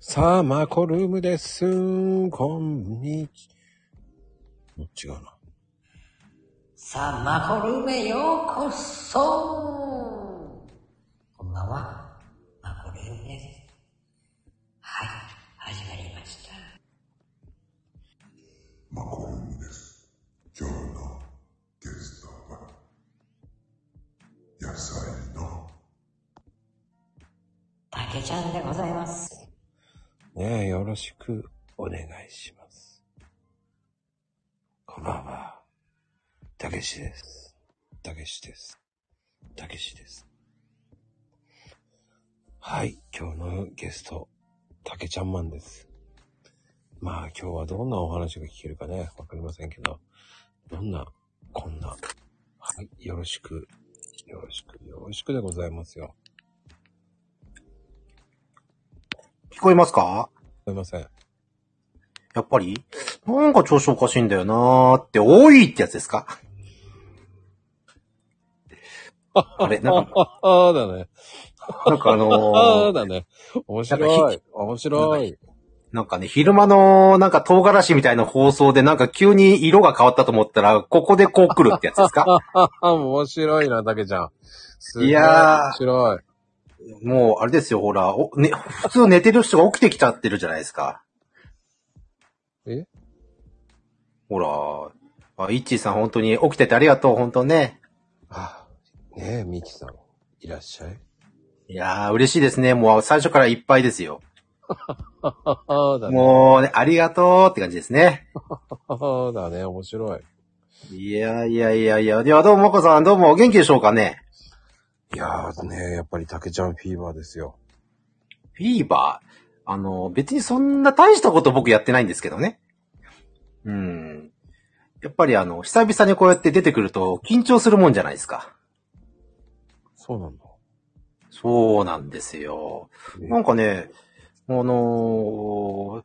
さあ、マコルームです。こんにち、違うな。さあ、マコルームへようこそこんばんは、マコルームです。はい、始まりました。マコルームです。今日のゲストは、野菜のたけちゃんでございます。ねえ、よろしくお願いします。こんばんは。たけしです。たけしです。たけしです。はい、今日のゲスト、たけちゃんマンです。まあ今日はどんなお話が聞けるかね、わかりませんけど、どんな、こんな、はい、よろしく、よろしく、よろしくでございますよ。聞こえますかすいません。やっぱりなんか調子おかしいんだよなーって、多いってやつですかあれなんか、あ あ、だね。なんかあああ、のー だね。面なん白かい。面白い。なんかね、昼間の、なんか唐辛子みたいな放送で、なんか急に色が変わったと思ったら、ここでこう来るってやつですか面白いな、たけちゃん。すごいやー面白い。もう、あれですよ、ほら、おね、普通寝てる人が起きてきちゃってるじゃないですか。えほら、あ、イッチーさん本当に起きててありがとう、本当ね。はあねえ、ミキさん。いらっしゃい。いやー、嬉しいですね。もう最初からいっぱいですよ。ああ、だね。もうね、ありがとうって感じですね。ああ、だね。面白い。いやいやいやいや、ではどうも、もこさん、どうも、お元気でしょうかね。いやーね、やっぱりたけちゃんフィーバーですよ。フィーバー。あの、別にそんな大したこと僕やってないんですけどね。うん。やっぱりあの、久々にこうやって出てくると緊張するもんじゃないですか。そうなんだ。そうなんですよ。ねなんかね、あの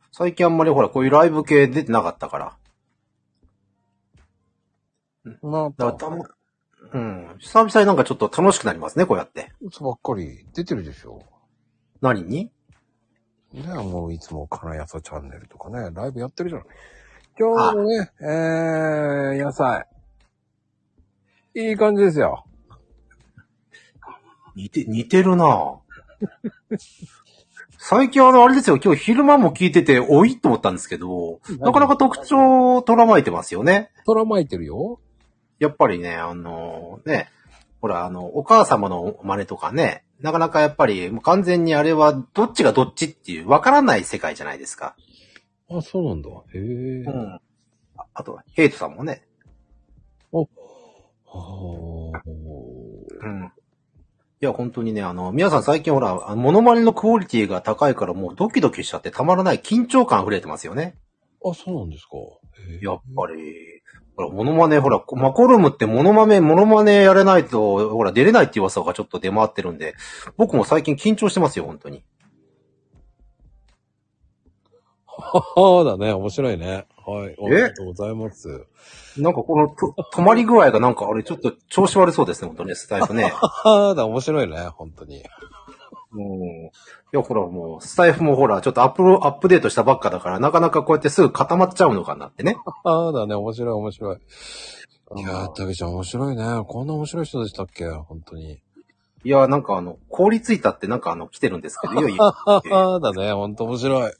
ー最近あんまりほら、こういうライブ系出てなかったから。まだた、からたまうん。久々になんかちょっと楽しくなりますね、こうやって。いつばっかり出てるでしょ。何にねえ、もういつも金やさチャンネルとかね、ライブやってるじゃない。今日もね、えー、野菜。いい感じですよ。似て、似てるな ぁ最近あの、あれですよ、今日昼間も聞いてて、おいと思ったんですけど、なかなか特徴をとらまえてますよね。とらまいてるよ。やっぱりね、あの、ね、ほら、あの、お母様の真似とかね、なかなかやっぱり、もう完全にあれは、どっちがどっちっていう、わからない世界じゃないですか。あ、そうなんだ。へえ。うあん。ああと、ヘイトさんもね、あ。うん。いや、本当にね、あの、皆さん最近ほら、あのモノマネのクオリティが高いからもうドキドキしちゃってたまらない緊張感溢れてますよね。あ、そうなんですか。へえやっぱり、ほら、モノマネ、ほら、マコルームってモノマネ、モノマネやれないと、ほら、出れないっていう噂がちょっと出回ってるんで、僕も最近緊張してますよ、本当に。ああ、だね。面白いね。はい。ありがとうございます。なんかこの、と止まり具合がなんか、あれ、ちょっと調子悪そうですね、本当にね、スタイフね。ああ、だ、面白いね。本当に。うん。いや、ほら、もう、スタイフもほら、ちょっとアップロ、アップデートしたばっかだから、なかなかこうやってすぐ固まっちゃうのかなってね。ああ、だね。面白い、面白い。いやー、あーたけちゃん面白いね。こんな面白い人でしたっけ本当に。いや、なんかあの、凍りついたってなんかあの、来てるんですけど、いや いや、ああ、だね。本当面白い。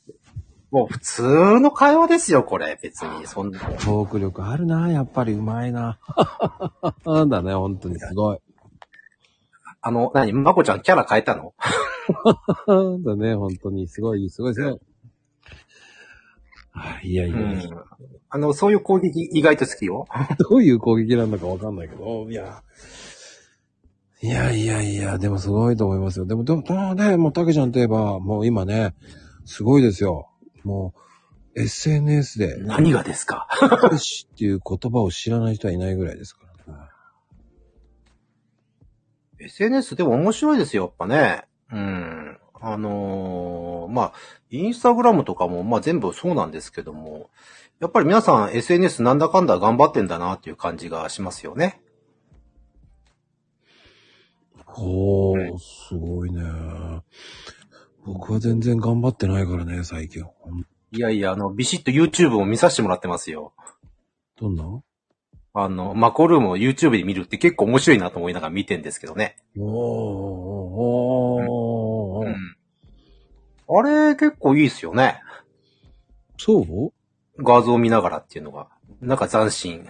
もう普通の会話ですよ、これ、別に。そんな。トーク力あるな。やっぱりうまいな。ああ、だね。本当にすごい。あの、何まこちゃんキャラ変えたのああ、だね。本当にすごい、すごい、すごい。はいいやいや、うんあの、そういう攻撃意外と好きよ。 どういう攻撃なんだかわかんないけど、いや。いやいやいや、でもすごいと思いますよ。でも、でも、でもね、もう、たけちゃんといえば、もう今ね、すごいですよ。もう、SNS で、何がですかたけしっていう言葉を知らない人はいないぐらいですからね。 ?SNS でも面白いですよ、やっぱね。うん。あのーまあ、インスタグラムとかも、まあ全部そうなんですけども、やっぱり皆さん SNS なんだかんだ頑張ってんだなっていう感じがしますよね。ほー、すごいね。僕は全然頑張ってないからね、最近。ほんいやいや、あの、ビシッと YouTube を見させてもらってますよ。どんなあの、マコルームを YouTube で見るって結構面白いなと思いながら見てんですけどね。おーおーおーおーおーおーうん。あれ、結構いいっすよね。そう画像を見ながらっていうのが。なんか斬新。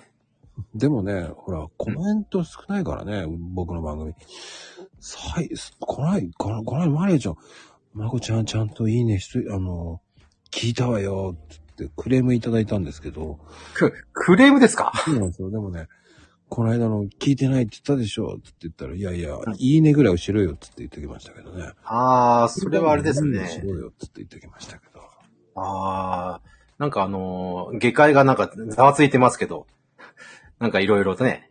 でもね、ほら、コメント少ないからね、僕の番組。さい、こない、こない、こない、マリアちゃん、まこちゃんちゃんといいねしと、あの、聞いたわよ、つってクレームいただいたんですけど、く、クレームですかそうなんですよ。でもね、この間の聞いてないって言ったでしょ、つって言ったら、いやいや、いいねぐらいをしろよ、つって言ってきましたけどね。ああ、それはあれですいいしね。ろよ、つって言ってきましたけど。ああ、なんかあのー、下界がなんかざわついてますけど。なんかいろいろとね。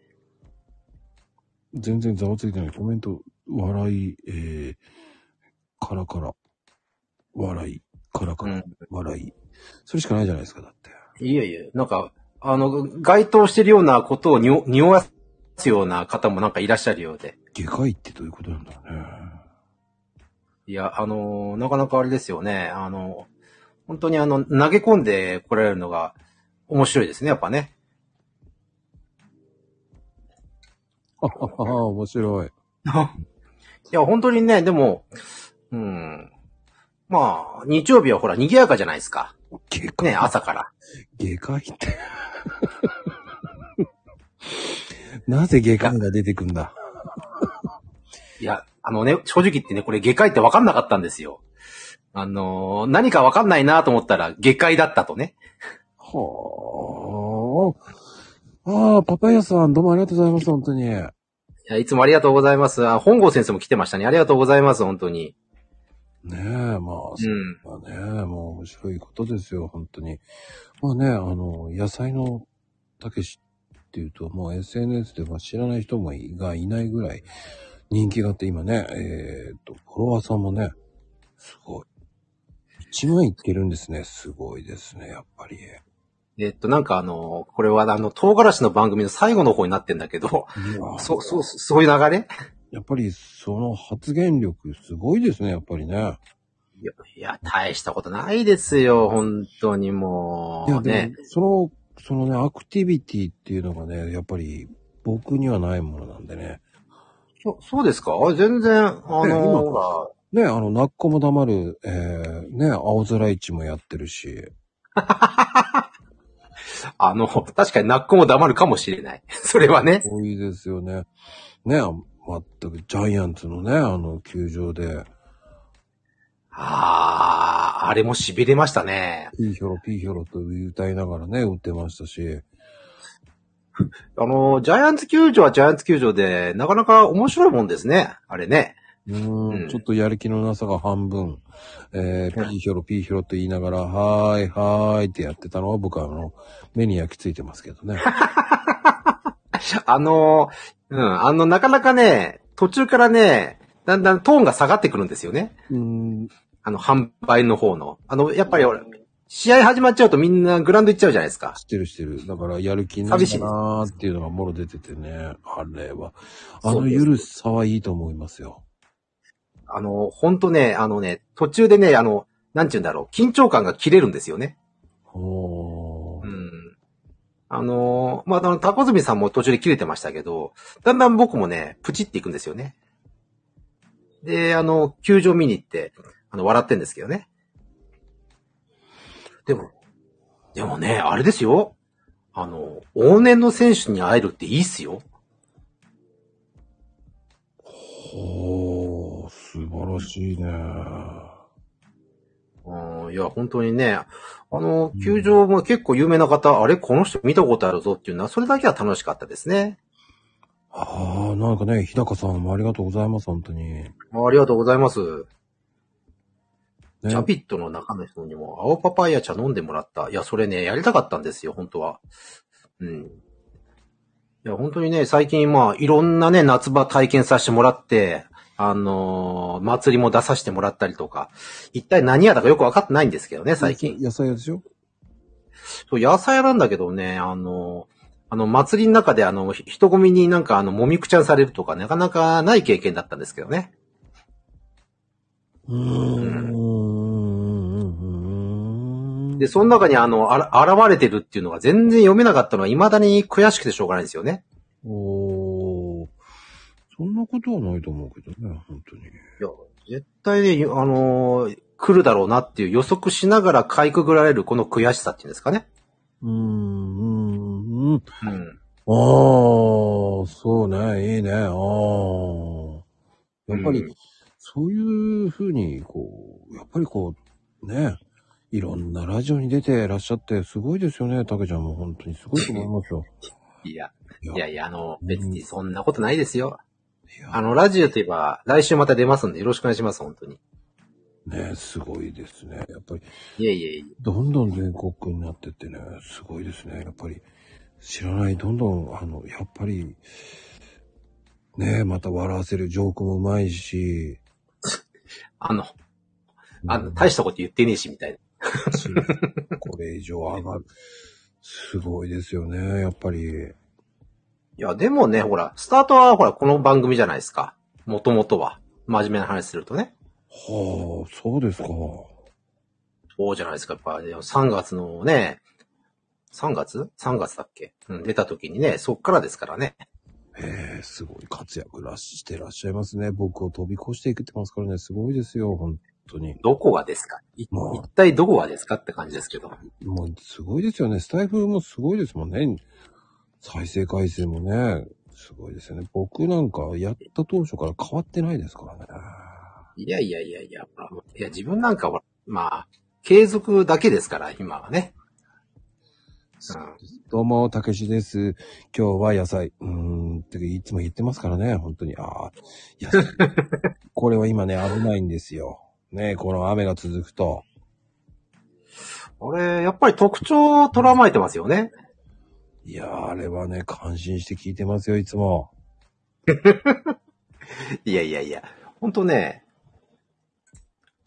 全然ざわついてない。コメント、笑い、えー、カラカラ、笑い、カラカラ、うん笑い。それしかないじゃないですか、だって。いえいえ、なんか、あの、該当してるようなことをにお匂わすような方もなんかいらっしゃるようで。下界ってどういうことなんだろうね。いや、あのー、なかなかあれですよね。あの、本当にあの、投げ込んで来られるのが面白いですね、やっぱね。あはは、面白い。いや、本当にね、でも、うん。まあ、日曜日はほら、賑やかじゃないですか。下界、ね、朝から。下界って。 なぜ下界が出てくんだいや、あのね、正直言ってね、これ下界って分かんなかったんですよ。あのー、何か分かんないなと思ったら、下界だったとね。はあ。ああ、パパイヤさん、どうもありがとうございます、本当に。いや、いつもありがとうございます。あ、本郷先生も来てましたね。ありがとうございます、本当に。ねえ、まあ、うん。まあね、もう面白いことですよ、本当に。まあね、あの、野菜のたけしっていうと、もう SNS では知らない人もいがいないぐらい人気があって、今ね、えっ、と、フォロワーさんもね、すごい。1万いってるんですね。すごいですね、やっぱり。えっと、なんかあの、これはあの、唐辛子の番組の最後の方になってんだけど、そそ、そう、そういう流れやっぱりその発言力すごいですね、やっぱりね。いやいや、大したことないですよ、本当にもいや、う。ねで。も、その、そのね、アクティビティっていうのがね、やっぱり僕にはないものなんでね。そそうですかあ全然、あの、 ね今ほら、ね、あの、なっこも黙る、えー、ね、青空市もやってるし、あの、確かにナックも黙るかもしれない。 それはね。多いですよね。ね、まったくジャイアンツのね、あの、球場で、ああ、あれも痺れましたね。ピーヒョロピーヒョロと歌いながらね、打ってましたし、あの、ジャイアンツ球場はジャイアンツ球場で、なかなか面白いもんですね。あれね。 うー、うんんちょっとやる気のなさが半分、えー、ピーヒョロピーヒョロと言いながら、はーい、はーいってやってたのは僕はあの、目に焼き付いてますけど ね。あの、うん、あの、なかなかね、途中からね、だんだんトーンが下がってくるんですよね。うーん、あの、販売の方の。あの、やっぱり俺、試合始まっちゃうとみんなグラウンド行っちゃうじゃないですか。してるしてる。だから、やる気になる寂しいですなーっていうのがもろ出ててね、あれは、あのそうですゆるさはいいと思いますよ。あの、ほんとね、あのね、途中でね、あの、なんて言うんだろう、緊張感が切れるんですよね。おうー。ん。あの、まあ、あの、タコズミさんも途中で切れてましたけど、だんだん僕もね、プチっていくんですよね。で、あの、球場見に行って、あの、笑ってんですけどね。でも、でもね、あれですよ。あの、往年の選手に会えるっていいっすよ。おー、素晴らしいね。うんいや、本当にね、あの、球場も結構有名な方、あれ、この人見たことあるぞっていうのは、それだけは楽しかったですね。ああ、なんかね、日高さんもありがとうございます、本当に。ね、ありがとうございます。ジャピピットの中の人にも、青パパイヤ茶飲んでもらった。いや、それね、やりたかったんですよ、本当は。うん。いや、本当にね、最近、まあ、いろんなね、夏場体験させてもらって、あのー祭りも出させてもらったりとか、一体何やだかよくわかってないんですけどね、最近。野菜屋でしょそう、野菜屋なんだけどね、あの、あの、祭りの中で、あの、ひ人混みになんか、あの、もみくちゃんされるとか、なかなかない経験だったんですけどね。うーん。で、その中にあの、あら、現れてるっていうのが全然読めなかったのは未だに悔しくてしょうがないんですよね。おー。そんなことはないと思うけどね、本当に。いや、絶対ね、あのー来るだろうなっていう予測しながらかいくぐられるこの悔しさっていうんですかね。うーん、うーん、うん。うん。あー、そうね、いいね、あー。やっぱり、うんそういうふうに、こう、やっぱりこう、ね、いろんなラジオに出てらっしゃって、すごいですよね、たけちゃんも本当にすごいと思いますよ。いや、い いやいいや、あの、別にそんなことないですよ。やあの、ラジオといえば、来週また出ますんで、よろしくお願いします、本当に。ね、すごいですね。やっぱり、いえいえいえ。どんどん全国区になってってね、すごいですね。やっぱり、知らない、どんどん、あの、やっぱり、ね、また笑わせるジョークもうまいし、あの、あの、うん大したこと言ってねえし、みたいな。これ以上上がる。すごいですよね、やっぱり。いや、でもね、ほら、スタートはほら、この番組じゃないですか。もともとは。真面目な話するとね。はあ、そうですか。そうじゃないですか。やっぱ、でも3月のね、3月 ?3 月だっけうん、出た時にね、そっからですからね。ええすごい活躍らししてらっしゃいますね。僕を飛び越していくってますからね、すごいですよ、本当に。どこがですかいまあ一体どこがですかって感じですけど。もうすごいですよね。スタイフもすごいですもんね。再生回数もね、すごいですよね。僕なんかやった当初から変わってないですからね。いやいやいやいや、ほらいや、自分なんかは、まあ、継続だけですから、今はね。うんどうも、たけしです。今日は野菜。うーん、っていつも言ってますからね、本当に。ああ、野菜。これは今ね、危ないんですよ。ね、この雨が続くと。これ、やっぱり特徴をとらまえてますよね。いやー、あれはね、感心して聞いてますよ、いつも。いやいやいや、ほんとね、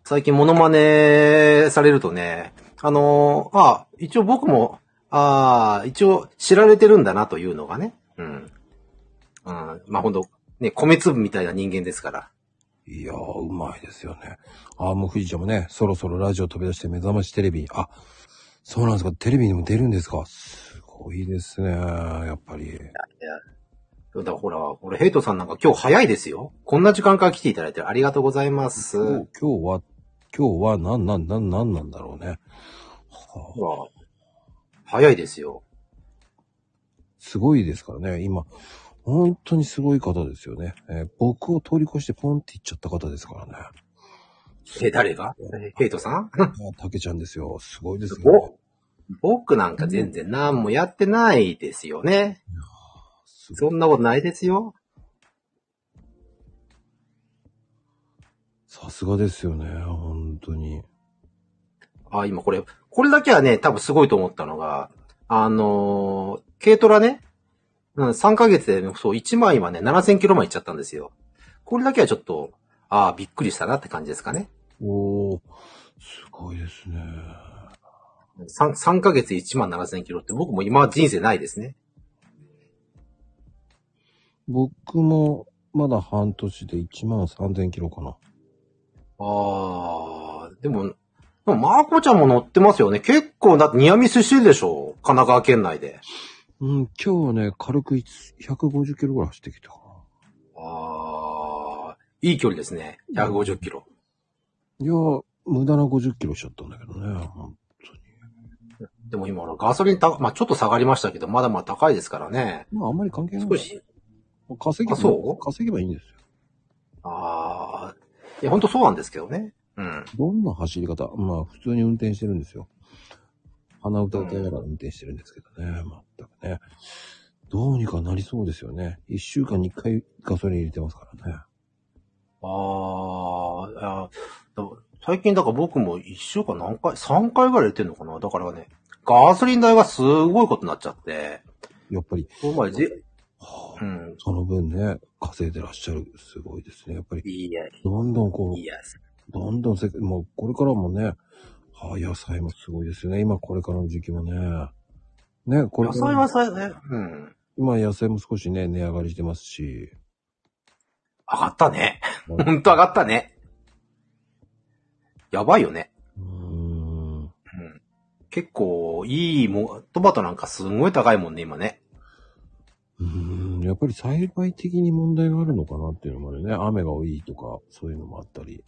最近モノマネされるとね、あのーあ、一応僕も、ああ、一応知られてるんだなというのがね、うん。うん、まあほんと、ね、米粒みたいな人間ですから。いやー、うまいですよね。あー、もう富士ちゃんもね、そろそろラジオ飛び出して目覚ましテレビに、あ、そうなんですか、テレビにも出るんですか。すごいですね、やっぱり。だからほら、これヘイトさんなんか今日早いですよ。こんな時間から来ていただいてありがとうございます。今日今日は、今日は何、なん、なん、なんなんだろうね。はあ、ほら早いですよ。すごいですからね、今。本当にすごい方ですよね。えー僕を通り越してポンって行っちゃった方ですからね。え、誰がヘイトさんいやたけちゃんですよ。すごいですよ、ね。お僕なんか全然何もやってないですよね。すごいそんなことないですよ。さすがですよね、本当に。あ、今これ、これだけはね、多分すごいと思ったのが、あのー軽トラね、うん、3ヶ月で、そう、1枚はね、7000キロまで行っちゃったんですよ。これだけはちょっと、ああ、びっくりしたなって感じですかね。おー、すごいですね。 3, 3ヶ月で1万7000キロって僕も今は人生ないですね。僕もまだ半年で1万3000キロかな。ああ、でも、でもマーコちゃんも乗ってますよね。結構、だってニアミスしてるでしょ神奈川県内で。うん、今日はね、軽く150キロぐらい走ってきたかああ、いい距離ですね。150キロ。な。いやー、無駄な50キロしちゃったんだけどね。本でも今、ほらガソリンた、まあちょっと下がりましたけど、まだまだ高いですからね。当まあ、あんまり関係ない。少し。稼げばあそう稼げばいいんですよ。ああ、いや、本当そうなんですけどね。うん。どんな走り方まあ、普通に運転してるんですよ。鼻歌歌いながら運転してるんですけどね。全くね。どうにかなりそうですよね。一週間に一回ガソリン入れてますからね。あーあー、でも最近だから僕も一週間何回、3回ぐらい入れてんのかなだからね、ガソリン代がすごいことになっちゃって、やっぱり、この前じ、はあうん。その分ね、稼いでらっしゃる。すごいですね。やっぱり、いや、どんどんこいや、う、どんどんせ、もうこれからもね、はあ、野菜もすごいですよね。今これからの時期もね。ね、これ野から菜はさ、ね、うん。今野菜も少しね、値上がりしてます し。上がったね。 ほんと上がったね。やばいよね。うーん。うん。結構いいもん、トマトなんかすごい高いもんね、今ね。うーん、やっぱり栽培的に問題があるのかなっていうのもあるね。雨が多いとか、そういうのもあったり。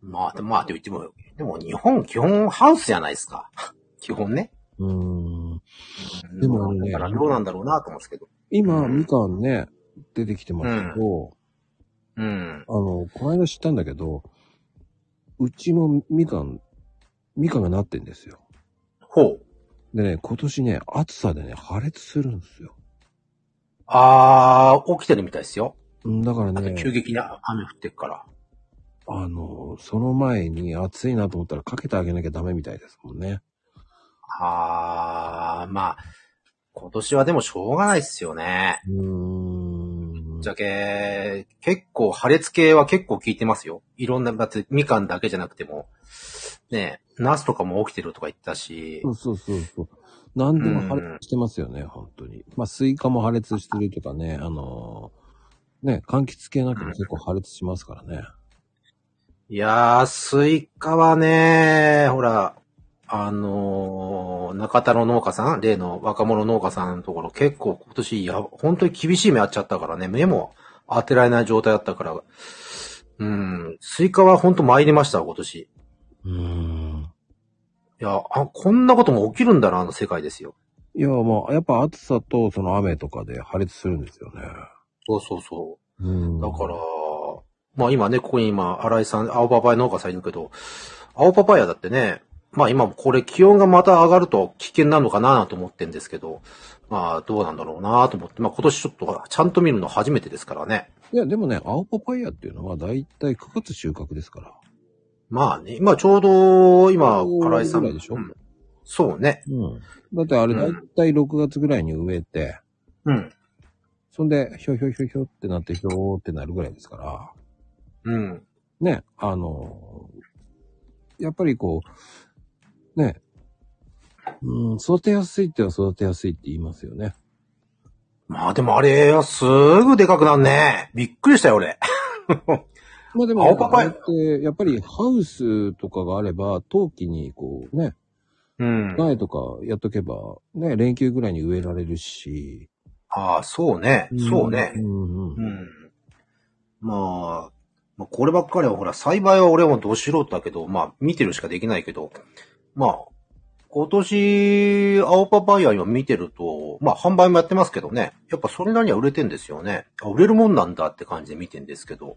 まあ、でまあ、と言っても、でも日本基本ハウスじゃないですか。 基本ね。うーん。でもあのねだからどうなんだろうなと思うんですけど。今、うんみかんね、出てきてますけど、うん。あの、この間知ったんだけど、うちもみかん、みかんがなってんですよ。ほう。でね、今年ね、暑さでね、破裂するんですよ。あー、起きてるみたいですよ。うんだからあとね、急激な雨降ってっから。あの、その前に暑いなと思ったらかけてあげなきゃダメみたいですもんね。あー、まあ、今年はでもしょうがないっすよね。うーん。ぶっちゃけ、結構破裂系は結構効いてますよ。いろんな、だってみかんだけじゃなくても、ねえ、ナスとかも起きてるとか言ってたしそ、うそうそうそう。何でも破裂してますよね、本当に。まあ、スイカも破裂してるとかね、あのーね、柑橘系なんかも結構破裂しますからね。いやー、スイカはね、ほら、あのー中田の農家さん、例の若者農家さんのところ結構今年、いや、本当に厳しい目あっちゃったからね、目も当てられない状態だったから、うん、スイカは本当参りました、今年。いうーん。や、あ、こんなことも起きるんだな、あの世界ですよ。いや、まあ、やっぱ暑さとその雨とかで破裂するんですよね。そうそうそう。うん。だから、まあ今ね、ここに今、新井さん、青パパイ農家さんいるけど、青パパイヤだってね、まあ今もこれ気温がまた上がると危険なのかなと思ってんですけど、まあどうなんだろうなと思って、まあ今年ちょっとちゃんと見るの初めてですからね。いや、でもね、青パパイヤっていうのは大体9月収穫ですから。まあね、今ちょうど、今、新井さん。ぐらいでしょうんそうね。うん。だってあれ大体6月ぐらいに植えて、うん。そんで、ひょひょひょひょってなって、ひょーってなるぐらいですから。うん。ね、あのーやっぱりこう、ね、うん、育てやすいっては育てやすいって言いますよね。まあでもあれはすぐでかくなんね。びっくりしたよ、俺。まあでも、青パパイヤって、やっぱりハウスとかがあれば、冬季にこうね、うん。苗とかやっとけば、ね、連休ぐらいに植えられるし。ああ、そうね。そうね。うんう。うんん。まあ、まあ、こればっかりはほら、栽培は俺もど素人だけど、まあ、見てるしかできないけど、まあ、今年、青パパイヤ今見てると、まあ、販売もやってますけどね、やっぱそれなりには売れてんですよね。あ売れるもんなんだって感じで見てんですけど。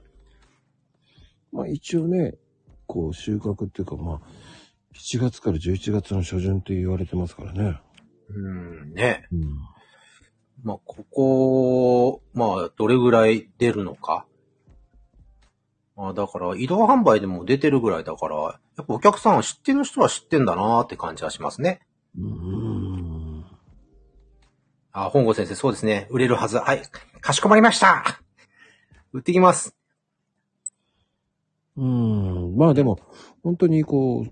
まあ一応ね、こう収穫っていうかまあ、7月から11月の初旬って言われてますからね。うん、ね。うん。まあ、ここ、まあ、どれぐらい出るのか。まあ、だから、移動販売でも出てるぐらいだから、やっぱお客さんは知ってる人は知ってんだなーって感じはしますね。うん。あ、本郷先生、そうですね。売れるはず。はい。かしこまりました。売ってきます。うん。まあでも、本当にこう、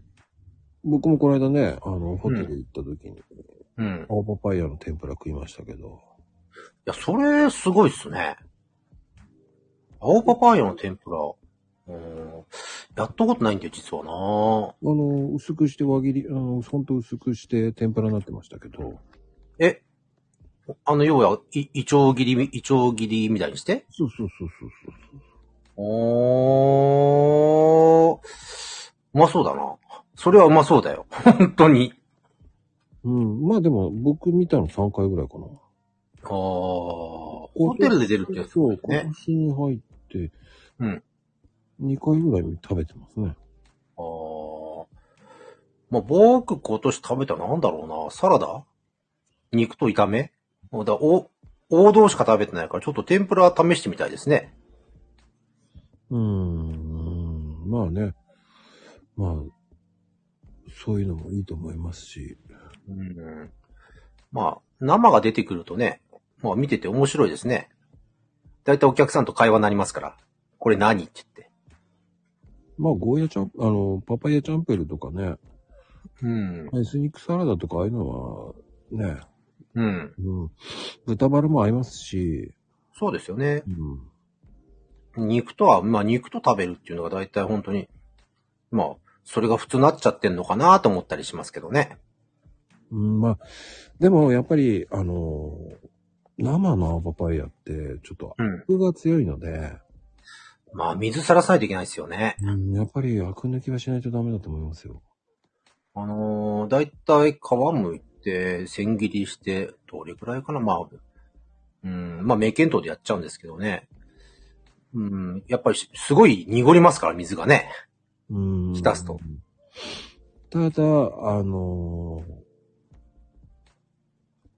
僕もこの間ね、あの、ホテル行った時に、うん。い青パパイヤの天ぷら食いましたけど、や、それ、すごいっすね。青パパイヤの天ぷら。うん。やったことないんだよ、実はなあの、薄くして輪切り、あの、ほんと薄くして天ぷらになってましたけど、え、あの、要は、い、いちょう切りみ、いちょう切りみたいにしてそうそうそうそうそう。おー。うまそうだな。それはうまそうだよ。本当に。うん。まあでも、僕見たの3回ぐらいかな。あー。ホテルで出るってやつそう、今ね。年に入って、うん。 2回ぐらい食べてますね。ああ。まあ、僕今年食べたのなんだろうな。サラダ肉と炒めもうだお王道しか食べてないから、ちょっと天ぷら試してみたいですね。うーん。まあね。まあ、そういうのもいいと思いますし。うん。まあ、生が出てくるとね、まあ見てて面白いですね。だいたいお客さんと会話になりますから。これ何って言って。まあ、ゴーヤチャン、あの、パパイヤチャンペルとかね、うん。アイスニックサラダとかああいうのは、ね、うん。うん。豚バラも合いますし、そうですよね。うん。肉とは、まあ肉と食べるっていうのがだいたい本当に、まあ、それが普通になっちゃってんのかなと思ったりしますけどね。うん、まあ、でもやっぱり、あの、生の青パパイヤって、ちょっとうん。アクが強いので、まあ、水さらさないといけないですよね。うん、やっぱりアク抜きはしないとダメだと思いますよ。あのー、だいたい皮むいて、千切りして、どれくらいかなまあ、うん、まあ、名検討でやっちゃうんですけどね。うん、やっぱりしすごい濁りますから、水がね。うん。浸すと。ただ、あの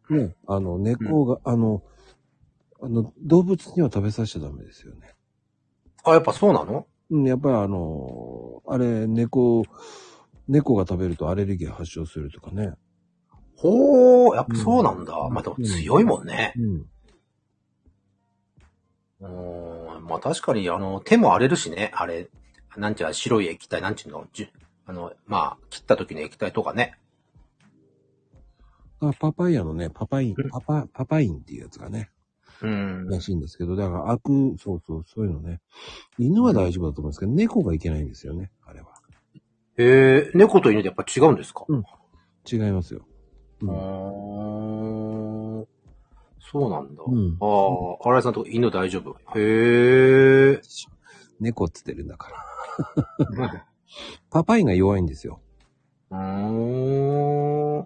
ーね、あの、根っこが、あの、あの、動物には食べさせちゃダメですよね。あ、やっぱそうなのうん、やっぱりあのーあれ、猫、猫が食べるとアレルギー発症するとかね。ほー、やっぱそうなんだ。うんまあ、でも強いもんね。うん。うん、まあ確かに、あの、手も荒れるしね、あれ、なんちゃら白い液体、なんちゅうの、じゅあの、まあ、切った時の液体とかね。あパパイヤのね、パパインうん、パパ、パパインっていうやつがね、うん。らしいんですけど、だから悪、そうそう、そういうのね。犬は大丈夫だと思うんですけど、猫がいけないんですよね、あれは。えー、猫と犬でやっぱ違うんですか違いますよ。ううんーん。そうなんだ。うんああ、新井さんと犬大丈夫。へ え。猫っつってるんだから。パパインが弱いんですよ。うーん。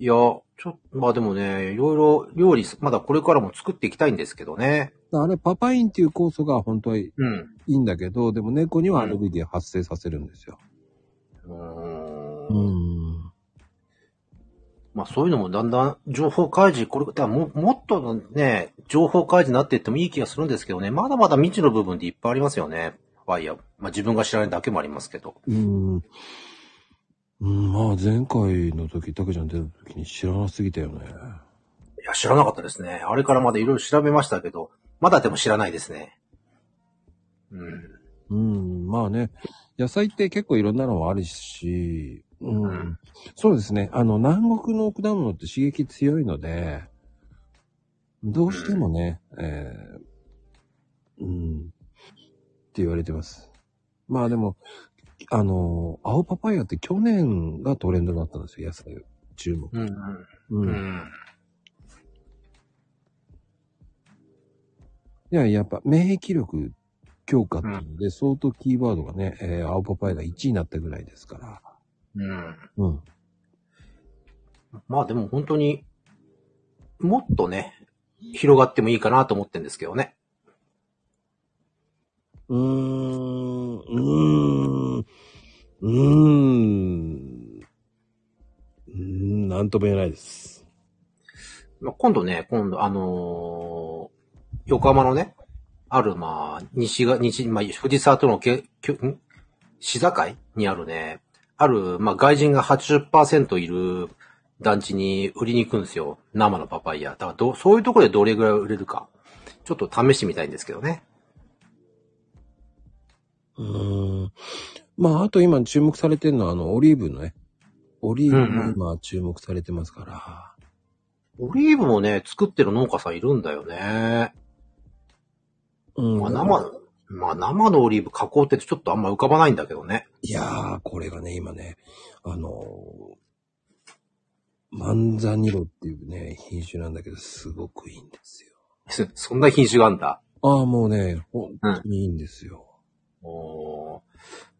いや、ちょっと、まあでもね、いろいろ料理、まだこれからも作っていきたいんですけどね。あれ、パパインっていう酵素が本当はいうん。いんだけど、でも猫にはアレルギー発生させるんですよ。うーんうん。まあそういうのもだんだん情報開示、これ、だからももっとね、情報開示になっていってもいい気がするんですけどね、まだまだ未知の部分でいっぱいありますよね。ファイヤー。まあ自分が知らないだけもありますけど。うん。うん、まあ前回の時、タケちゃん出た時に知らなすぎたよね。いや、知らなかったですね。あれからまだいろいろ調べましたけど、まだでも知らないですね。うん。うん、まあね、野菜って結構いろんなのはあるし、うん。うんそうですね。あの、南国の果物って刺激強いので、どうしてもね、えーうん、って言われてます。まあでも、あの、青パパイヤって去年がトレンドだったんですよ、野菜注目。うん。う。うんん。いうん。や、やっぱ免疫力強化っていうので、相当キーワードがね、えー青パパイヤが1位になったぐらいですから。ううん。ん。まあでも本当に、もっとね、広がってもいいかなと思ってるんですけどね。うーん、うーん、うーん、うーん、なんとも言えないです。まあ、今度ね、今度、あのー横浜のね、ある、まあ、西が、西、まあ、藤沢とのけ、きょん市境にあるね、ある、まあ、外人が80%いる団地に売りに行くんですよ。生のパパイヤ。だからどう、そういうところでどれぐらい売れるか、ちょっと試してみたいんですけどね。うーん。まあ、あと今注目されてるのは、あの、オリーブのね。オリーブうんがうん今注目されてますから。オリーブもね、作ってる農家さんいるんだよね。うん。まあ、生の、まあ、生のオリーブ加工ってちょっとあんま浮かばないんだけどね。 いやー、これがね、今ね、あのー、万座ニロっていうね、品種なんだけど、すごくいいんですよ。そんな品種があんだ。ああ、もうね、本当にいいんですよ。おー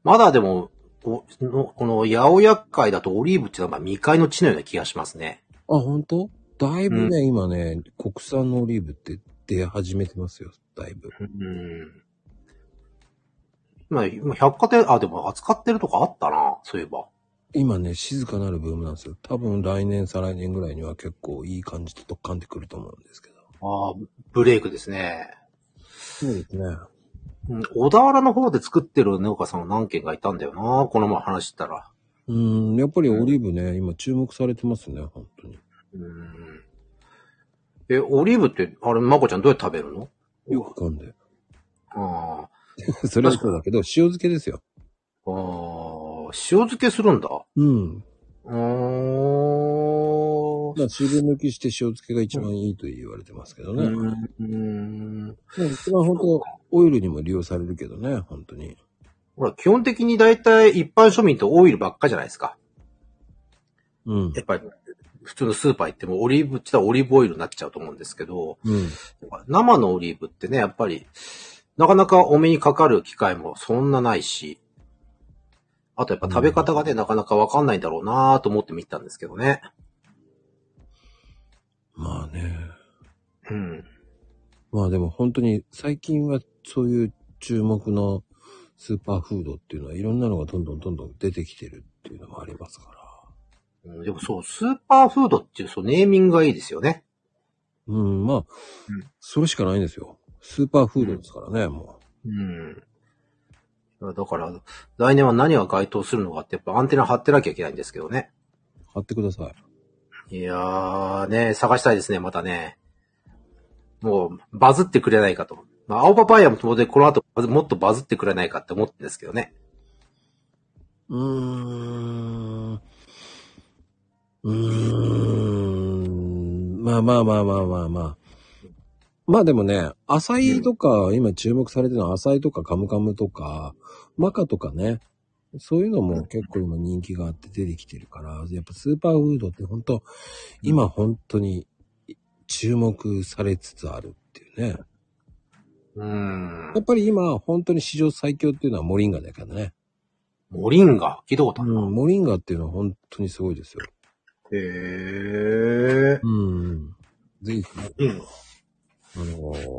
まだでも、おのこの、八百厄介だとオリーブっていうのはまあ未開の地のような気がしますね。あ、本当？だいぶね、今ね、国産のオリーブって出始めてますよ、だいぶ。うん。まあ、今百貨店、あ、でも扱ってるとかあったな、そういえば。今ね、静かなるブームなんですよ。多分来年、再来年ぐらいには結構いい感じでとっかんでくると思うんですけど。ああ、ブレイクですね。そうですね。うん、小田原の方で作ってる農家さんは何軒かいたんだよな、この前話してたら。うん、やっぱりオリーブね、今注目されてますね、本当に。うん。え、オリーブって、あれ、まこちゃんどうやって食べるのよく噛んで。 あそれはそうだけど、塩漬けですよ。あ、ああ、塩漬けするんだ。うん。うーん。まあ、水分抜きして塩漬けが一番いいと言われてますけどね。まあうん。一番本当、オイルにも利用されるけどね、本当に。ほら、基本的に大体一般庶民とオイルばっかじゃないですか。うん。やっぱり、普通のスーパー行ってもオリーブって言ったらオリーブオイルになっちゃうと思うんですけど、うん。生のオリーブってね、やっぱり、なかなかお目にかかる機会もそんなないし、あとやっぱ食べ方がね、なかなかわかんないんだろうなぁと思って見てたんですけどね。まあね。うん。まあでも本当に最近はそういう注目のスーパーフードっていうのはいろんなのがどんどんどんどん出てきてるっていうのもありますから。うんでもそう、スーパーフードっていう、そう、ネーミングがいいですよね。うん、まあ、それしかないんですよ。スーパーフードですからね、もうん。だから、来年は何が該当するのかって、やっぱアンテナ張ってなきゃいけないんですけどね。う。買ってください。いやーね、探したいですね、またね。もう、バズってくれないかと。まあ、青パパイヤも当然この後、もっとバズってくれないかって思ってるんですけどね。うーん。うーん。まあまあまあまあまあまあ。まあでもね、アサイとか、今注目されてるのはアサイとかカムカムとか、マカとかね、そういうのも結構今人気があって出てきてるから、やっぱスーパーフードって本当、今本当に注目されつつあるっていうね。うーんやっ。ぱり今本当に史上最強っていうのはモリンガだからね。モリンガ、聞いたことある。うん、モリンガっていうのは本当にすごいですよ。へー。うん。ぜひ、うん。あのー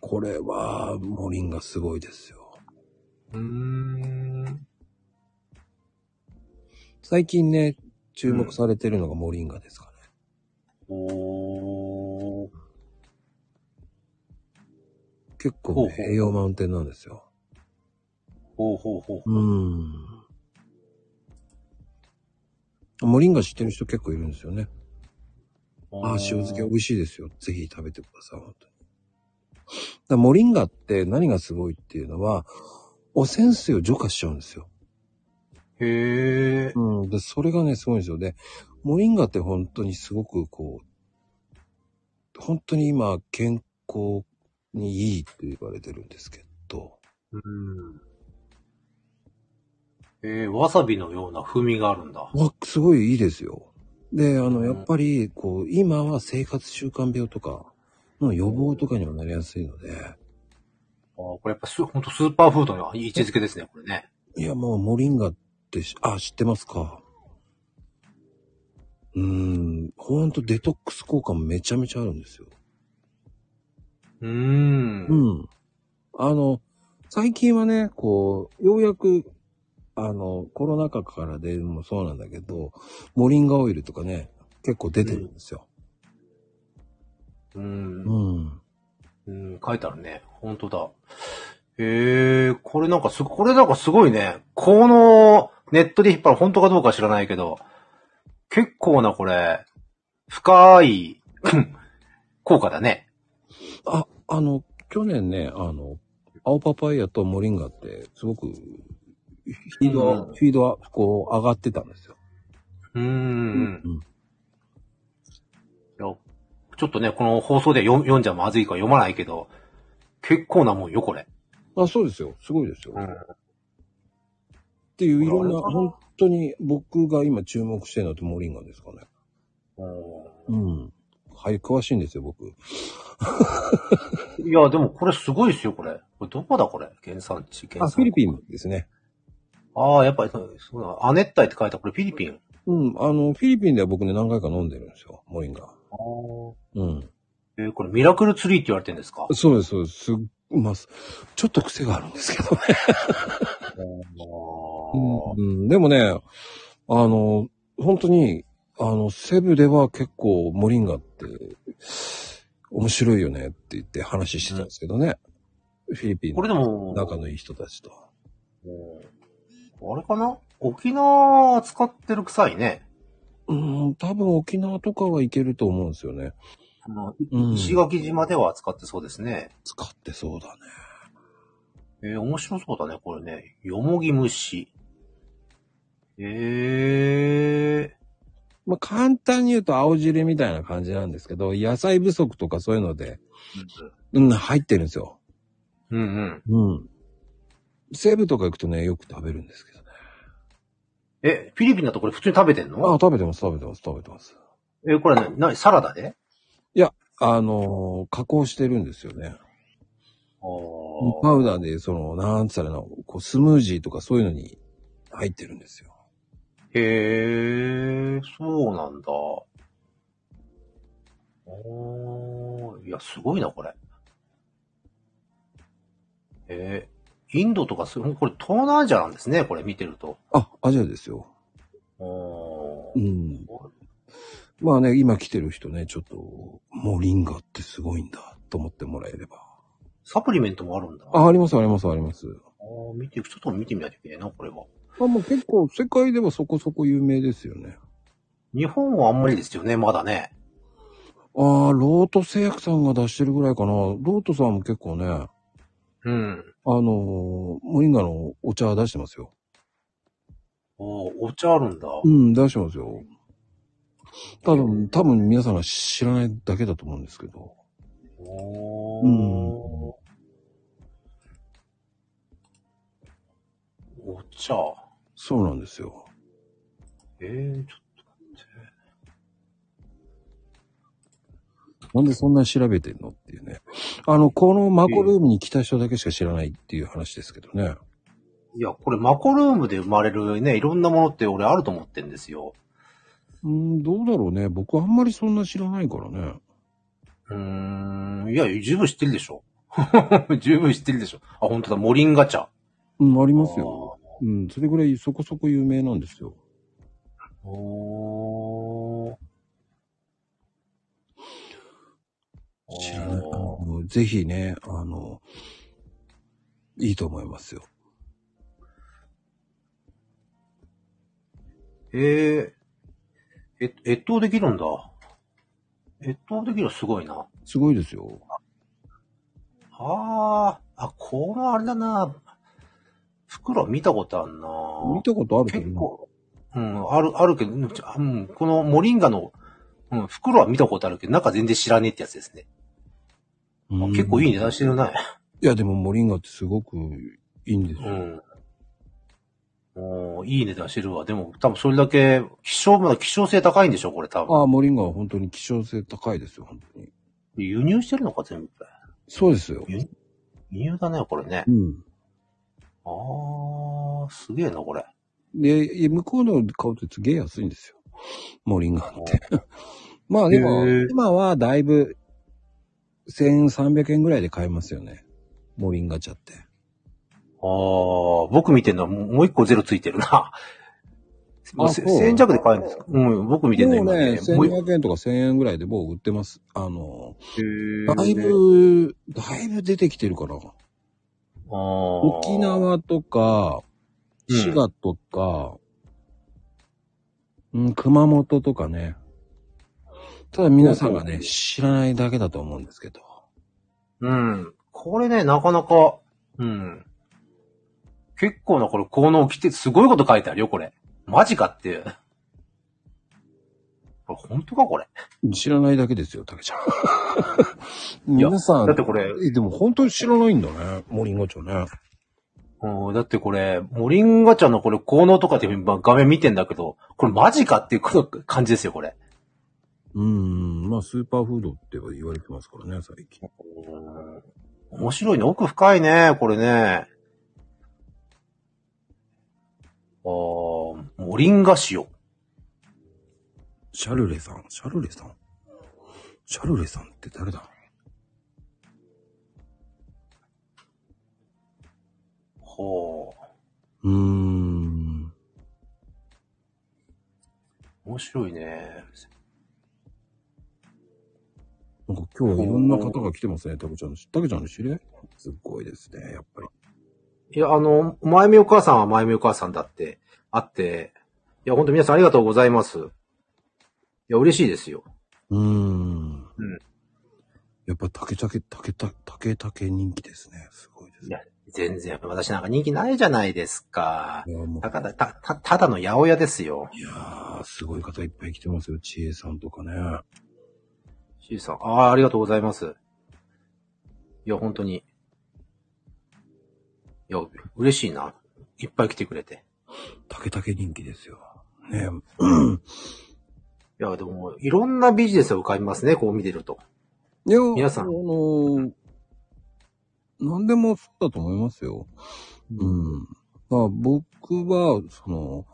これは、モリンがすごいですよ。うーん。最近ね、注目されてるのがモリンガですかね。おー。結構、ほうほうね、栄養満点なんですよ。ほうほうほうう。ん。モリンガ知ってる人結構いるんですよね。ああ、塩漬け美味しいですよ。ぜひ食べてください、本当に。だからモリンガって何がすごいっていうのは、汚染水を除去しちゃうんですよ。へー。うん。で、それがね、すごいんですよ。で、モリンガって本当にすごくこう、本当に今、健康にいいって言われてるんですけど、うん。えー、わさびのような風味があるんだ。わ、すごいいいですよ。で、あの、うんやっぱり、こう、今は生活習慣病とかの予防とかにもなりやすいので、あーこれやっぱす、ほんとスーパーフードの位置づけですね、これね。いや、もうモリンガってし、あ、知ってますか。うーん、ほんとデトックス効果もめちゃめちゃあるんですよ。うーん。うん。あの、最近はね、こう、ようやく、あの、コロナ禍からでもそうなんだけど、モリンガオイルとかね、結構出てるんですよ。うん。うん。うん、書いてあるね。ほんとだ。へえ、これなんかす、これなんかすごいね。このネットで引っ張る、本当かどうか知らないけど、結構なこれ、深い、効果だね。あ、あの、去年ね、あの、青パパイヤとモリンガって、すごく、フィード、うんフィードは、こう、上がってたんですよ。うーん。うんいやちょっとね、この放送で読読んじゃまずいから読まないけど、結構なもんよ、これ。あ、そうですよ。すごいですよ。うんっていう、いろんな、なるほど本当に僕が今注目してるのってモリンガですかね。うん。はい、詳しいんですよ、僕。いや、でもこれすごいですよ、これ。これどこだ、これ。原産地、原産あ、フィリピンですね。ああ、やっぱりそうそうだ。亜熱帯って書いたこれフィリピン。うん、あの、フィリピンでは僕ね、何回か飲んでるんですよ、モリンガ。ああ。うん。えーこれミラクルツリーって言われてるんですかそうです、そうです。すっまあ、すちょっと癖があるんですけ どね。あーうん、でもね、あの、本当に、あの、セブでは結構モリンガって、面白いよねって言って話してたんですけどね。フィリピンこれでのも、仲のいい人たちと。あれかな沖縄使ってる臭いね。うん、多分沖縄とかは行けると思うんですよね。あのうん石垣島では使ってそうですね。使ってそうだね。えー面白そうだね、これね。よもぎ虫。ええまあ、簡単に言うと青汁みたいな感じなんですけど、野菜不足とかそういうので、うん、入ってるんですよ。うんうん。うん。西部とか行くとね、よく食べるんですけどね。え、フィリピンだとこれ普通に食べてんあの食べてます、食べてます、食べてます。え、これね、な、サラダであのー加工してるんですよね。あーパウダーで、その、なんつったらいいの、こう、スムージーとかそういうのに入ってるんですよ。へえ、そうなんだ。おー、いや、すごいな、これ。えー、インドとかすごい、これ東南アジアなんですね、これ見てると。あ、アジアですよ。おうー。ん。まあね、今来てる人ね、ちょっと、もうリンガってすごいんだ、と思ってもらえれば。サプリメントもあるんだ。ああ、あります、あります、あります。ー見て、ちょっと見てみないといけないな、これは。あ、もう結構、世界ではそこそこ有名ですよね。日本はあんまりですよね、まだね。ああ、ロート製薬さんが出してるぐらいかな。ロートさんも結構ね、あうん。のーモリンガのお茶出してますよ。おーお茶あるんだ。うん、出してますよ。多分、多分皆さんが知らないだけだと思うんですけど。おうんーお茶。そうなんですよ。えー、ちょっなんでそんな調べてんのっていうね。あの、このマコルームに来た人だけしか知らないっていう話ですけどね。と。いや、これマコルームで生まれるね、いろんなものって俺あると思ってんですよ。うん、どうだろうね。僕あんまりそんな知らないからね。うーん、いや、十分知ってるでしょ。 十分知ってるでしょ。あ、本当だ、モリンガ茶。うん、ありいますよ。。うん、それぐらいそこそこ有名なんですよ。おー。知らない。あのぜひね、あの、いいと思いますよ。えー、え、越冬できるんだ。越冬できるのすごいな。すごいですよ。ああ、あ、このあれだな。袋見たことあるな。見たことあるけど結ね、構。うん、ある、あるけど、うんちょうん、このモリンガの、うん、袋は見たことあるけど、中全然知らねえってやつですね。あ結構いい。い値段してるな。いや、でもモリンガってすごくいいんですうよ。ん。おーいい値段してるわ。でも、多分それだけ、希少、まだ希少性高いんでしょ、これ多あ分。あ、モリンガは本当に希少性高いですよ、本当に。輸入してるのか、全部。そうですよ。輸入だね、これね。うん。あー、すげえな、これ。で、いや向こうの買うとすげえ安いんですよ。モリンガって。 まあへでえも、今はだいぶ1300円ぐらいで買えますよね。モリンガ茶って。ああ、僕見てるのはもうもう一個ゼロついてるな。もうせそう1000円弱で買えるんですかうん、僕見てるのもう今ね、ね。もう一1200円とか1000円ぐらいでもう売ってます。あの、個だい。ぶ、だいぶ出てきてるかな。あー沖。縄とか、うん滋賀とか、うん、熊本とかね。ただ皆さんがほうほうね、ほう知らないだけだと思うんですけど。うん。これね、なかなか、うん。結構な、これ、効能来て、すごいこと書いてあるよ、これ。マジかっていう。これ、本当か、これ。知らないだけですよ、竹ちゃん。いや皆さん。だってこれえでも本当に知らないんだね、モリンゴ町ね。うん、だってこれ、モリンガ茶のこれ、効能とかって今画面見てんだけど、これマジかっていうこと感じですよ、これ。うん、まあスーパーフードって言われてますからね、最近。うん面白いね。奥深いね、これね。あーモリンガ塩。シャルレさん、シャルレさん。シャルレさんって誰だほうう。ーん。面白いね。なんか今日はいろんな方が来てますね、タケちゃんの。タケちゃんの知り合いすっごいですね、やっぱり。いや、あの、前見お母さんは前見お母さんだって、あって、いや、本当皆さんありがとうございます。いや、嬉しいですよ。うーん。うんやっぱ竹竹、竹竹、竹竹人気ですね。すごいですね。全然、私なんか人気ないじゃないですか。いや、もうたかだ、た、た、ただの八百屋ですよ。いやー、すごい方いっぱい来てますよ。ちえさんとかね。シーさん、ああ、ありがとうございます。いや、本当に。いや、嬉しいな。いっぱい来てくれて。竹竹人気ですよ。ねいや、でももう、いろんなビジネスを浮かびますね、こう見てると。いや、皆さんあの、何でもそうだと思いますよ。うん。まあ、僕は、その、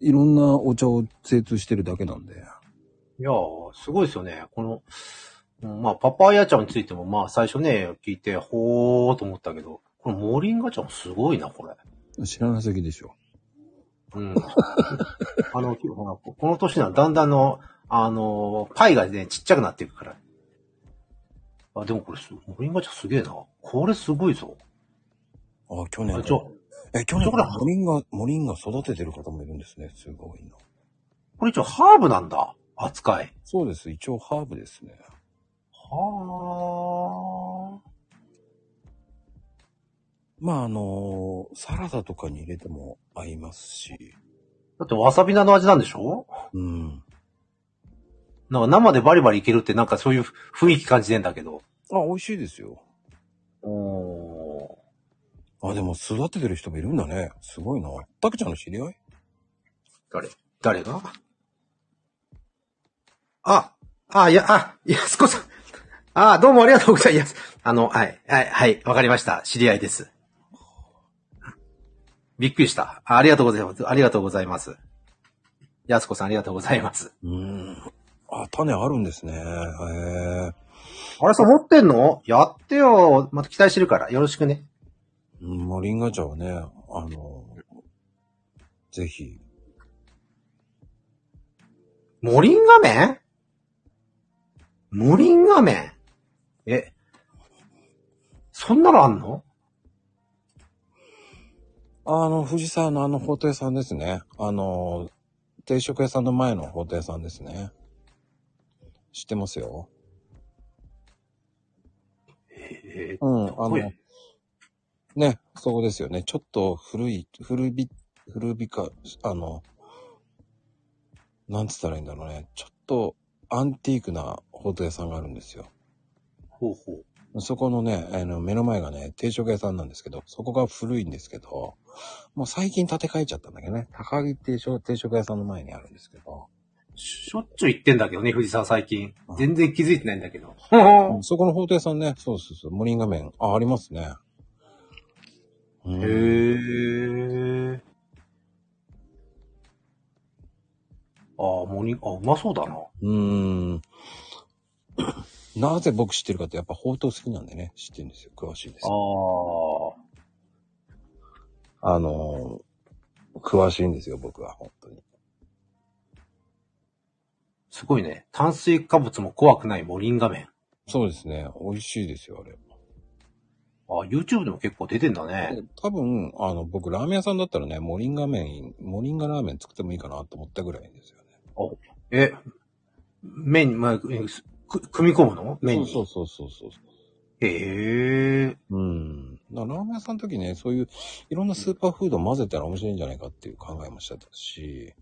いろんなお茶を精通してるだけなんで。いやー、すごいですよね。この、うんまあ、パパイヤ茶についても、まあ、最初ね、聞いて、ほーと思ったけど、このモリンガ茶もすごいな、これ。知らなすぎでしょ。うん。 あの、ほらこの年ならだんだんの、あの、パイがね、ちっちゃくなっていくから。あ、でもこれす、モリンガ茶すげえな。これすごいぞ。あ、去あ年。ちょ、え、去年そこかららモリンガ、モリンガ育ててる方もいるんですね。すごいな。これ一応ハーブなんだ。扱い。そうです。一応ハーブですね。はあ。まあ、あのサラダとかに入れても合いますし。だってわさび菜の味なんでしょうん。なんか生でバリバリいけるってなんかそういう雰囲気感じてんだけど。あ、美味しいですよ。おー。あ、でも育ててる人もいるんだね。すごいな。たくちゃんの知り合い誰誰があ、あ、いや、あ、いや、すこさん。あ、どうもありがとうございます。あの、はい、はい、はい、わかりました。知り合いです。びっくりした。あありがとうございます。ありがとうございます。やすこさん、ありがとうございます。うーん。あ、種あるんですね。へえ。あれさ、持ってんのやってよ。また期待してるから。よろしくね。うんモリンガ茶はね、あの、ぜひ。モリンガ麺モリンガ麺え、そんなのあんのあの、藤沢のあの包丁屋さんですね。あの、定食屋さんの前の包丁屋さんですね。知ってますよ。えうん、あこういのう、ね、そこですよね。ちょっと古い、古び、古びか、あの、なんつったらいいんだろうね。ちょっとアンティークな包丁屋さんがあるんですよ。ほうほう。そこのね、あの、目の前がね、定食屋さんなんですけど、そこが古いんですけど、もう最近建て替えちゃったんだけどね、高木定食定食屋さんの前にあるんですけど、しょっちゅう言ってんだけどね、藤沢最近うん。全然気づいてないんだけど。そこの包丁屋さんね、そうそうそう、モリンガ麺、あ、ありますね。うんへー。ああ、モリン、あ、うまそうだな。うーん。なぜ僕知ってるかって、やっぱ宝刀好きなんでね、知ってるんですよ。詳しいです。ああのー詳しいんですよ、僕は、本当に。あ。すごいね。炭水化物も怖くないモリン画面。そうですね、美味しいですよ、あれ。ああ、YouTube でも結構出てんだね。多分、あの、僕、ラーメン屋さんだったらね、モリンガ麺、モリンガラーメン作ってもいいかなと思ったぐらいですよね。え、麺に、まあ、く組み込むの麺に。そうそうそうそうそう。へえ。うん。だからラーメン屋さんの時ね、そういう、いろんなスーパーフードを混ぜたら面白いんじゃないかっていう考えもしたし、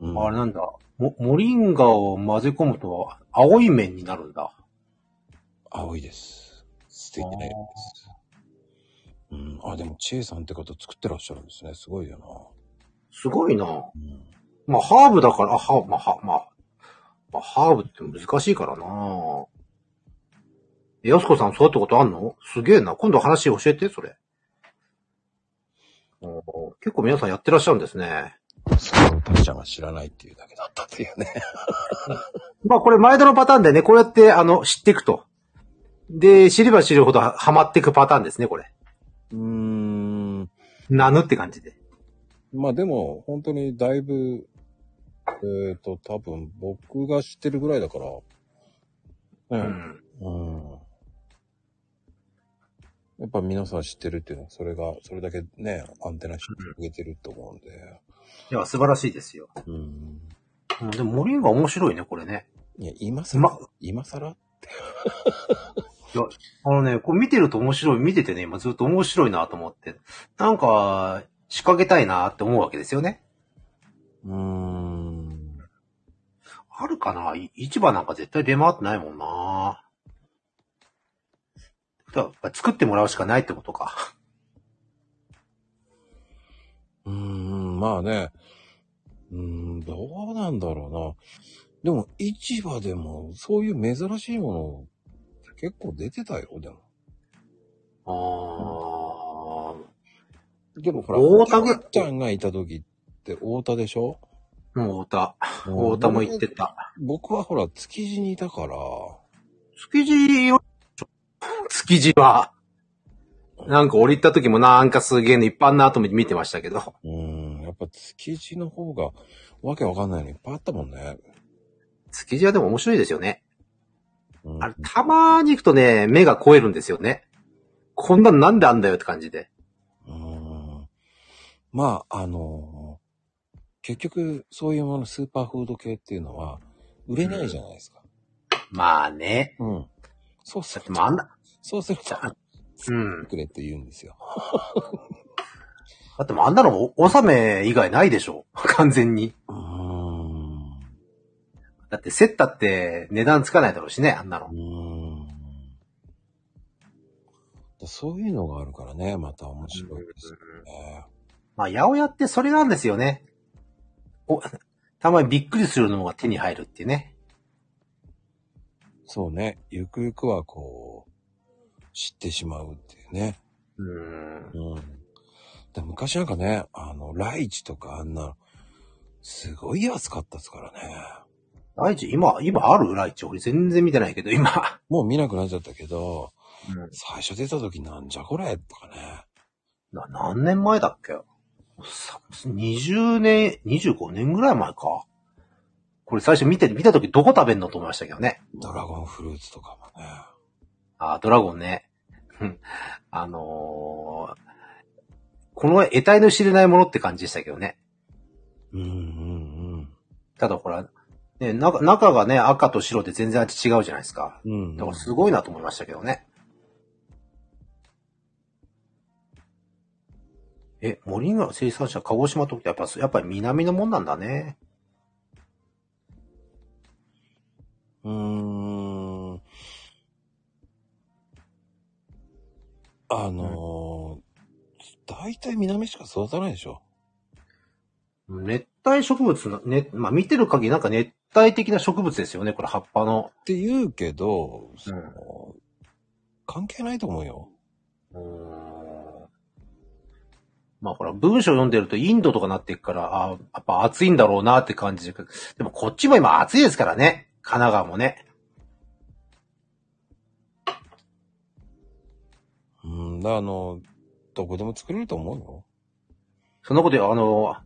うんあれなんだ。モモリンガを混ぜ込むと、青い麺になるんだ。青いです。素敵な色です。うん。あ、でも、チエさんって方作ってらっしゃるんですね。すごいよすごいな。な。うん。まあ、ハーブだから、あ、ハーブ、まあ、はまあ、まあ、ハーブって難しいからなえ、やすこさんそうやったことあんのすげえな。今度話教えて、それ。おー結構皆さんやってらっしゃるんですね。それをたくちゃんが知らないっていうだけだったっていうね。まあ、これ前田のパターンでね、こうやって、あの、知っていくと。で、知れば知るほどはハマっていくパターンですね、これ。うーん。なぬって感じで。まあでも、本当にだいぶ、えっ、と、多分僕が知ってるぐらいだから、うね、ん。うん。やっぱ皆さん知ってるっていうのは、それが、それだけね、アンテナ広げてると思うんで。いや、素晴らしいですよ。うん。うん、でも、モリンガ面白いね、これね。いや、今更、ま今更あのね、こう見てると面白い、見ててね、今ずっと面白いなと思って、なんか、仕掛けたいなって思うわけですよね。うーん。あるかない市場なんか絶対出回ってないもんなだから作ってもらうしかないってことか。うーん、まあね。うーん、ん、どうなんだろうな。でも、市場でも、そういう珍しいもの、結構出てたよ、でも。ああ。でもほら、大田ぐおちゃんがいた時って大田でしょもう太田。太田も行ってた。僕はほら、築地にいたから、築地よ、築地は。なんか降りた時もなんかすげえのいっぱいあんなと見てましたけど。うん、やっぱ築地の方が、わけわかんないのいっぱいあったもんね。築地はでも面白いですよね。うんあれ、たまーに行くとね、目が超えるんですよね。こんなんなんであんだよって感じで。うんまあ、あの結局、そういうもの、スーパーフード系っていうのは、売れないじゃないですか。まあね。うん。そうすだっるてともう、あんな、そうすると、うん。くれって言うんですよ。だってもうあんなのお納め以外ないでしょ。 完全に。うーん。うだって、セッタって値段つかないだろうしね、あんなの。ーん。そういうのがあるからね、また面白いですよね。まあ、八百屋ってそれなんですよね。お、たまにびっくりするのが手に入るっていうね。そうね。ゆくゆくはこう、知ってしまうっていうね。うーん。うん。で昔なんかね、あの、ライチとかあんな、すごい安かったですからね。ライチ、今、今あるライチ。俺全然見てないけど、今。もう見なくなっちゃったけど、うん最初出た時なんじゃこれとかね。な何年前だっけさ ?20 年、25年ぐらい前か。これ最初見て、見た時どこ食べんのと思いましたけどね。ドラゴンフルーツとかもね。あー、ドラゴンね。うんあのー、この得体の知れないものって感じでしたけどね。うんうんただほら、ね、中中がね、赤と白で全然味違うじゃないですか。うん。うん、だからすごいなと思いましたけどね。え、森が生産者、鹿児島とってやっぱ、やっぱり南のもんなんだね。うーん。あのー、大体南しか育たないでしょ。熱帯植物の、ね、まあ見てる限りなんか熱帯的な植物ですよね、これ葉っぱの。って言うけど、そうんの関係ないと思うよ。うーんまあほら、文章読んでるとインドとかなっていくから、あやっぱ暑いんだろうなって感じで。でもこっちも今暑いですからね。神奈川もね。うん、だあの、どこでも作れると思うよ。そんなことよ、あの、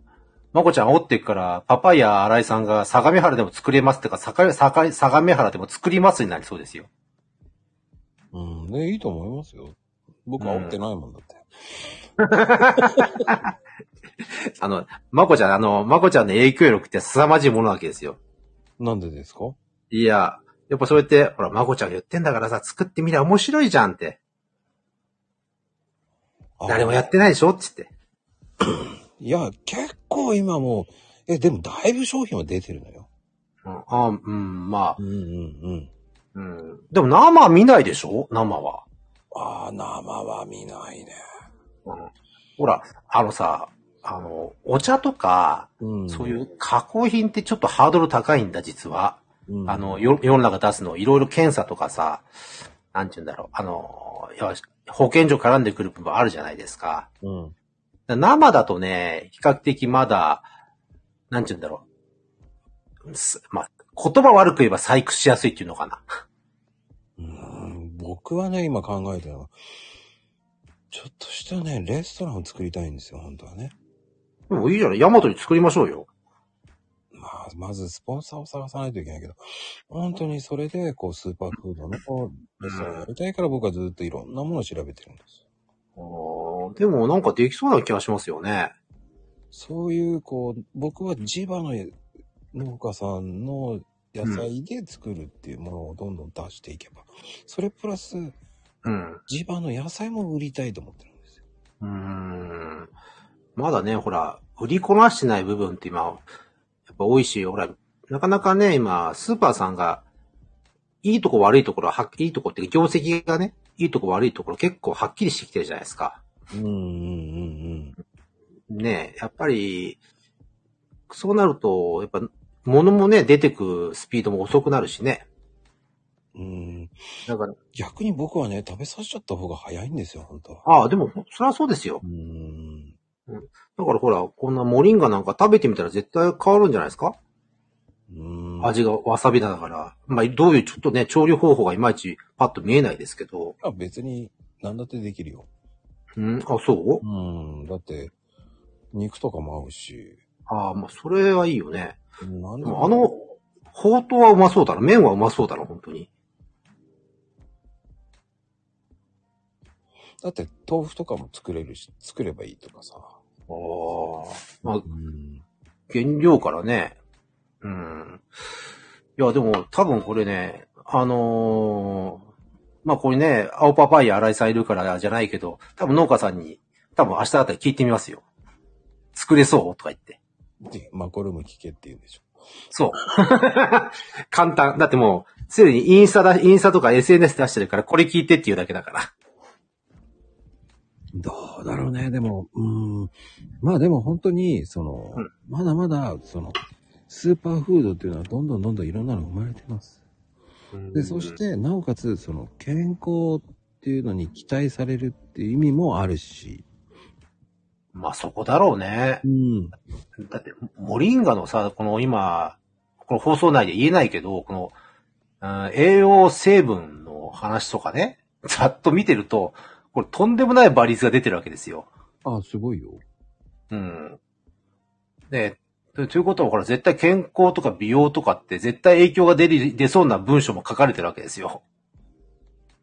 まこちゃん煽ってっから、パパイヤ新井さんが相模原でも作れますってか、相模相模相模原でも作りますになりそうですよ。うん、ね、いいと思いますよ。僕うん煽ってないもんだって。あの、まこちゃん、あの、まこちゃんの影響力って凄まじいものなわけですよ。なんでですかいや、やっぱそうやって、ほら、まこちゃんが言ってんだからさ、作ってみりゃ面白いじゃんって。あ誰もやってないでしょっつって。いや、結構今もう、え、でもだいぶ商品は出てるのよ。うん、あうん、まあう、んうんうん。うん。でも生見ないでしょ生は。ああ、生は見ないね。ほら、あのさ、あの、お茶とか、うんそういう加工品ってちょっとハードル高いんだ、実は。うんあの、よ世の中出すの、いろいろ検査とかさ、なんて言うんだろう、あの、要は保健所絡んでくる部分あるじゃないですか。うん。生だとね、比較的まだ、なんて言うんだろう。すまあ、言葉悪く言えば細工しやすいっていうのかな。うん僕はね、今考えてるのは、ちょっとしたね、レストランを作りたいんですよ、本当はね。でもいいじゃない。ヤマトに作りましょうよ。まあ、まずスポンサーを探さないといけないけど、本当にそれで、こう、スーパーフードのこうレストランをやりたいから僕はずっといろんなものを調べてるんですよ。おーでもなんかできそうな気がしますよね。そういう、こう、僕は地場の農家さんの野菜で作るっていうものをどんどん出していけば、それプラスうん。地場の野菜も売りたいと思ってるんですよ。うーんまだね、ほら、売りこなしてない部分って今、やっぱ多いし、ほら、なかなかね、今、スーパーさんが、いいとこ悪いところは、はっいいとこって業績がね、いいとこ悪いところ結構はっきりしてきてるじゃないですか。うんうんうんうん。ねえやっぱり、そうなると、やっぱ、物もね、出てくスピードも遅くなるしね。うん。だから、逆に僕はね、食べさせちゃった方が早いんですよ、本当は。ああ、でも、そりゃそうですよう。ん。だからほら、こんなモリンガなんか食べてみたら絶対変わるんじゃないですかうん。い味がわさびだから。まあ、どういうちょっとね、調理方法がいまいちパッと見えないですけど。や、別に何だってできるよ。うんあ、そううん。だって、肉とかも合うし。ああ、まあ、それはいいよね。なんででもあの、ほうとうはうまそうだな。麺はうまそうだな、本当に。だって豆腐とかも作れるし、作ればいいとかさ。ああ。まあ、うん。原料からね。うん。いや、でも、多分これね、あのーまあ、これね、青パパイヤ新井さんいるからじゃないけど、多分農家さんに、多分明日あたり聞いてみますよ。作れそうとか言って。で、マコルーム聞けって言うんでしょ。そう。 簡単。だってもう、すでにインスタだ、インスタとか SNS 出してるから、これ聞いてっていうだけだから。どうだろうね。でも、うん。まあでも本当に、その、うんまだまだ、その、スーパーフードっていうのはどんどんどんどんいろんなのが生まれてます。で、そし、て、なおかつ、その、健康っていうのに期待されるっていう意味もあるし。まあそこだろうね。うん。だって、モリンガのさ、この今、この放送内で言えないけど、この、うん栄養成分の話とかね、ざっと見てると、これとんでもないバリ率が出てるわけですよ。あ、すごいよ。うん。ねとということは、ほら、絶対健康とか美容とかって絶対影響が出る、出そうな文章も書かれてるわけですよ。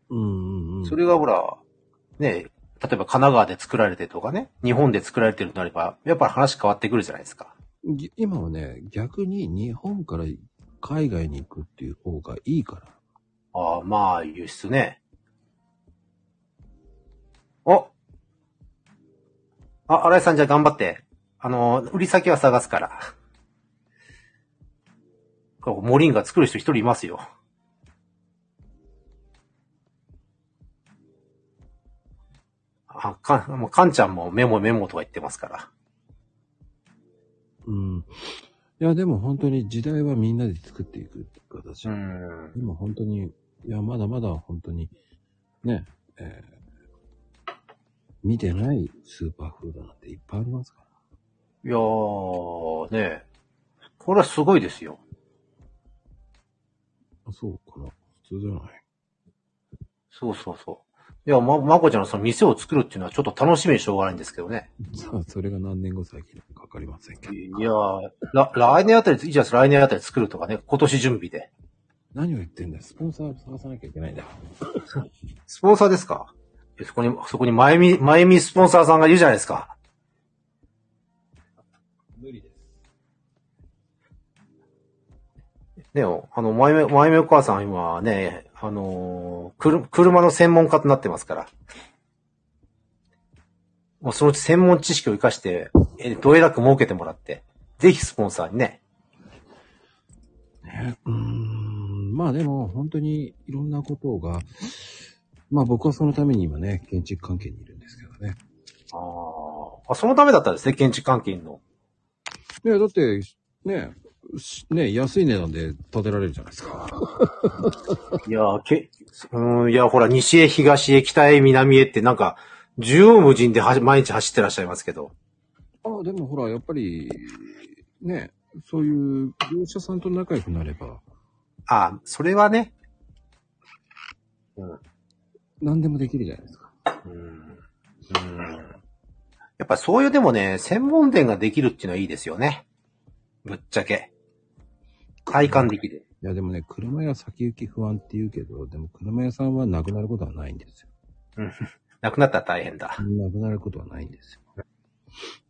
うんうんうん。それがほら、ね例えば神奈川で作られてとかね、日本で作られてるとなれば、やっぱり話変わってくるじゃないですか。ぎ今はね、逆に日本から海外に行くっていう方がいいから。ああ、まあ、輸出ね。おあ、荒井さんじゃあ頑張って。あのー、売り先は探すから。こうモリンガ作る人一人いますよ。あ、かん、もうかんちゃんもメモメモとか言ってますから。うん。いや、でも本当に時代はみんなで作っていくって形。うん。今本当に、いや、まだまだ本当に、ね、えー見てないスーパーフードなんていっぱいありますから。いやー、ねこれはすごいですよ。あそうかな。普通じゃない。 そうそうそう。いや、ま、まこちゃんのその店を作るっていうのはちょっと楽しみでしょうがないんですけどね。さあ、それが何年後先にかかりませんけど。いやー、ら来年あたり、じゃあ来年あたり作るとかね、今年準備で。何を言ってんだよ。スポンサーを探さなきゃいけないんだ。スポンサーですかいやそこに、そこに前見、前見スポンサーさんがいるじゃないですか。無理です。ねあの、前見、前見お母さん今ね、あのーくる、車の専門家となってますから。もうその専門知識を生かして、え、どえらく儲けてもらって、ぜひスポンサーにね。ね、うーん、まあでも本当にいろんなことが、まあ僕はそのために今ね、建築関係にいるんですけどね。あーあ、そのためだったんですね、建築関係の。ねだって、ねしね安い値段で建てられるじゃないですか。いやー、け、うん、いや、ほら、西へ、東へ、北へ、南へって、なんか、縦横無尽では毎日走ってらっしゃいますけど。あでもほら、やっぱり、ねそういう業者さんと仲良くなれば、あーそれはね。うん。何でもできるじゃないですか。うん。やっぱそういうでもね、専門店ができるっていうのはいいですよね。ぶっちゃけ。体感できる。いやでもね、車屋先行き不安って言うけど、でも車屋さんはなくなることはないんですよ。なくなったら大変だ。なくなることはないんですよ。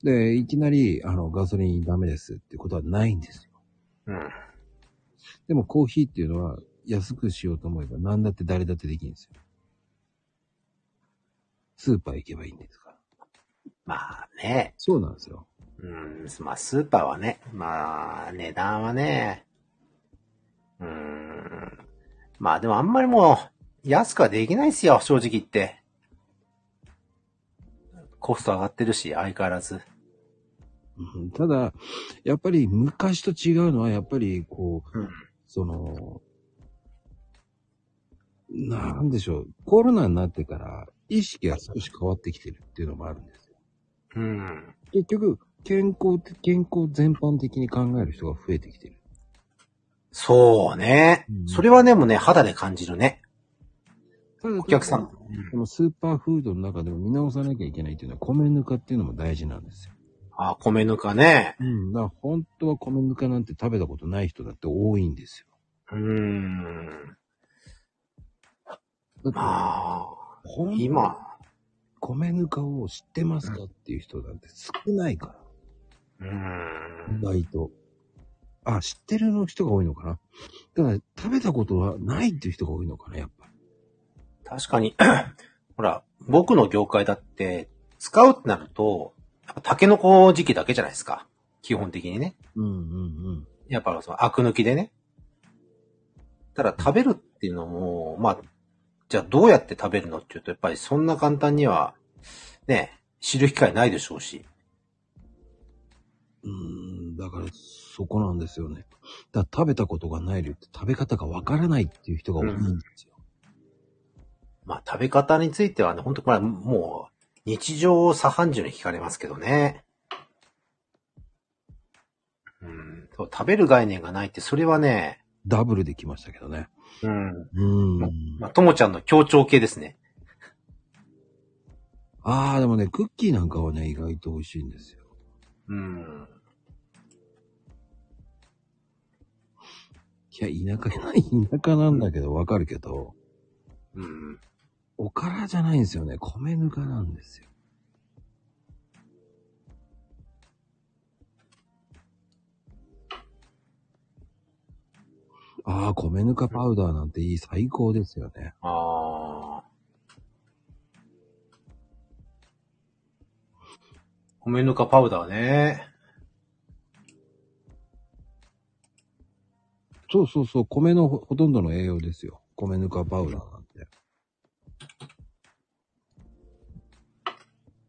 で、いきなり、あの、ガソリンダメですってことはないんですよ。うん。でもコーヒーっていうのは安くしようと思えば何だって誰だってできるんですよ。スーパー行けばいいんですから。まあね。そうなんですよ。うん、まあスーパーはね、まあ値段はね、うーん、まあでもあんまりもう安くはできないですよ、正直言って。コスト上がってるし、相変わらず。ううんただ、やっぱり昔と違うのは、やっぱりこう、うんその、なんでしょう、コロナになってから意識が少し変わってきてるっていうのもあるんですよ。うん。結局、健康って、健康全般的に考える人が増えてきてる。そうねう。んそれはでもね、肌で感じるね。ただお客さん。このスーパーフードの中でも見直さなきゃいけないっていうのは米ぬかっていうのも大事なんですよ。あ、米ぬかね。うん。だから本当は米ぬかなんて食べたことない人だって多いんですうーん。よ。だって、まあ、ほんと今。米ぬかを知ってますかっていう人なんて少ないかうーら、意外ん。と。あ、知ってるの人が多いのかな。だから食べたことはないっていう人が多いのかな、やっぱ。確かに、 ほら、僕の業界だって、使うってなると、やっぱタケノコ時期だけじゃないですか。基本的にね。うんうんやっぱその、アク抜きでね。ただ食べるっていうのも、まあ、じゃあどうやって食べるのっていうと、やっぱりそんな簡単には、ね、知る機会ないでしょうし。うん。うん、だからそこなんですよね。だから食べたことがないよって食べ方がわからないっていう人が多いんですよ。まあ、食べ方についてはね、本当これはもう、日常茶飯事に聞かれますけどね。うん、そう食べる概念がないって、それはね、ダブルできましたけどね。うん。うん。まあ、ともちゃんの協調系ですね。ああ、でもね、クッキーなんかはね、意外と美味しいんですよ。うん。いや、田舎、田舎なんだけど、わかるけど、うん。おからじゃないんですよね。米ぬかなんですよ。ああ、米ぬかパウダーなんていい、最高ですよね。ああ。米ぬかパウダーね。そうそうそう、米のほほとんどの栄養ですよ。米ぬかパウダーなんて。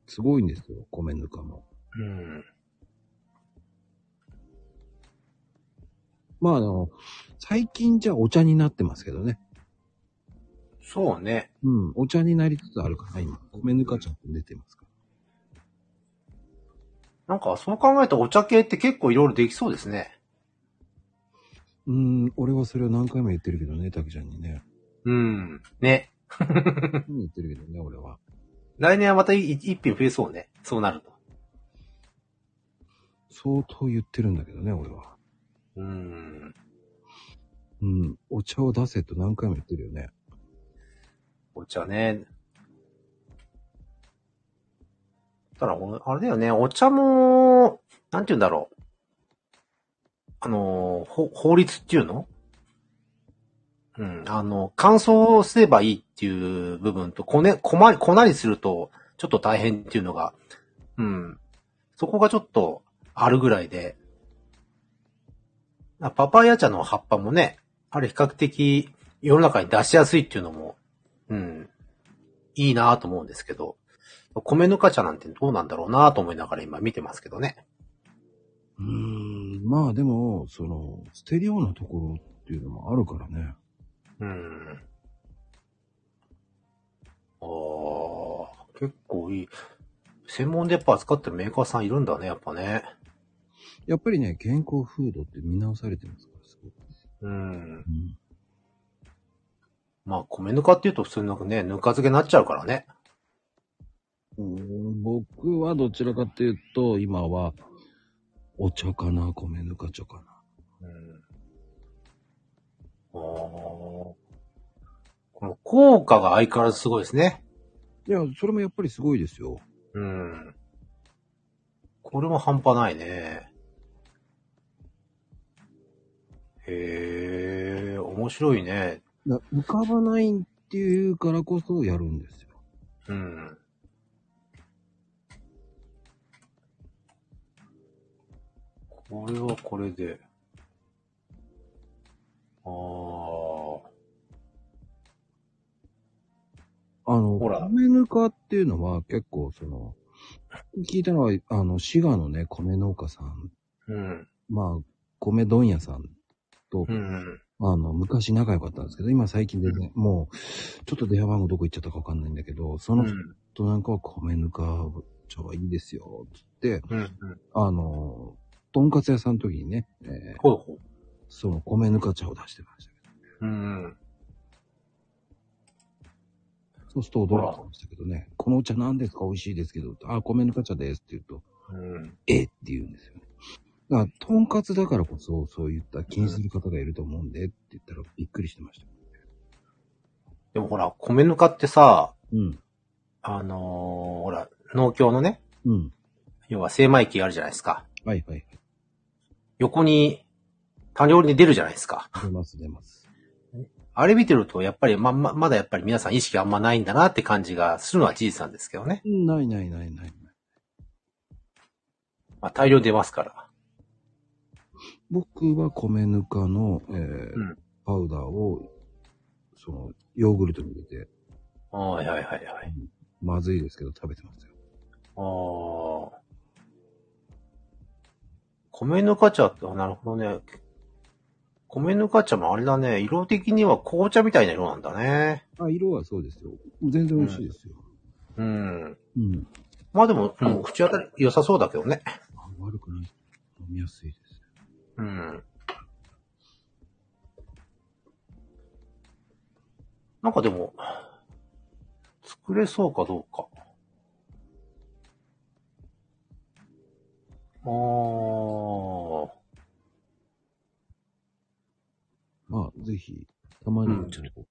すごいんですよ、米ぬかも。うん。まあ、あの、最近じゃお茶になってますけどね。そうね。うん、お茶になりつつあるから、今。米ぬか茶って出てますから。なんか、そう考えたらお茶系って結構いろいろできそうですね。うん、俺はそれを何回も言ってるけどね、たけちゃんにね。うん。ね。何回も言ってるけどね、俺は。来年はまたい一品増えそうね。そうなると。相当言ってるんだけどね、俺は。うん。うん、お茶を出せと何回も言ってるよね。お茶ね。ただ、おあれだよね。お茶も、なんて言うんだろう。あの、ほ法律っていうのうん。あの、乾燥すればいいっていう部分と、こね、こま、粉にすると、ちょっと大変っていうのが、うん。そこがちょっと、あるぐらいで。あパパイヤ茶の葉っぱもね、あれ比較的、世の中に出しやすいっていうのも、うん。いいなぁと思うんですけど、米ぬか茶なんてどうなんだろうなぁと思いながら今見てますけどね。うーん、まあでも、その、捨てるようなところっていうのもあるからね。うん。ああ、結構いい。専門でやっぱ扱ってるメーカーさんいるんだね、やっぱね。やっぱりね、健康フードって見直されてますから、すごく。うん。うん。まあ、米ぬかっていうと普通になんかね、ぬか漬けになっちゃうからね。僕はどちらかというと、今は、お茶かな、米ぬか茶かな。うん。ああ。この効果が相変わらずすごいですね。いや、それもやっぱりすごいですよ。うん。これも半端ないね。へえ、面白いね。だ浮かばないっていうからこそやるんですよ。うん。これはこれで。ああ、あの、ほら米ぬかっていうのは結構その、聞いたのは、あの、滋賀のね、米農家さん、うん。まあ、米問屋さんと、うん。あの、昔仲良かったんですけど、今最近でね、もう、ちょっと電話番号どこ行っちゃったかわかんないんだけど、そうのん。人なんかは米ぬか茶はいいですよ、つって、うん。あの、とんかつ屋さんの時にね、えーほうほその米ぬか茶を出してましたけう。うん。ど、そうすると驚いてましたけどね、このお茶何ですか美味しいですけど、あ、米ぬか茶ですって言うと、うん。えって言うんですよね。だから、とんかつだからこそ、そういった気にする方がいると思うんで、って言ったらびっくりしてました。でもほら、米ぬかってさ、うん。あのーほら、農協のね、うん。要は精米機あるじゃないですか。はいはいはい。横に、多量に出るじゃないですか。出ます出ます。あれ見てると、やっぱり、ま、ま、まだやっぱり皆さん意識あんまないんだなって感じがするのは事実なんですけどね。ないないないない。まあ、大量に出ますから。僕は米ぬかの、えーうんパウダーを、その、ヨーグルトに入れて、はいはいはいはい。まずいですけど食べてますよ。ああ。米ぬか茶って、あなるほどね。米ぬか茶もあれだね。色的には紅茶みたいな色なんだね。あ、色はそうですよ。全然美味しいですよ。うん。うん。まあでも、うん、口当たり良さそうだけどね。あ悪くない。飲みやすいです。うん。なんかでも、作れそうかどうか。あー。まあ、ぜひ、たまにうんちょっと、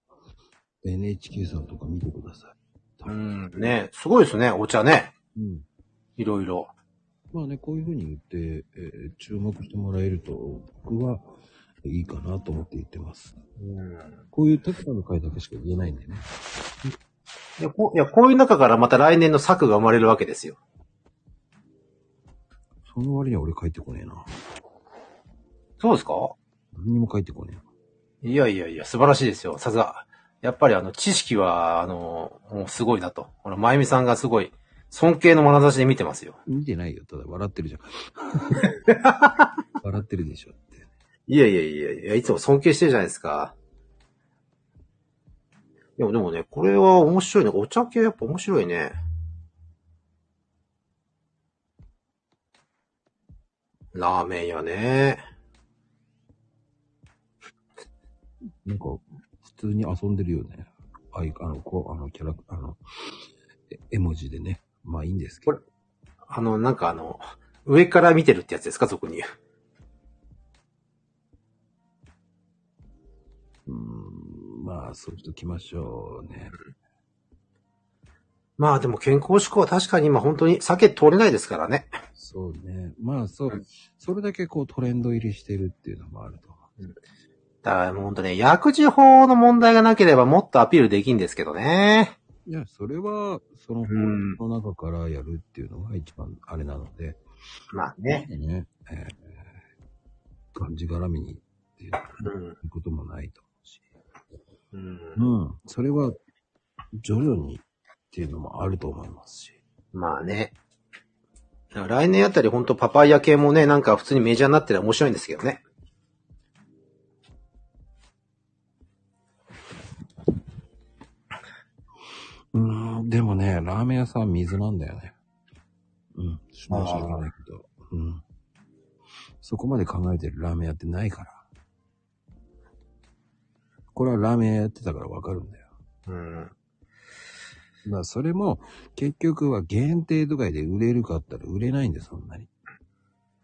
NHK さんとか見てください。うん、ね、すごいですね、お茶ね。うん。いろいろ。まあね、こういうふうに言って、えー注目してもらえると、僕はいいかなと思って言ってます。うん。こういうたくさんの回だけしか言えないんでね。いや、こういやこういう中からまた来年の策が生まれるわけですよ。その割には俺帰ってこねえな。そうですか何にも帰ってこねいやいやいや、素晴らしいですよ。さすが。やっぱりあの、知識は、あの、もうすごいなと。ほら、まゆみさんがすごい、尊敬の眼差しで見てますよ。え。見てないよ。ただ笑ってるじゃん。笑ってるでしょって。いやいやいやいや、いつも尊敬してるじゃないですか。でもでもね、これは面白いね。お茶系やっぱ面白いね。ラーメン屋ね。なんか、普通に遊んでるよね。あい、あの、こう、あの、キャラクあの、え絵文字でね。まあいいんですけど。あの、なんかあの、上から見てるってやつですか、俗に言う。うーん、まあ、そうしときましょうね。まあでも健康志向は確かに今本当に酒取れないですからね。そうね。まあ、そうう、それだけこうトレンド入りしてるっていうのもあると思う。だからもう本当ね、薬事法の問題がなければもっとアピールできんですけどね。いや、それは、その、んの中からやるっていうのが一番あれなので、まあね。ね、えー、がんじがらみにっていううん。こともないと思うし、うんうん、それは徐々にっていうのもあると思いますし、まあね。だから来年あたり本当パパイヤ系もね、なんか普通にメジャーになってるら面白いんですけどね。うん、でもね、ラーメン屋さん水なんだよね。うん、申し訳ないけど、うん。そこまで考えてるラーメン屋ってないから。これはラーメン屋やってたからわかるんだよ。うん。まあ、それも、結局は限定とかで売れるかったら売れないんで、そんなに。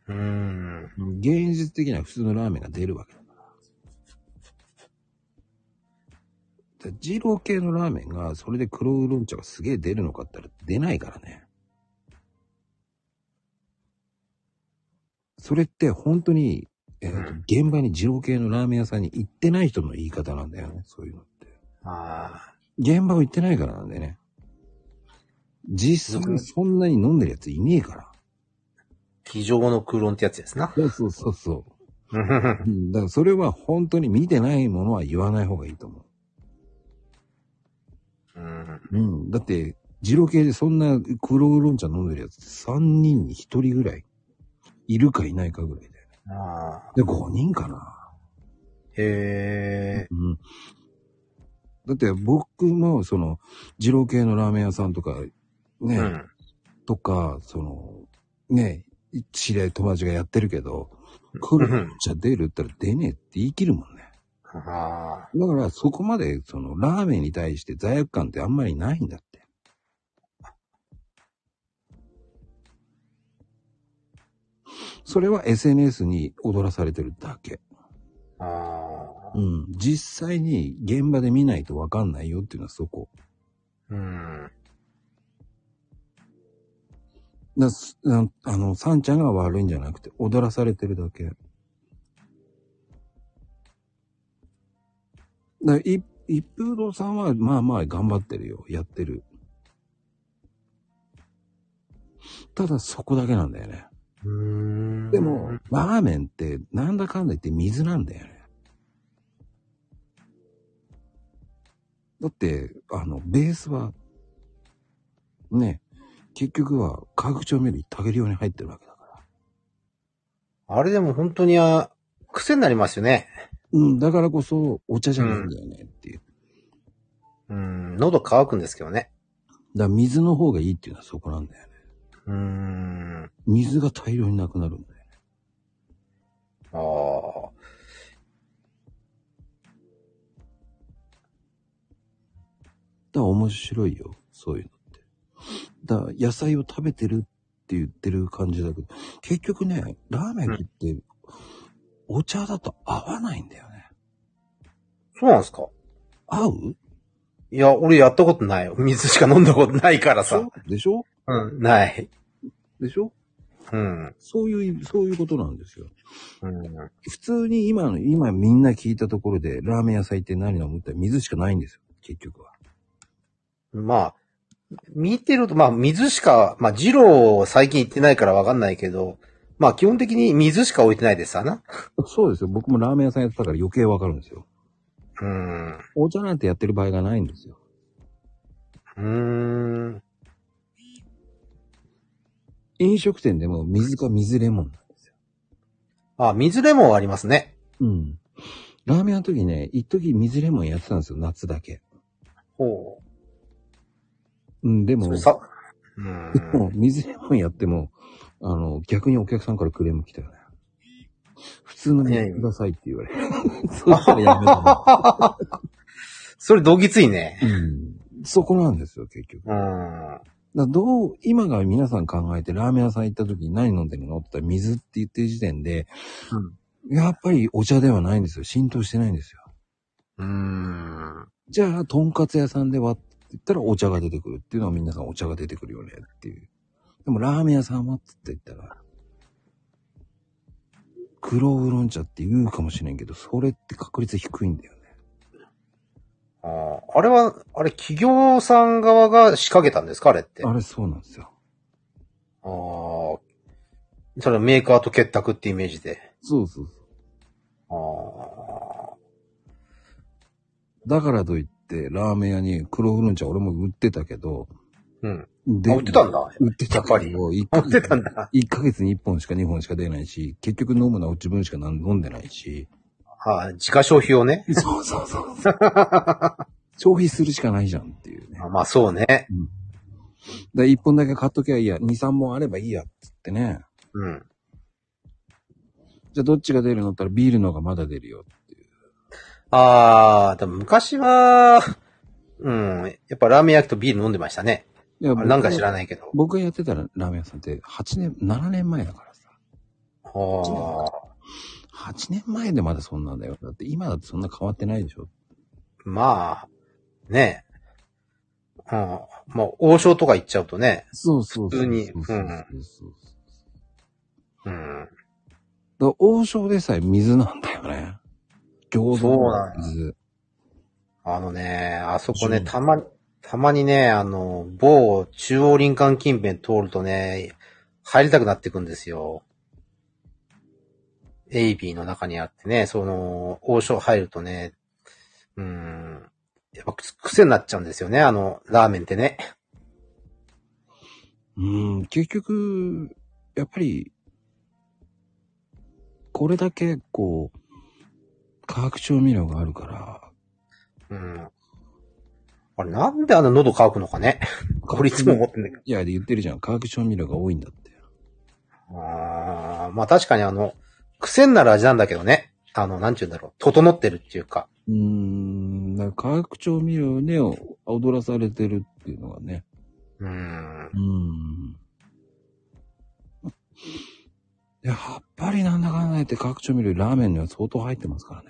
うん。現実的には普通のラーメンが出るわけだから。で二郎系のラーメンが、それで黒ウーロン茶がすげえ出るのかって言ったら出ないからね。それって本当に、えーとうん現場に二郎系のラーメン屋さんに行ってない人の言い方なんだよね、そういうのって。ああ。現場を行ってないからなんでね。実際そんなに飲んでるやついねえから。机上の空論ってやつですな。そうそうそうそう。うんうんだからそれは本当に見てないものは言わない方がいいと思うん。う。うん。だって、二郎系でそんな黒ウーロン茶飲んでるやつって3人に1人ぐらい、いるかいないかぐらいで。ああ。で、5人かな。へえ。うん。だって僕も、その、二郎系のラーメン屋さんとか、うね、ん。とか、その、ね、知り合い友達がやってるけど、う黒ウーロんン茶出るって言ったら出ねえって言い切るもんね。ああ。だからそこまで、その、ラーメンに対して罪悪感ってあんまりないんだって。それは SNS に踊らされてるだけ。ああ。うん。実際に現場で見ないとわかんないよっていうのはそこ。うん。なすあのあの、サンちゃんが悪いんじゃなくて、踊らされてるだけ。だからい一風堂さんは、まあまあ頑張ってるよ。やってる。ただそこだけなんだよね。うーんでも、、ラーメンって、なんだかんだ言って水なんだよね。だって、あの、ベースは、ね、結局は化学調味料、タゲ量に入ってるわけだから。あれでも本当にあ癖になりますよね。うん、だからこそ、お茶じゃないんだよねっていう。うん。喉乾くんですけどね。だから水の方がいいっていうのはそこなんだよね。うーん。水が大量になくなるんだよね。ああ。だから面白いよ、そういうのって。だから野菜を食べてるって言ってる感じだけど、結局ね、ラーメンって、お茶だと合わないんだよね。そうなんですか合ういや、俺やったことないよ。水しか飲んだことないからそさう。でしょうん。ない。でしょうん。そういう、そういうことなんですよ。うん。普通に今の、今みんな聞いたところで、ラーメン屋さん行って何飲むって水しかないんですよ、結局は。まあ、見てると、まあ、水しか、まあ、ジロー最近行ってないからわかんないけど、まあ、基本的に水しか置いてないですわな。そうですよ。僕もラーメン屋さんやってたから余計わかるんですよ。うん。うお茶なんてやってる場合がないんですよ。ーん。飲食店でも水か水レモンなんですよ。あ、水レモンはありますね。うん。ラーメン屋の時ね、一時水レモンやってたんですよ、夏だけ。ほうん、でう。もそれ、さ、うでもん。水レモンやっても、あの、逆にお客さんからクレーム来たよね。普通の水くださいって言 われる。そしたらやめた それどぎついね。の、うん。そこなんですよ、結局。だかうん。らどう、今が皆さん考えてラーメン屋さん行った時に何飲んでるのって言ったら水って言ってる時点で、やっぱりお茶ではないんですよ。浸透してないんですよ。うん。じゃあ、とんかつ屋さんではって言ったらお茶が出てくるっていうのは皆さんお茶が出てくるよねっていう。でもラーメン屋さんはって言ったら、黒ウーロン茶って言うかもしれんけど、それって確率低いんだよね。あーあれは、あれ、企業さん側が仕掛けたんですかあれって。あれそうなんですよ。ああ。それはメーカーと結託ってイメージで。そうそうそう。 ああ。だからといって、ラーメン屋に黒ウーロン茶俺も売ってたけど、うん。であ売ってたんだ売ってたけど。やっぱり1持ヶって月たんだ。 1ヶ月に1本しか2本しか出ないし、結局飲むのは自分しか飲んでないし。はい。自家消費をね。そうそうそうそう。 消費するしかないじゃんっていうね。だかあまあそうね。ら1本だけ買っときゃいいや、2、3本あればいいやっつってね。うん。じゃあどっちが出るのって言ったらビールの方がまだ出るよ。ああ、でも昔は、うん。やっぱラーメン焼きとビール飲んでましたね。いやあれなんか知らい。ないけど。僕がやってたラーメン屋さんって8年、7年前だからさ。ああ。 8年前でまだそんなんだよ。だって今だってそんな変わってないでしょ。まあ、ねえ。うん。まあ、王将とか行っちゃうとね。そうそうそう。普通にそうそううんそうそう。うん。だから王将でさえ水なんだよね。餃子そうのなんだ水。あのね、あそこうね、んたま、たまにね、あの、某中央林間近辺通るとね、入りたくなってくんですよ。エイビーの中にあってね、その、王将入るとね、うん、やっぱく癖になっちゃうんですよね、あの、ラーメンってね。うん、結局、やっぱり、これだけ、こう、化学調味料があるから、うん。あれ、なんであんな喉乾くのかね。俺いつも思ってんだけど。いや、言ってるじゃん。化学調味料が多いんだって。 あーまあ確かにあの、癖になる味なんだけどね。あの、なんて言うんだろう。整ってるっていうか。うーん、だから化学調味料に踊らされてるっていうのがね。うん。うん。やっぱりなんだかんだ言って化学調味料ラーメンには相当入ってますからね。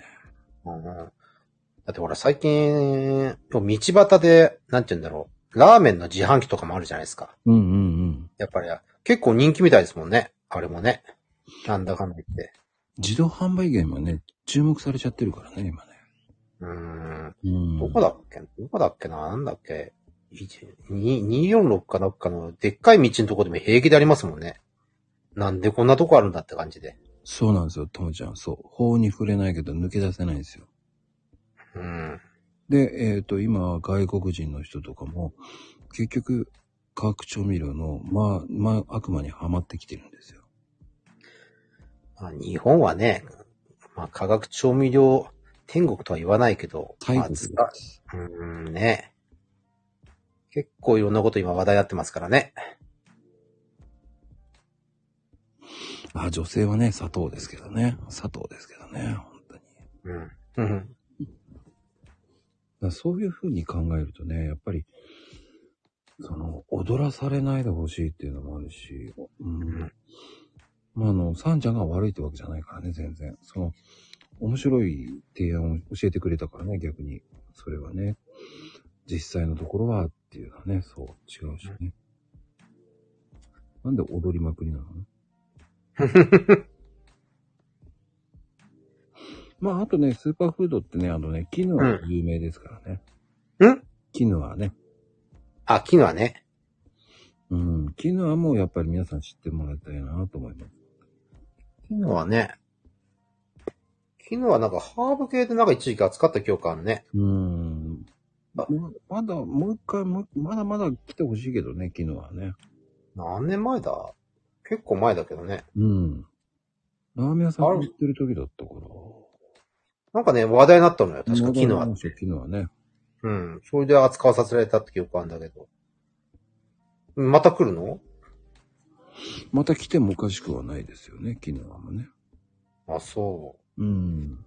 うんだってほら、最近、道端で、なんて言うんだろう。ラーメンの自販機とかもあるじゃないですか。うんうんうん。やっぱり、結構人気みたいですもんね。あれもね。なんだかんだ言って。自動販売機が今ね、注目されちゃってるからね、今ね。うーん。うん。どこだっけどこだっけななんだっけ1 2 246かなんかの、でっかい道のとこでも平気でありますもんね。なんでこんなとこあるんだって感じで。そうなんですよ、ともちゃん。そう。法に触れないけど抜け出せないんですよ。うん。で、えっ、と、今、外国人の人とかも、結局、化学調味料の、まあ、まあ、悪魔にはまってきてるんですよ。まあ、日本はね、まあ、化学調味料天国とは言わないけど、大まあ国でつかす。うーん、ね。結構いろんなこと今話題になってますからね。あ、女性はね、砂糖ですけどね。砂糖ですけどね、本当に。だかうん。うん。らそういう風に考えるとね、やっぱり、その、踊らされないでほしいっていうのもあるし、うん。まあ、あの、サンちゃんが悪いってわけじゃないからね、全然。その、面白い提案を教えてくれたからね、逆に。それはね、実際のところはっていうのはね、そう、違うしね。なんで踊りまくりなのまあ、あとね、スーパーフードってね、あのね、絹は有名ですからね。うん絹はね。あ、昨日はね。うん。絹はもうやっぱり皆さん知ってもらいたいなと思います。昨日はね。昨日はなんかハーブ系でなんか一時期扱った記憶あるね。うん。まあまだ、もう一回、もうまだまだ来てほしいけどね、絹はね。何年前だ結構前だけどね。うん。ラーメン屋さんあがれ売ってる時だったから。なんかね、話題になったのよ。確か昨日あはりま。したよ絹はね。うん。それで扱わさせられたって記憶あるんだけど。また来るのまた来てもおかしくはないですよね、絹はもね。あ、そうん。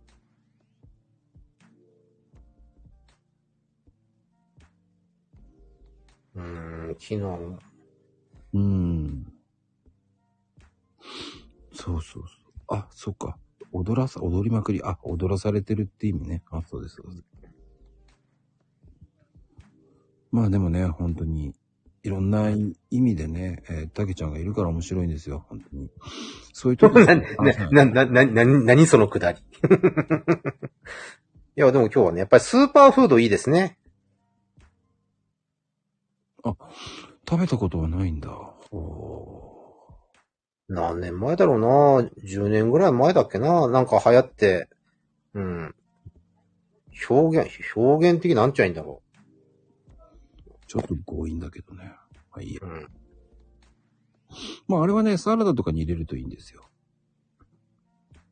う。うーん、昨日。うん。そうそうそう。あ、そっか。踊らさ、踊りまくり。あ、踊らされてるって意味ね。あ、そうです、そうです。まあでもね、本当に、いろんな意味でね、えー、たけちゃんがいるから面白いんですよ、本当に。そういう時な、にな、な、な、な、なにそのくだり。 いや、でも今日はね、やっぱりスーパーフードいいですね。食べたことはないんだ。ほ何年前だろうな10年ぐらい前だっけななんか流行って、うん。表現、表現的なんちゃいいんだろうちょっと強引だけどね。まあいいやう。うん。まああれはね、サラダとかに入れるといいんですよ。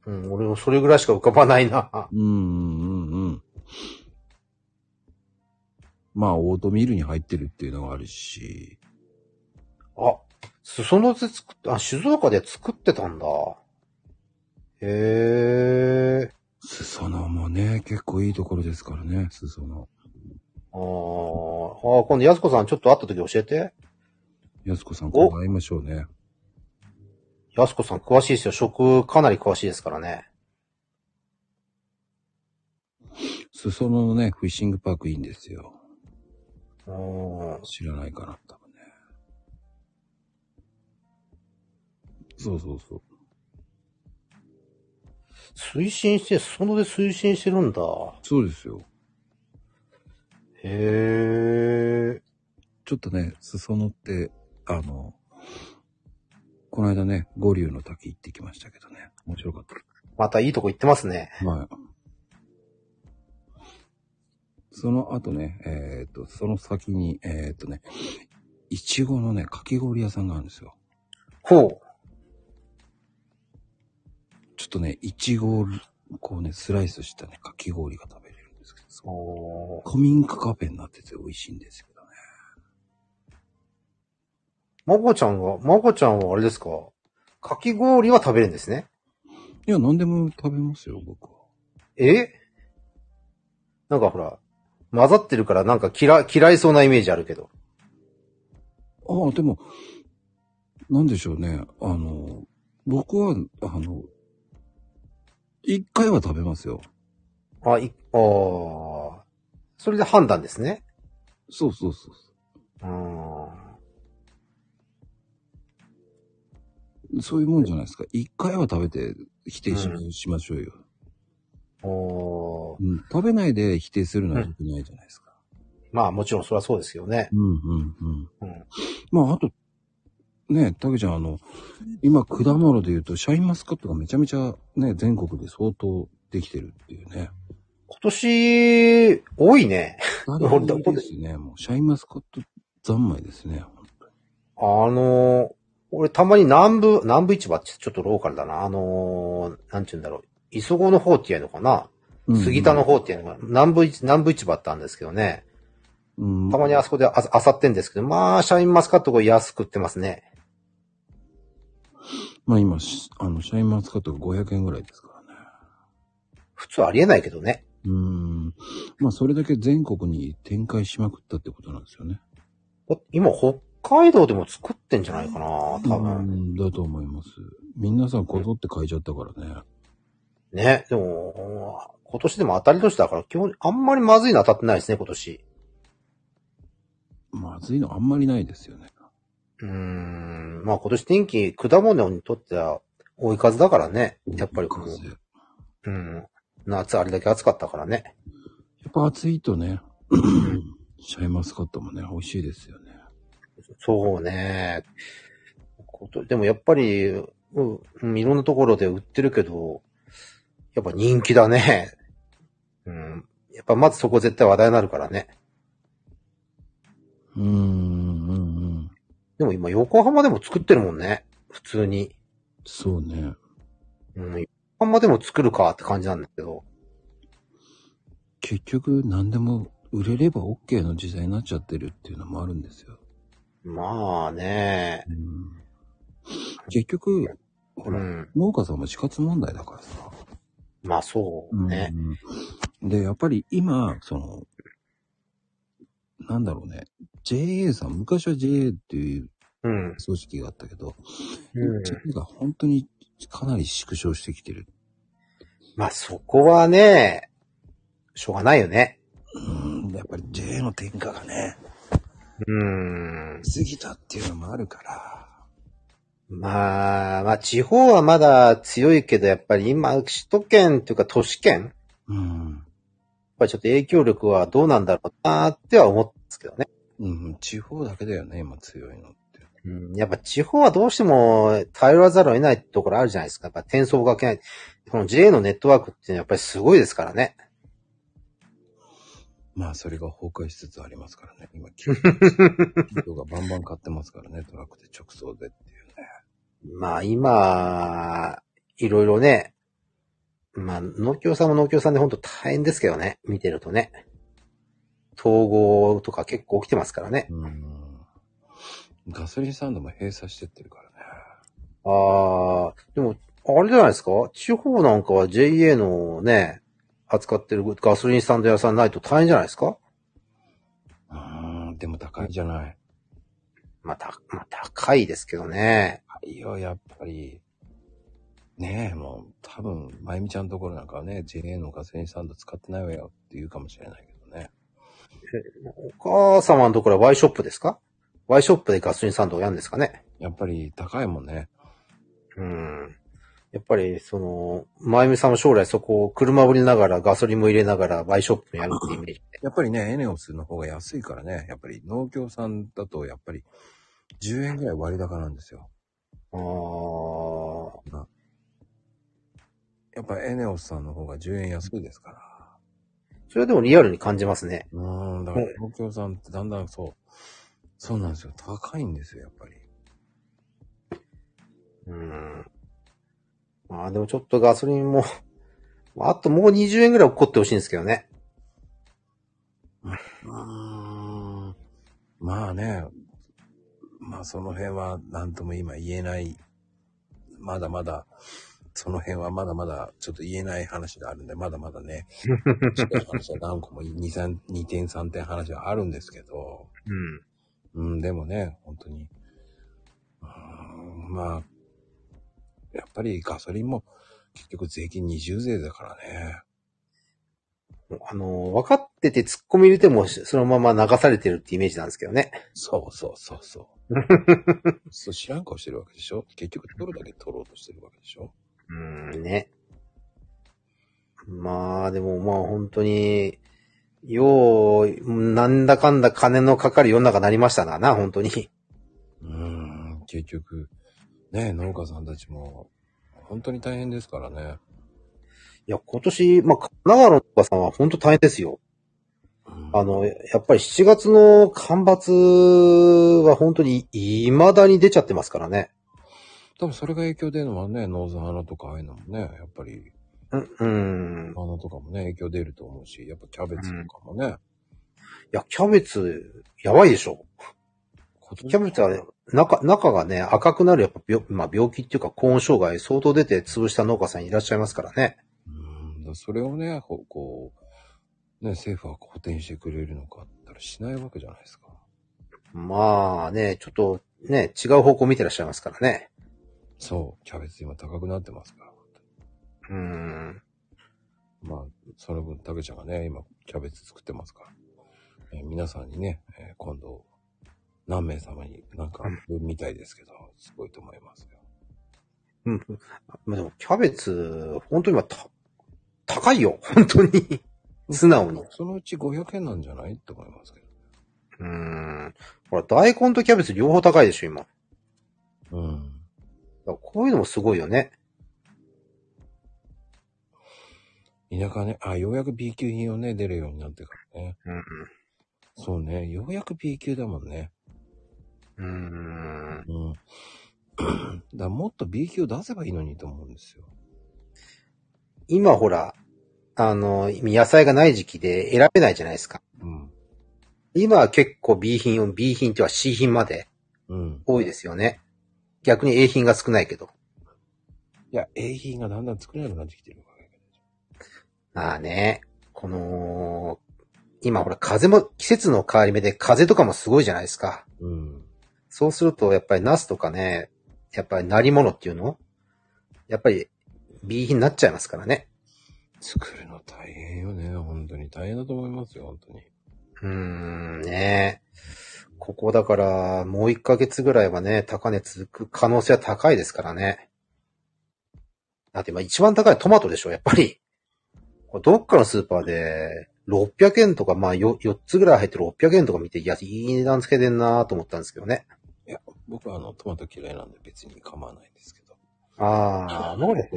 うん、俺もそれぐらいしか浮かばない な。うんうんうんうん。まあ、オートミールに入ってるっていうのがあるし、あ、裾野で作って、あ、静岡で作ってたんだ。へえ。裾野もね、結構いいところですからね、裾野。あーあー、今度安子さんちょっと会った時教えて。やすこさん、今度会いましょうね。安子さん詳しいですよ。食かなり詳しいですからね。裾野のね、フィッシングパークいいんですよ。うん。知らないかな、多分ね。そうそうそう。推進して、裾野で推進してるんだ。そうですよ。へえ。ちょっとね、裾野って、あの、この間ね、五竜の滝行ってきましたけどね。面白かった。またいいとこ行ってますね。はい。その後ね、えっ、と、その先に、えっ、とね、いちごのね、かき氷屋さんがあるんですよ。ほちょっとね、いちごをこうね、スライスしたね、かき氷が食べれるんですけど、う。お古民家カフェになってて美味しいんですけどね。まこちゃんは、まこちゃんはあれですかかき氷は食べるんですね。いや、何でも食べますよ、僕は。えなんかほら、混ざってるからなんか嫌、嫌いそうなイメージあるけど。ああ、でも、なんでしょうね。あの、僕は、あの、一回は食べますよ。あ、い、ああ。それで判断ですね。そうそうそうーん。う。そういうもんじゃないですか。一回は食べて否定し,、しましょうよ、おーうん。食べないで否定するのは良くないじゃないですか。まあもちろんそれはそうですよね。うんうんうん。うん。まあ、あと、ね、たけちゃん、あの、今、果物で言うと、シャインマスカットがめちゃめちゃね、全国で相当できてるっていうね。今年、多いね。ほんとほんとですね。もう、シャインマスカット三昧ですね。あのー、俺たまに南部、南部市場ってちょっとローカルだな。あのー、なんて言うんだろう。磯子の方って言うのかな、杉田の方っていうのかな南部市、南部市場ってあるんですけどね。うんたまにあそこでああさってんですけど、まあ、シャインマスカットが安く売ってますね。まあ今、しあの、シャインマスカットが500円ぐらいですからね。普通ありえないけどね。うーん。まあそれだけ全国に展開しまくったってことなんですよね。お今、北海道でも作ってんじゃないかな多う分。んだと思います。みんなさんこぞって買いちゃったからね。ね。でも、今年でも当たり年だから、基本、あんまりまずいの当たってないですね、今年。まずいのあんまりないですよね。うーん。まあ、今年天気、果物にとっては追い風だからね。やっぱりこ風やう、うん。夏あれだけ暑かったからね。っぱ暑いとね、シャインマスカットもね、美味しいですよね。そうね。ことでもやっぱり、ううん、いろんなところで売ってるけど、やっぱ人気だね。うん。やっぱまずそこ絶対話題になるからね。うーん、うん、うん。でも今横浜でも作ってるもんね。普通に。そうね。うん。横浜でも作るかって感じなんだけど。結局何でも売れれば OK の時代になっちゃってるっていうのもあるんですよ。まあね。うん結局、ほうら、ん。農家さんも死活問題だからさ。まあそうね。うんで、やっぱり今、その、なんだろうね、JA さん、昔は JA っていううん。組織があったけど、うん。 JA が本当にかなり縮小してきてる。まあそこはね、しょうがないよね。うん、やっぱり JA の転嫁がね、うん。過ぎたっていうのもあるから、まあ、まあ地方はまだ強いけど、やっぱり今、首都圏というか都市圏、やっうん、ぱりちょっと影響力はどうなんだろうなっては思うんですけどね。うん、地方だけだよね、今強いのって。うん、やっぱ地方はどうしても頼らざるを得ないところあるじゃないですか。やっぱ転送がけない。この JA のネットワークっていうのはやっぱりすごいですからね。まあ、それが崩壊しつつありますからね。今、企業がバンバン買ってますからね、トラックで直送でっていうね。まあ今、いろいろね、まあ農協さんも農協さんで本当大変ですけどね。見てるとね。統合とか結構起きてますからね。うんガソリンスタンドも閉鎖してってるからね。ああ、でも、あれじゃないですか地方なんかは JA のね、扱ってるガソリンスタンド屋さんないと大変じゃないですかうーん、でも高いじゃない。まあ、た、まあ、高いですけどね。高いよ、やっぱり。ねえ、もう、多分、まゆみちゃんのところなんかはね、JA のガソリンスタンド使ってないわよって言うかもしれないけどね。お母様のところはワイショップですかワイショップでガソリンスタンドをやるんですかねやっぱり高いもんね。うん。やっぱり、その、まゆみさんも将来そこを車売りながらガソリンも入れながらワイショップもやるっていうイメージ。やっぱりね、エネオスの方が安いからね、やっぱり農協さんだと、やっぱり10円ぐらい割高なんですよ。ああ、やっぱエネオスさんの方が10円安いですから。それでもリアルに感じますね。うーん、だからうん東京さんってだんだんそう、そうなんですよ。高いんですよ、やっぱり。うん。まあでもちょっとガソリンも、 あともう20円ぐらい落っこってほしいんですけどね。うーん。まあね、まあその辺は何とも今言えない、まだまだ、その辺はまだまだちょっと言えない話があるんで、まだまだね、近い話は何個も2、3 2点3点話はあるんですけど、うん。うん、でもね、本当に。うーんまあ、やっぱりガソリンも結局税金20税だからね。あの、分かってて突っ込み入れてもそのまま流されてるってイメージなんですけどね。そうそうそうそう。 そう知らん顔してるわけでしょ結局取るだけ取ろうとしてるわけでしょうん、ね。まあでもまあ本当に、よう、なんだかんだ金のかかる世の中になりましたな、な、本当に。うーん、結局、ね、農家さんたちも本当に大変ですからね。いや、今年、まあ、神奈川の農家さんは本当大変ですよ。うんあの、やっぱり7月の干ばつは本当に未だに出ちゃってますからね。多分それが影響出るのはね、ノーズ花とかああいうのもね、やっぱりうん、うん。花とかもね、影響出ると思うし、やっぱキャベツとかもね。いや、キャベツ、やばいでしょ。キャベツはね、中、中がね、赤くなる、やっぱ病、まあ、病気っていうか、高温障害相当出て潰した農家さんいらっしゃいますからね。うん、だからそれをね、こう、こうね、政府は補填してくれるのかって言ったらしないわけじゃないですか。まあね、ちょっとね、違う方向見てらっしゃいますからね。そう、キャベツ今高くなってますから。うーん。まあ、その分、たけちゃんがね、今、キャベツ作ってますから。えー皆さんにね、えー今度、何名様になんか、みたいですけど、すごいと思いますよ。うん。まあでも、キャベツ、本当に今、た、高いよ。 本当に。素直に。そのうち500円なんじゃないって思いますけうーん。ほら、大根とキャベツ両方高いでしょ、今。だかど。うん。らこういうのもすごいよね。田舎ね、あ、ようやく B 級品をね、出るようになってからね。うんそうね、ようやく B 級だもんね。うん。うーん。うん。だからもっと B 級を出せばいいのにと思うんですよ。今ほら、あの、野菜がない時期で選べないじゃないですか。うん。今は結構 B 品を、B 品っては C 品までうん。多いですよね。逆に A 品が少ないけど。いや、A 品がだんだん作れなくなってきてるからねまあね、この、今ほら風も、季節の変わり目で風とかもすごいじゃないですか。うん。そうすると、やっぱりナスとかね、やっぱり成り物っていうのやっぱり B 品になっちゃいますからね。作るの大変よね。本当に大変だと思いますよ、本当に。うーん、ねここだから、もう1ヶ月ぐらいはね、高値続く可能性は高いですからね。だって今一番高いトマトでしょ、やっぱり。これどっかのスーパーで、600円とか、まあよ4つぐらい入って600円とか見て、いや、いい値段つけてんなと思ったんですけどね。僕はあの、トマト嫌いなんで別に構わないんですけど。ああ、マコちゃん、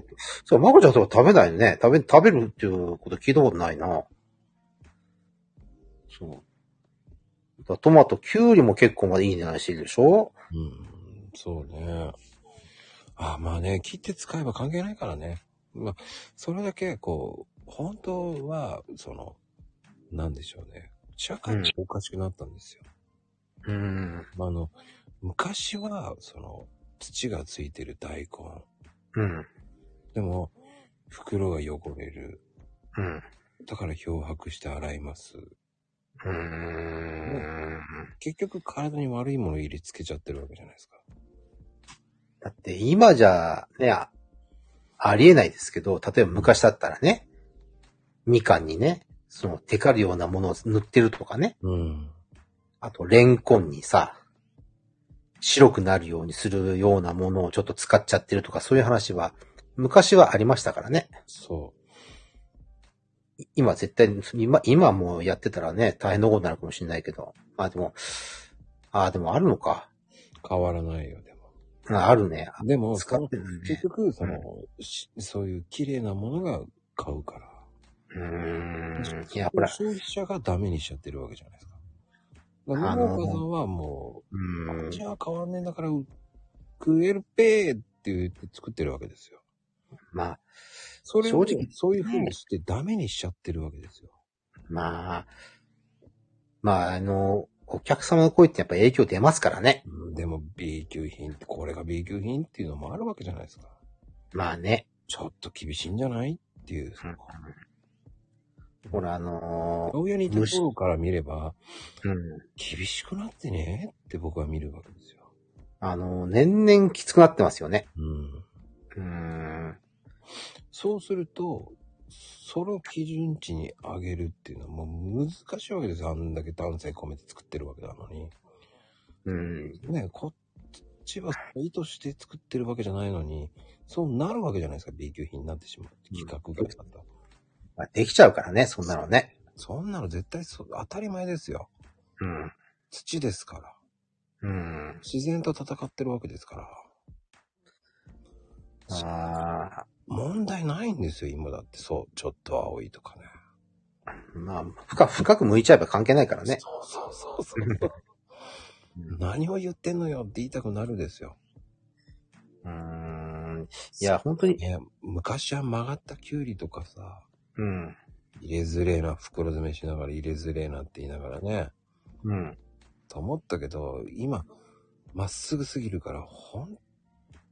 そう、マコちゃんとか食べないね。食べ、食べるっていうこと聞いたことないな。そう。だからトマト、キュウリも結構までいい値段してるでしょうん。そうね。あまあね、切って使えば関係ないからね。まあ、それだけ、こう、本当は、その、なんでしょうね。社会がおかしくなったんですよ。うん。まああの、昔は、その、土がついてる大根。うん。でも、袋が汚れる。うん。だから漂白して洗います。うーん。結局体に悪いもの入れつけちゃってるわけじゃないですか。だって今じゃ、ね、あありえないですけど、例えば昔だったらね、みかんにね、その、テカるようなものを塗ってるとかね、うん。あと、レンコンにさ、白くなるようにするようなものをちょっと使っちゃってるとか、そういう話は、昔はありましたからね。そい今絶対、今、今もうやってたらね、大変なことになるかもしれないけど。まあでも、ああ、でもあるのか。う。変わらないよ、でも。ああるね。でも、使そっのてないね結。局、その、しそういう綺麗なものが買うから。うーん。いや、ほら、消費者がダメにしちゃってるわけじゃないですか。だから農家さんはもう、うこっん。ちは変わんねえんだから、食えるぺーって言って作ってるわけですよ。まあ、それを正直そういう風にしてダメにしちゃってるわけですよ。まあ、まあ、あの、お客様の声ってやっぱ影響出ますからね。うんでも B 級品って、これが B 級品っていうのもあるわけじゃないですか。まあね。ちょっと厳しいんじゃないっていう。ほら、あの親にいた頃から見れば、ーうん。厳しくなってねって僕は見るわけですよ。あのー年々きつくなってますよね。うん。うん。そうすると、その基準値に上げるっていうのはもう難しいわけですよ。あんだけ丹精込めて作ってるわけなのに。うん。ねこっちは意図して作ってるわけじゃないのに、そうなるわけじゃないですか。B 級品になってしまうって。企画がだったらまあ、できちゃうからね、そんなのね。そんなの絶対そう当たり前ですよ。うん。土ですから。うん。自然と戦ってるわけですから。あ問題ないんですよ、今だって。そう、ちょっと青いとかね。ーまあ、深く、深く向いちゃえば関係ないからね。そうそうそうそう。 何を言ってんのよって言いたくなるですよ。うん。いや、本当に、ね、昔は曲がったキュウリとかさ、うん。入れづれえな、袋詰めしながら入れづれえなって言いながらね、うん。と思ったけど、今、まっすぐすぎるから、本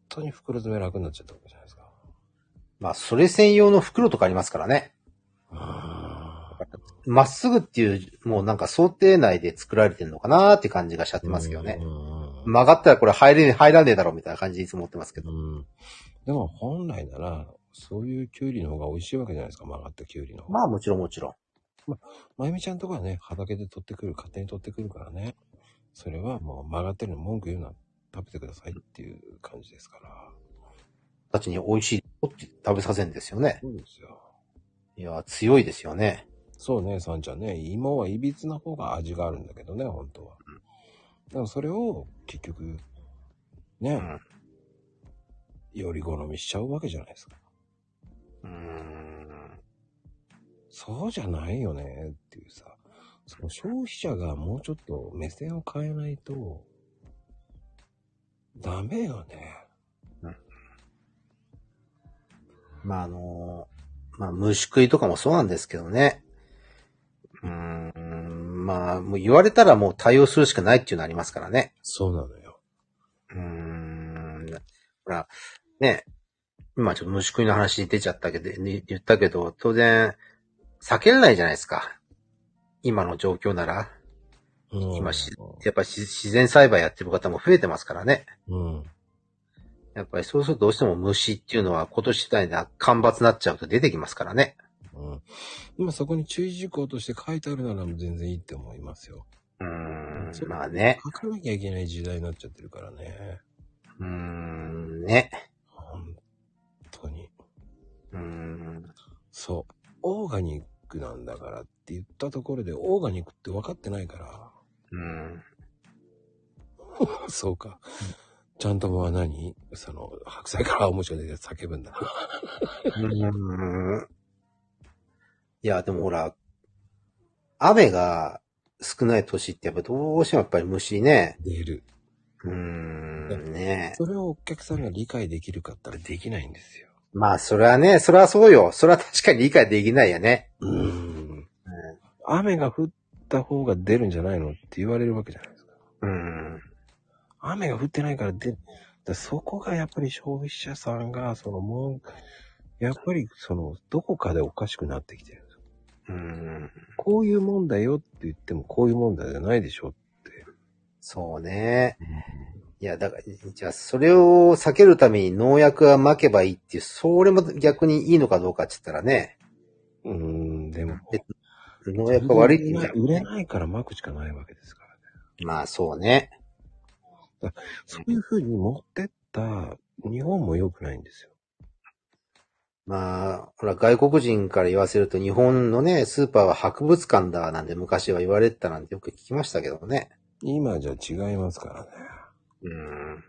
当に袋詰め楽になっちゃったわけじゃないですか。まあ、それ専用の袋とかありますからね。うーんまっすぐっていう、もうなんか想定内で作られてるのかなーって感じがしちゃってますけどね。うん曲がったらこれ入れ、入らねえだろみたいな感じでいつも思ってますけど。うん。でも本来なら、そういうキュウリの方が美味しいわけじゃないですか、曲がったキュウリの方が。まあもちろんもちろまゆみちゃんとかはね、畑で取ってくる、勝手に取ってくるからね。それはもう曲がってるの文句言うな、食べてくださいっていう感じですから。ん。たちに美味しいよって食べさせるんですよね。そうですよ。いやー、強いですよね。そうね、さんちゃんね、芋はいびつな方が味があるんだけどね、本当は。でもそれを結局、ね、んより好みしちゃうわけじゃないですか。うーん。そうじゃないよねっていうさ、その消費者がもうちょっと目線を変えないと、ダメよね。まああのーまあ虫食いとかもそうなんですけどね。うーん。まあ、もう言われたらもう対応するしかないっていうのありますからね。そうなのよ。うーん。ほら、ね、今ちょっと虫食いの話出ちゃったけど、に言ったけど、当然、避けれないじゃないですか。今の状況なら、うん今し、やっぱり自然栽培やってる方も増えてますからね。うん。やっぱりそうするとどうしても虫っていうのは今年みたいな干ばつになっちゃうと出てきますからね。うん。今そこに注意事項として書いてあるなら全然いいって思いますよ。うーそん、うまあね。書かなきゃいけない時代になっちゃってるからね。うーん、ね。本当に。うーん、そう。オーガニックなんだからって言ったところで、オーガニックって分かってないから。 うーん、そうか。ちゃんともは何その、白菜から青虫が出て叫ぶんだ。うーんいや、でもほら、雨が少ない年ってやっぱどうしてもやっぱり虫ね。出る。うーん、ね。それをお客さんが理解できるかったらできないんですよ。まあ、それはね、それはそうよ。それは確かに理解できないよね。うん。雨が降った方が出るんじゃないのって言われるわけじゃないですか。うーん、雨が降ってないから出る。だそこがやっぱり消費者さんが、そのもう、やっぱりその、どこかでおかしくなってきてる。うーん。こういうもんだよって言ってもこういうもんだじゃないでしょ。そうね。いや、だから、じゃあ、それを避けるために農薬は撒けばいいっていう、それも逆にいいのかどうかって言ったらね、うーん、でも。農薬は悪いって言売っれない売れたらないから巻くしかないわけですからね。まあ、そうね。そういう風に持ってった日本も良くないんですよ。まあ、ほら、外国人から言わせると日本のね、スーパーは博物館だなんて昔は言われてたなんてよく聞きましたけどもね。今じゃ違いますからね。うーん。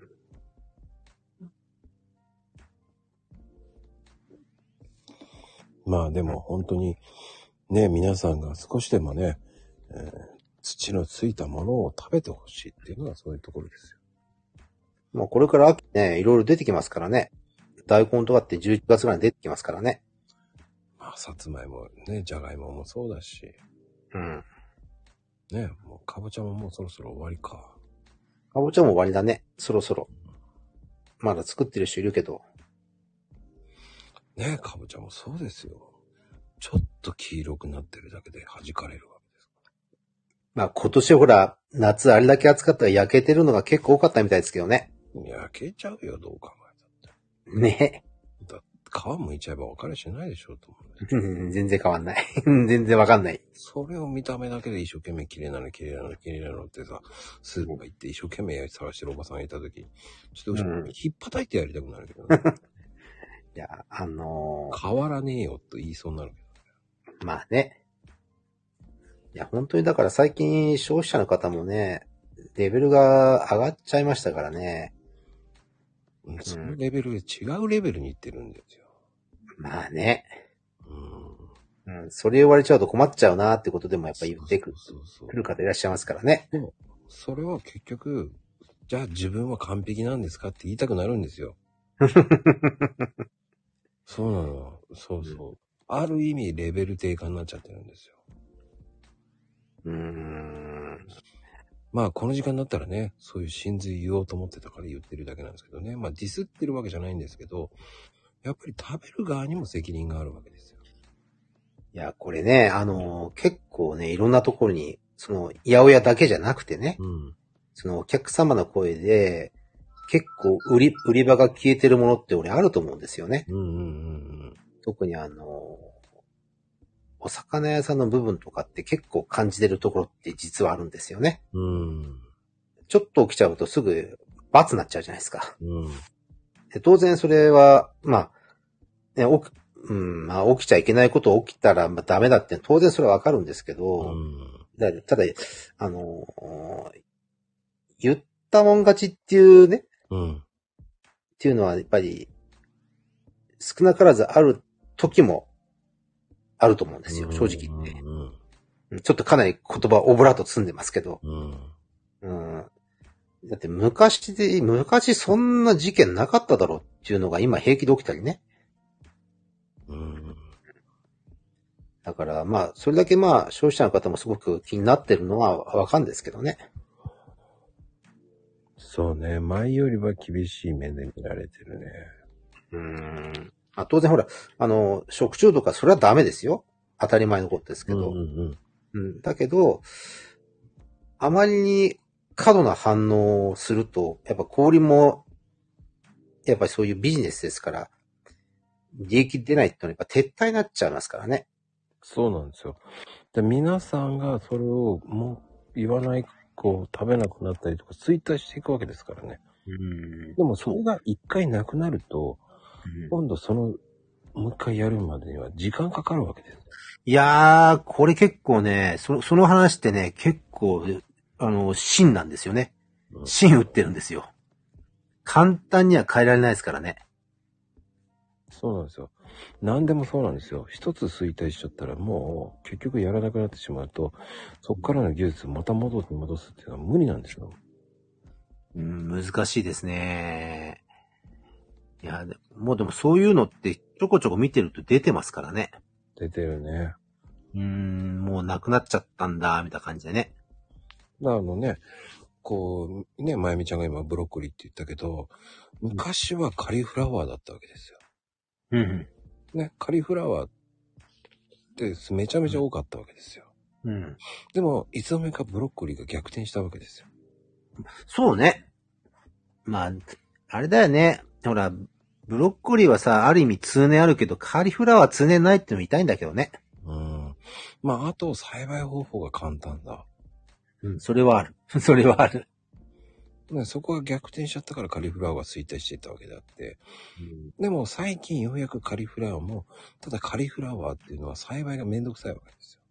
まあでも本当にね、皆さんが少しでもね、えー土のついたものを食べてほしいっていうのがそういうところですよ。まあこれから秋ね、いろいろ出てきますからね。大根とかって11月ぐらいに出てきますからね。まあ、さつまいもね、じゃがいももそうだし、うん。ね、もうかぼちゃももうそろそろ終わりか。かぼちゃも終わりだね。そろそろ。まだ作ってる人いるけど。ね、かぼちゃもそうですよ。ちょっと黄色くなってるだけで弾かれるわけです。まあ今年ほら、夏あれだけ暑かったら焼けてるのが結構多かったみたいですけどね。焼けちゃうよ、どう考えたっね。て。皮むいちゃえば分かりゃしないでしょうと思うんですようん全然変わんない。全然わかんない。それを見た目だけで一生懸命綺麗なの綺麗なの綺麗なのってさ、スーパー行って一生懸命探してるおばさんがいたとき、ちょっとうん引っ叩いてやりたくなるけど ね。いや、あのー変わらねえよと言いそうになるけど。まあね。いや、本当にだから最近消費者の方もね、レベルが上がっちゃいましたからね。うんそのレベルで違うレベルに行ってるんですよ。まあね。うん。うん、それ言われちゃうと困っちゃうなってことでもやっぱ言ってくそうそうそうくる方いらっしゃいますからね。それは結局、じゃあ自分は完璧なんですかって言いたくなるんです よ。そうなの。そうそう。ある意味レベル低下になっちゃってるんですよ。うーん。まあこの時間になったらね、そういう真髄言おうと思ってたから言ってるだけなんですけどね。まあディスってるわけじゃないんですけど、やっぱり食べる側にも責任があるわけですよ。いや、これね、あのー結構ね、いろんなところに、その、八百屋だけじゃなくてね、うん。そのお客様の声で、結構売り、売り場が消えてるものって俺あると思うんですよね。うんうんうん特にあのーお魚屋さんの部分とかって結構感じてるところって実はあるんですよね。うん。ちょっと起きちゃうとすぐ、罰になっちゃうじゃないですか。うん。うん。で当然それは、まあ、ね、起き、うん、まあ起きちゃいけないこと起きたら、まあダメだって当然それはわかるんですけうど、ん。だただ、あのー言ったもん勝ちっていうね、うん。っていうのはやっぱり、少なからずある時もあると思うんですよ、正直言って。うん。ちょっとかなり言葉をオブラート包んでますけど、うん。うん。だって昔で、昔そんな事件なかっただろうっていうのが今平気で起きたりね。うん。だから、まあ、それだけまあ、消費者の方もすごく気になってるのはわかるんですけどね。そうね。前よりは厳しい目で見られてるね。うーん。まあ、当然ほら、あの、食中毒はそれはダメですよ。当たり前のことですけうんど。うんうんだけど、あまりに過度な反応をすると、やっぱ氷も、やっぱりそういうビジネスですから、利益出ないってのはやっぱ撤退になっちゃいますからね。そうなんですよ。で皆さんがそれをもう言わない、こう食べなくなったりとか、衰退していくわけですからね。うん。でもそれが一回なくなると、今度その、もう一回やるまでには時間かかるわけです。いやー、これ結構ね、その、その話ってね、結構、あの、芯なんですよね。うん芯打ってるんですよ。簡単には変えられないですからね。そうなんですよ。何でもそうなんですよ。一つ衰退しちゃったらもう結局やらなくなってしまうと、そこからの技術また戻って戻すっていうのは無理なんですよ。うん、難しいですね。いや、でもうでもそういうのってちょこちょこ見てると出てますからね。出てるね。うーん、もうなくなっちゃったんだ、みたいな感じでね。だからあのね、こう、ね、まゆみちゃんが今ブロッコリーって言ったけど、昔はカリフラワーだったわけですよ。うん。ね、カリフラワーってめちゃめちゃ多かったわけですよ。うん。でも、いつの間にかブロッコリーが逆転したわけですよ。そうね。まあ、あれだよね。ほら、ブロッコリーはさ、ある意味通年あるけど、カリフラワー通年ないってのも痛いんだけどね。うん。まあ、あと栽培方法が簡単だ。うん、それはある。 それはある。ね、そこが逆転しちゃったからカリフラワーが衰退していったわけであって。でも最近ようやくカリフラワーも、ただカリフラワーっていうのは栽培がめんどくさいわけですよ。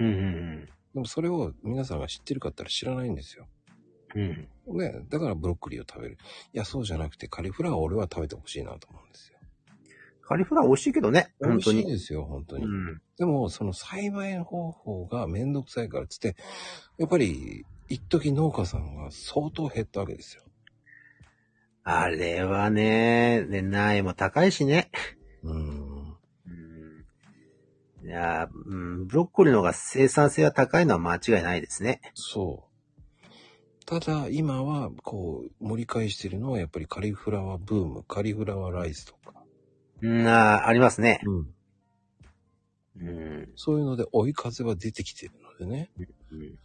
うん、うん、でもそれを皆さんが知ってるかって言ったら知らないんですよ。うん。うん。ね、だからブロッコリーを食べる。いや、そうじゃなくてカリフラワーを俺は食べてほしいなと思うんですよ。カリフラワー美味しいけどね、美本味当しいに。ですよ、本当うに。ん。でも、その栽培方法がめんどくさいからっつって、やっぱり、一時農家さんが相当減ったわけですよ。あれはね、ね、苗も高いしね。うん。うん。いやー、うん、ブロッコリーの方が生産性が高いのは間違いないですね。そう。ただ、今は、こう、盛り返してるのは、やっぱりカリフラワーブーム、カリフラワーライスとか、うん、あーありますね。うん、うん。そういうので追い風は出てきてるのでね。うん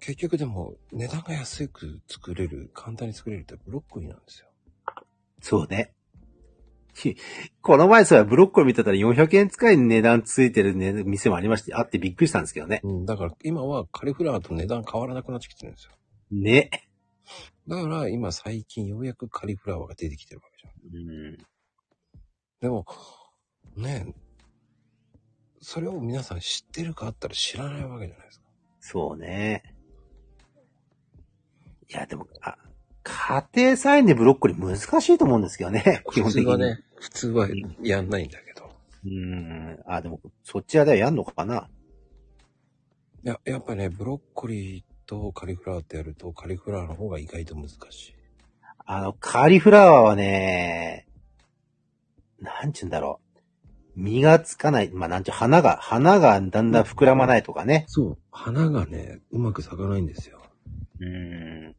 結局でも、値段が安く作れる、簡単に作れるってブロッコリーなんですよ。そうね。ひこの前さ、ブロッコリー見てたら400円使い値段ついてる、ね、店もありまして、あってびっくりしたんですけどね。うん、だから、今はカリフラワーと値段変わらなくなってきてるんですよ。ね。だから、今最近ようやくカリフラワーが出てきてるわけじゃん。うん。でも、ねえ、それを皆さん知ってるかあったら知らないわけじゃないですか。そうね。いや、でも、あ、家庭菜園でブロッコリー難しいと思うんですけどね。基普本通的に。はね、普通はやんないんだけど。うん。あ、でも、そっちはではやんのかな。いや、やっぱりね、ブロッコリーとカリフラワーってやると、カリフラワーの方が意外と難しい。あの、カリフラワーはね、なんちゅうんだろう。実がつかない。まあ、なんちゅう、花が、花がだんだん膨らまないとかね。そう。花がね、うまく咲かないんですよ。うん。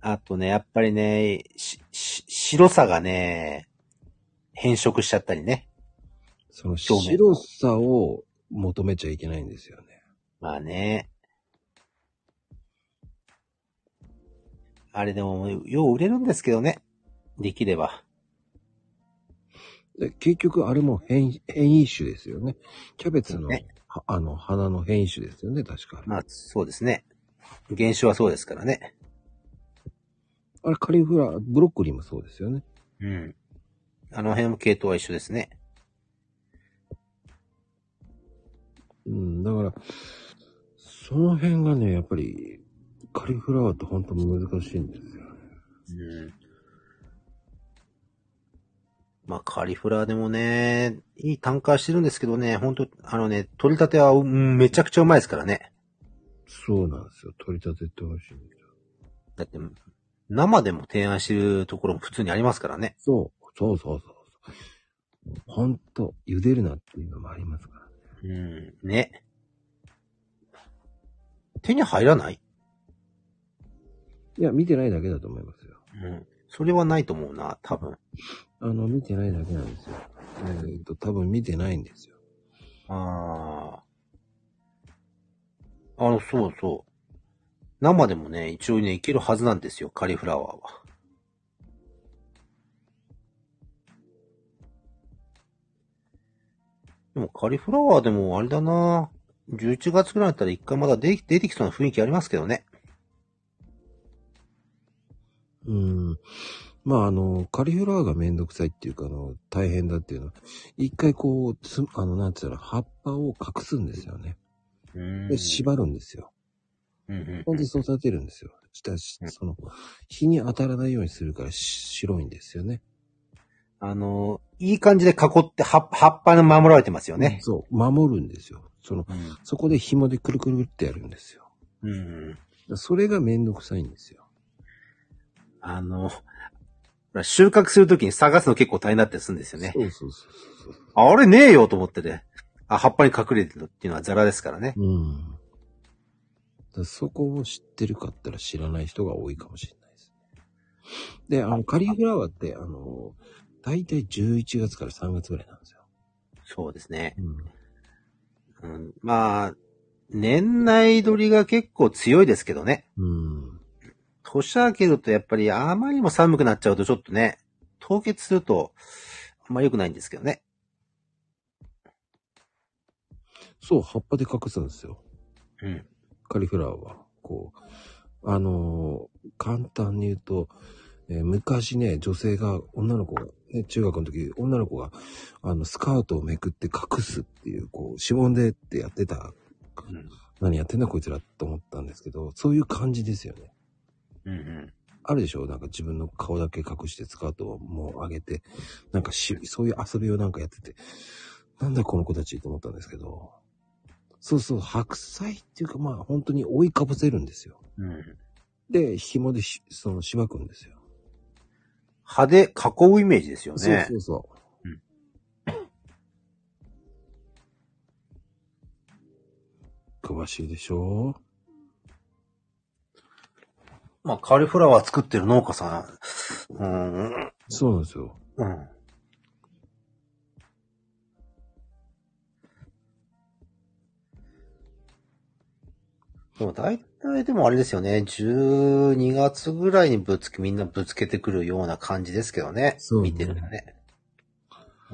あとね、やっぱりね、し、し、白さがね、変色しちゃったりね。その表面白さを求めちゃいけないんですよね。まあね。あれでも、よう売れるんですけどね。できれば。で結局、あれも変変異種ですよね。キャベツの、ねはあの、花の変異種ですよね、確か。まあ、そうですね。原種はそうですからね。あれ、カリフラワー、ブロッコリーもそうですよね。うん。あの辺も系統は一緒ですね。うん、だから、その辺がね、やっぱり、カリフラワーって本当難しいんですよね。うん。まあ、カリフラワーでもね、いい単価はしてるんですけどね、本当あのね、取り立ては、うんめちゃくちゃうまいですからね。そうなんですよ。取り立ててほしいんですよ。だって、生でも提案してるところも普通にありますからね。そう、そうそうそうそう。本当茹でるなっていうのもありますから。うん。ね。手に入らないいや、見てないだけだと思いますよ。うん。それはないと思うな、多分。あの、見てないだけなんですよ。えー、と、多分見てないんですよ。ああ。あの、そうそう。生でもね、一応ね、いけるはずなんですよ、カリフラワーは。でも、カリフラワーでもあれだな11月くらいだったら一回まだ出て出てきそうな雰囲気ありますけどね。うん。まあ、あの、カリフラワーがめんどくさいっていうか、あの、大変だっていうのは、一回こう、つ、あの、なんつうの、葉っぱを隠すんですよね。うんで、縛るんですよ。うんうんほんで育てるんですよ。したし、その、日に当たらないようにするからし白いんですよね。あの、いい感じで囲って、葉葉っぱが守られてますよね。そう、守るんですよ。その、うん。そこで紐でくるくるってやるんですよ。うん。それがめんどくさいんですよ。あの、収穫するときに探すの結構大変だったりするんですよね。そうそうそうそうそあれねえよと思ってね。あ、葉っぱに隠れてるっていうのはザラですからね。う。うん。だからそこを知ってるかったら知らない人が多いかもしれないです。で、あの、カリフラワーって、あの、大体11月から3月ぐらいなんですよ。そうですね。うん。うん、まあ、年内鳥が結構強いですけどね。うん。年明けるとやっぱりあまりにも寒くなっちゃうとちょっとね、凍結すると、あんま良くないんですけどね。そう、葉っぱで隠すんですよ。うん。カリフラワーは、こう、あのー簡単に言うと、えー昔ね、女性が、女の子が、ね、中学の時、女の子が、あの、スカートをめくって隠すっていう、こう、しぼんでってやってた、うん。何やってんだこいつらと思ったんですけど、そういう感じですよね。うんうん。あるでしょなんか自分の顔だけ隠してスカートをもう上げて、なんかし、そういう遊びをなんかやってて、なんだこの子たちと思ったんですけど、そうそう、白菜っていうかまあ本当に覆いかぶせるんですよ。うん。で、紐でし、その、しばくんですよ。派で囲うイメージですよね。。そうそうそううん詳しいでしょまあ、カリフラワー作ってる農家さん。うん。そうなんですよ。うん。でも大体でもあれですよね。12月ぐらいにぶつけ、みんなぶつけてくるような感じですけどね。そうね見てるとね。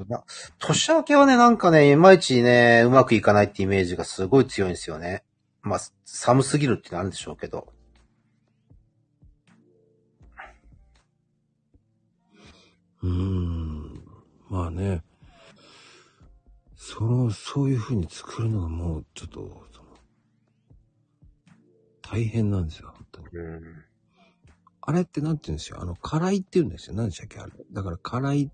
な年明けはね、なんかね、いまいちね、うまくいかないってイメージがすごい強いんですよね。まあ、寒すぎるっていうのはあるんでしょうけど。うーん。まあね。その、そういう風に作るのがもうちょっと、その、大変なんですよ、本当に。うん。あれってなんて言うんですよ。あの、辛いって言うんですよ。何でしたっけあれ。だから辛い、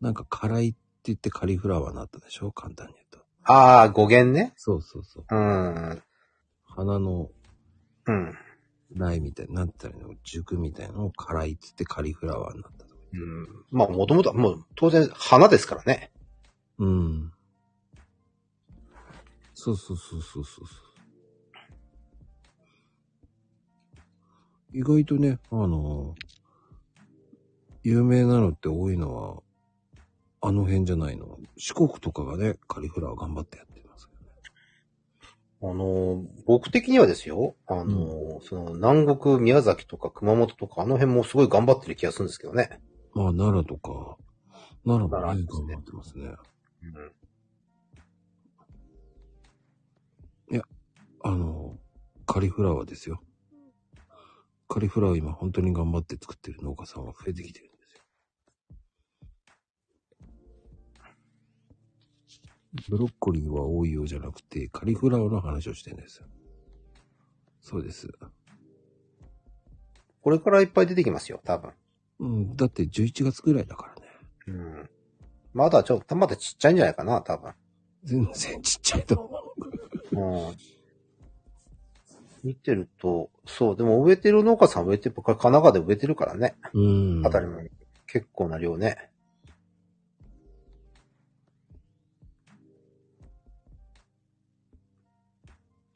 なんか辛いって言ってカリフラワーになったでしょ簡単に言うと。ああ、語源ね。そうそうそう。うん。花のうん。苗みたいになったりの、熟みたいなのを辛いって言ってカリフラワーになったと。うんまあ、もともと、もう、当然、花ですからね。うん。そうそうそうそうそうそう。意外とね、あの、有名なのって多いのは、あの辺じゃないの。四国とかがね、カリフラワー頑張ってやってますけどね。あの、僕的にはですよ、あの、その、南国、宮崎とか熊本とか、あの辺もすごい頑張ってる気がするんですけどね。まあ、奈良とか、奈良もね、奈良です頑ね張ってますね。うん。あの、カリフラワーですよ。カリフラワー今本当に頑張って作ってる農家さんが増えてきてるんですよ。ブロッコリーは多いようじゃなくて、カリフラワーの話をしてるんですよ。そうです。これからいっぱい出てきますよ、多分。うん、だって11月ぐらいだからね。うん。まだちょっと、まだちっちゃいんじゃないかな、多分。全然ちっちゃいと思う。うん。見てると、そう、でも植えてる農家さん植えてる、これ神奈川で植えてるからね。うん。当たり前に。結構な量ね。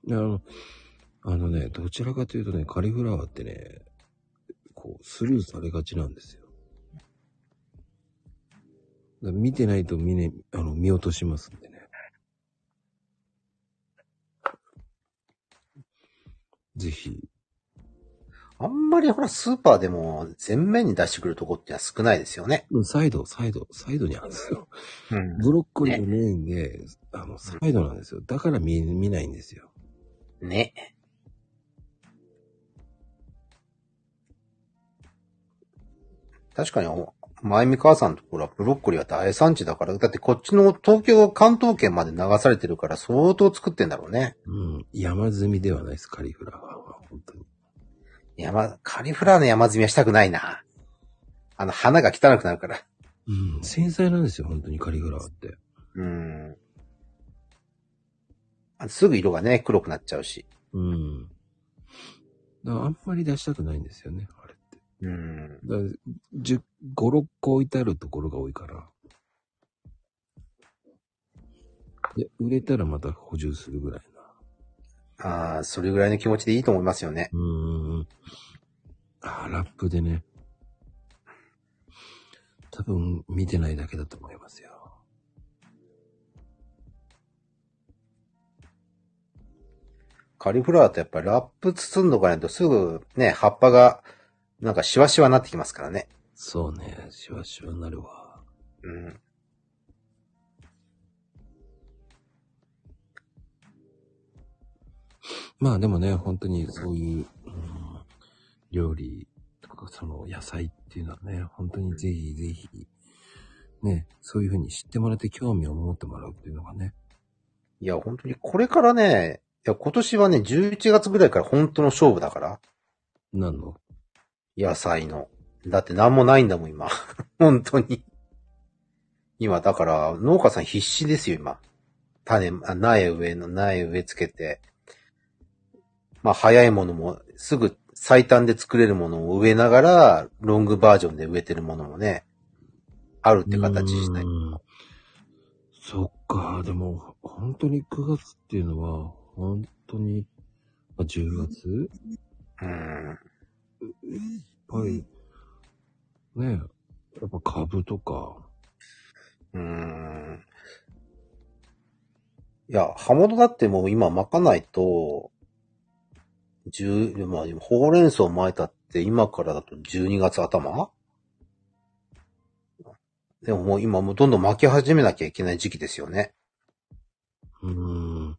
であの、あのね、どちらかというとね、カリフラワーってね、こう、スルーされがちなんですよ。だから見てないと見ね、あの、見落としますんでね。ぜひ、あんまりほら、スーパーでも全面に出してくるとこってのは少ないですよね。うんサイド、サイド、サイドにあるんですよ。うんブロッコリーのメインで、あの、サイドなんですよ。だから見、見ないんですよ。ね。確かに、お前見母さんのところはブロッコリーは大産地だから、だってこっちの東京、関東圏まで流されてるから相当作ってんだろうね。うん。山積みではないです、カリフラワーは。本当に。山、カリフラワーの山積みはしたくないな。あの、花が汚くなるから。うん。繊細なんですよ、本当にカリフラワーって。うん。あすぐ色がね、黒くなっちゃうし。うん。だからあんまり出したくないんですよね、あれって。うん。だから10 5、6個置いてあるところが多いから。で、売れたらまた補充するぐらいな。ああ、それぐらいの気持ちでいいと思いますよね。うんうんうん。あーラップでね。多分見てないだけだと思いますよ。カリフラワーってやっぱりラップ包んどかないとすぐね、葉っぱがなんかシワシワになってきますからね。そうね、シワシワになるわ。うん。まあでもね、本当にそういう、うん、料理とかその野菜っていうのはね、本当にぜひぜひ、ね、そういうふうに知ってもらって興味を持ってもらうっていうのがね。いや、本当にこれからね、いや、今年はね、11月ぐらいから本当の勝負だから、何の野菜の。だって何もないんだもん、今。 本当に。今、だから、農家さん必死ですよ、今。種、あ苗植えの、苗植えつけて。まあ、早いものも、すぐ最短で作れるものを植えながら、ロングバージョンで植えてるものもね、あるって形しない。うんそっか、でも、本当に9月っていうのは、本当に、あ10月やっうん。ぱり、ねえ、やっぱ株とか、うーんいや、葉物だってもう今巻かないと、10、まあ、ほうれん草巻いたって今からだと12月頭でももう今もうどんどん巻き始めなきゃいけない時期ですよね。うーん。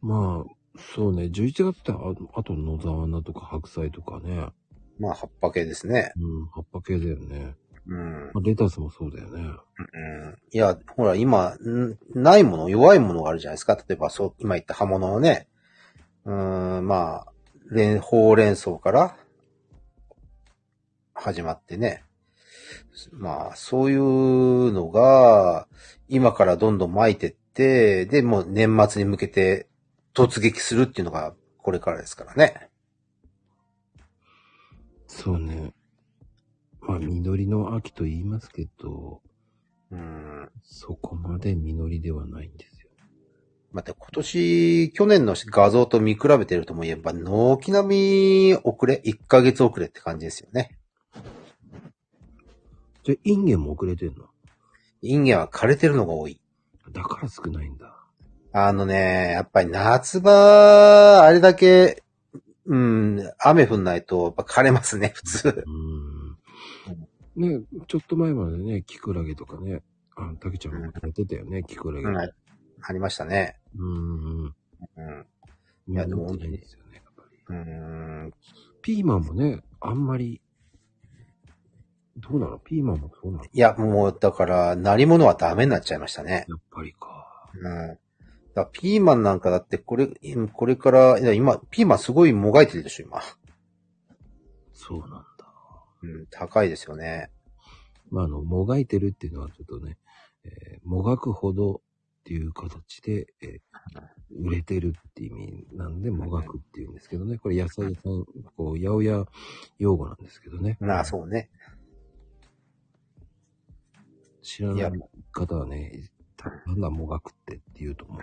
まあ、そうね、11月ってあ、あと野沢菜とか白菜とかね、まあ、葉っぱ系ですね。うん、葉っぱ系だよね。うん。まあ、レタスもそうだよね。うんいや、ほら、今、んないもの、弱いものがあるじゃないですか。例えば、そう、今言った刃物のね、うーん、まあ、れんほうれん草から、始まってね。まあ、そういうのが、今からどんどん巻いてって、で、もう年末に向けて突撃するっていうのが、これからですからね。そうね。まあ、実りの秋と言いますけど、うん。そこまで実りではないんですよ。待って、今年、去年の画像と見比べてるともやっぱ、軒並み遅れ、1ヶ月遅れって感じですよね。じゃあ、インゲンも遅れてんのインゲンは枯れてるのが多い。だから少ないんだ。あのね、やっぱり夏場、あれだけ、うん、雨降んないと、やっぱ枯れますね、普 通。うーん。ねちょっと前までね、キクラゲとかね、あ、たけちゃんもやってたよね、キクラゲ。うん、ありましたね。うん。うん。うん。いいやでもないですよね、やっぱり。うん、ピーマンもね、あんまり、どうなのピーマンもそうなのいや、もう、だから、なり物はダメになっちゃいましたね。やっぱりか。うん。だからピーマンなんかだって、これ、これから、いや今、ピーマンすごいもがいてるでしょ、今。そうなんだ。うん、高いですよね。まあ、あの、もがいてるっていうのはちょっとね、えーもがくほどっていう形で、えー売れてるって意味なんで、もがくっていうんですけどね。これ野菜屋さん、こう、八百屋用語なんですけどね。なあ、そうね。知らない方はね、なんだもがくってって言うと思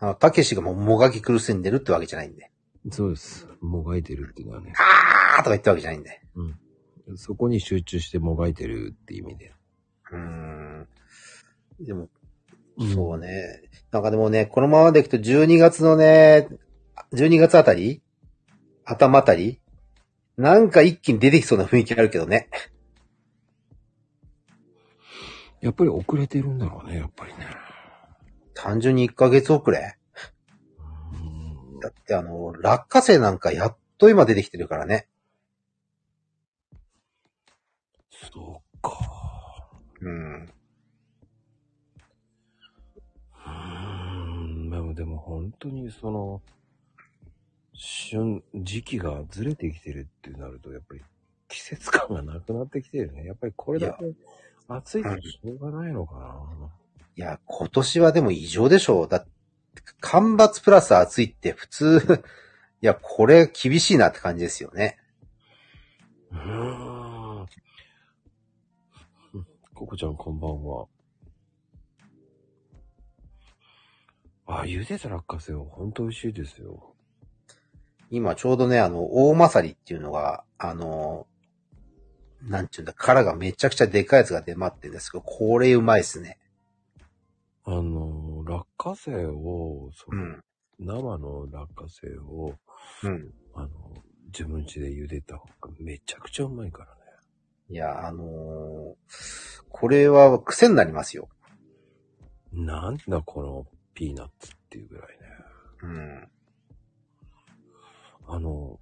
あの、たけしがもうもがき苦しんでるってわけじゃないんで。う。そうです。もがいてるっていうのはね、あーとか言ったわけじゃないんで。そこに集中してもがいてるって意味で。うーん。でも、うんそうね。なんかでもね、このままでいくと12月のね、12月あたり頭あたりなんか一気に出てきそうな雰囲気あるけどね。やっぱり遅れてるんだろうね、やっぱりね。単純に1ヶ月遅れだってあの、落花生なんかやっと今出てきてるからね。そうか。うん。うーん、でもでも本当にその、旬、時期がずれてきてるってなると、やっぱり季節感がなくなってきてるね。やっぱりこれだけ暑いとしょうがないのかな。いや、今年はでも異常でしょう。だって、干ばつプラス暑いって普通、いや、これ厳しいなって感じですよね。うーん。ココちゃんこんばんは。あ、茹でた落花生は本当美味しいですよ。今ちょうどね、あの、大まさりっていうのが、あの、なんちゅうんだ、殻がめちゃくちゃでかいやつが出回ってるんですけど、これうまいっすね。あの、落花生を、そうのん。生の落花生を、うん。あの、自分家で茹でた方がめちゃくちゃうまいからね。いや、あのーこれは癖になりますよ。なんだこのピーナッツっていうぐらいね。うん。あの、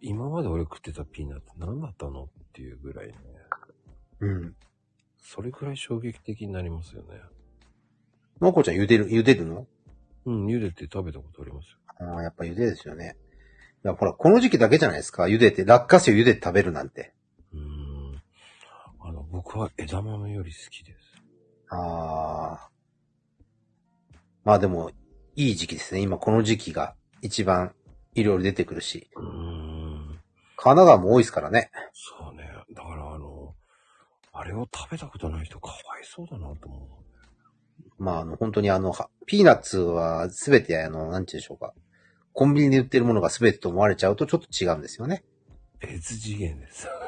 今まで俺食ってたピーナッツ何だったのっていうぐらいね。うん。それぐらい衝撃的になりますよね。まこちゃん茹でる、茹でるのうん、茹でて食べたことありますよ。あーやっぱ茹でですよね。だからほら、この時期だけじゃないですか。茹でて、落花生を茹でて食べるなんて。うーん。あの、僕は枝豆より好きです。ああ。まあでも、いい時期ですね。今この時期が一番いろいろ出てくるし。うーん。神奈川も多いですからね。そうね。だからあの、あれを食べたことない人かわいそうだなと思う。まああの、本当にあの、はピーナッツはすべてあの、なんて言うんでしょうか。コンビニで売ってるものがすべてと思われちゃうとちょっと違うんですよね。別次元です。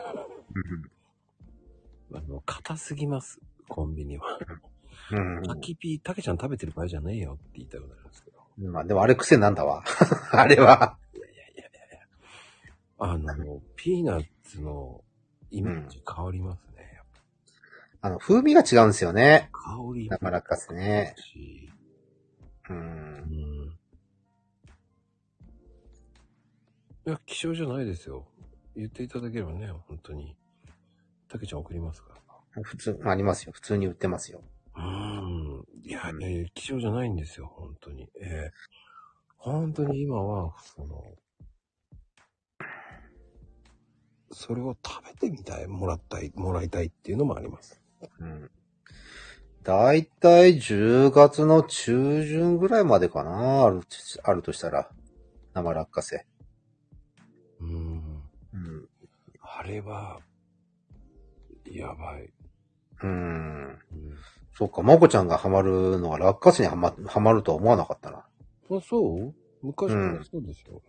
あの、硬すぎます。コンビニは。うん。タキピー、タケちゃん食べてる場合じゃねえよって言いたくなるんですけど。まあでもあれ癖なんだわ。 あれは。あ の、ピーナッツのイメージ変わりますね。やっあの、風味が違うんですよね。ぱ香りなかなかですね。し、う。うんん。いや、希少じゃないですよ。言っていただければね、本当に。タケちゃん送りますか普通、ありますよ。普通に売ってますよ。うーんいやう、んいやいや、希少じゃないんですよ、本当に。ええ本当に今は、その、それを食べてみたい、もらったい、もらいたいっていうのもあります。うんだいたい10月の中旬ぐらいまでかな、あるあるとしたら、生落花生。うーん。うん。あれは、やばい。うん。うんそっか、まこちゃんがハマるのは落花生にはま、はまるとは思わなかったな。ああ、そう昔からそうですよ。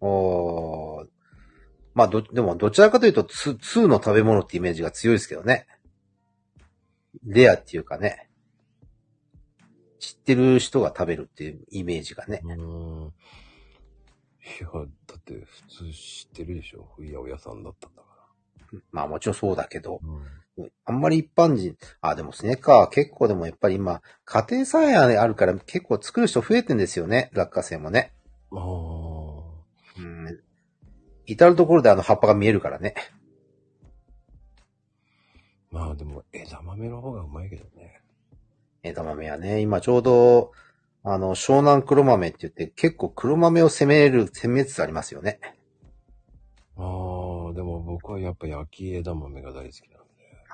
ー。まあ、ど、でも、どちらかというと、ツ、ツーの食べ物ってイメージが強いですけどね。レアっていうかね。知ってる人が食べるっていうイメージがね。うーん。いや、だって普通知ってるでしょ。八百屋さんだったんだかまあ、もちろんそうだけど。ら。うんあんまり一般人、あ、でもスネか、結構でもやっぱり今、家庭菜園あるから結構作る人増えてんですよね、落花生もね。ああ。うん。至るところであの葉っぱが見えるからね。まあでも枝豆の方がうまいけどね。枝豆はね、今ちょうど、あの、湘南黒豆って言って結構黒豆を攻める、攻めつつありますよね。ああ、でも僕はやっぱ焼き枝豆が大好き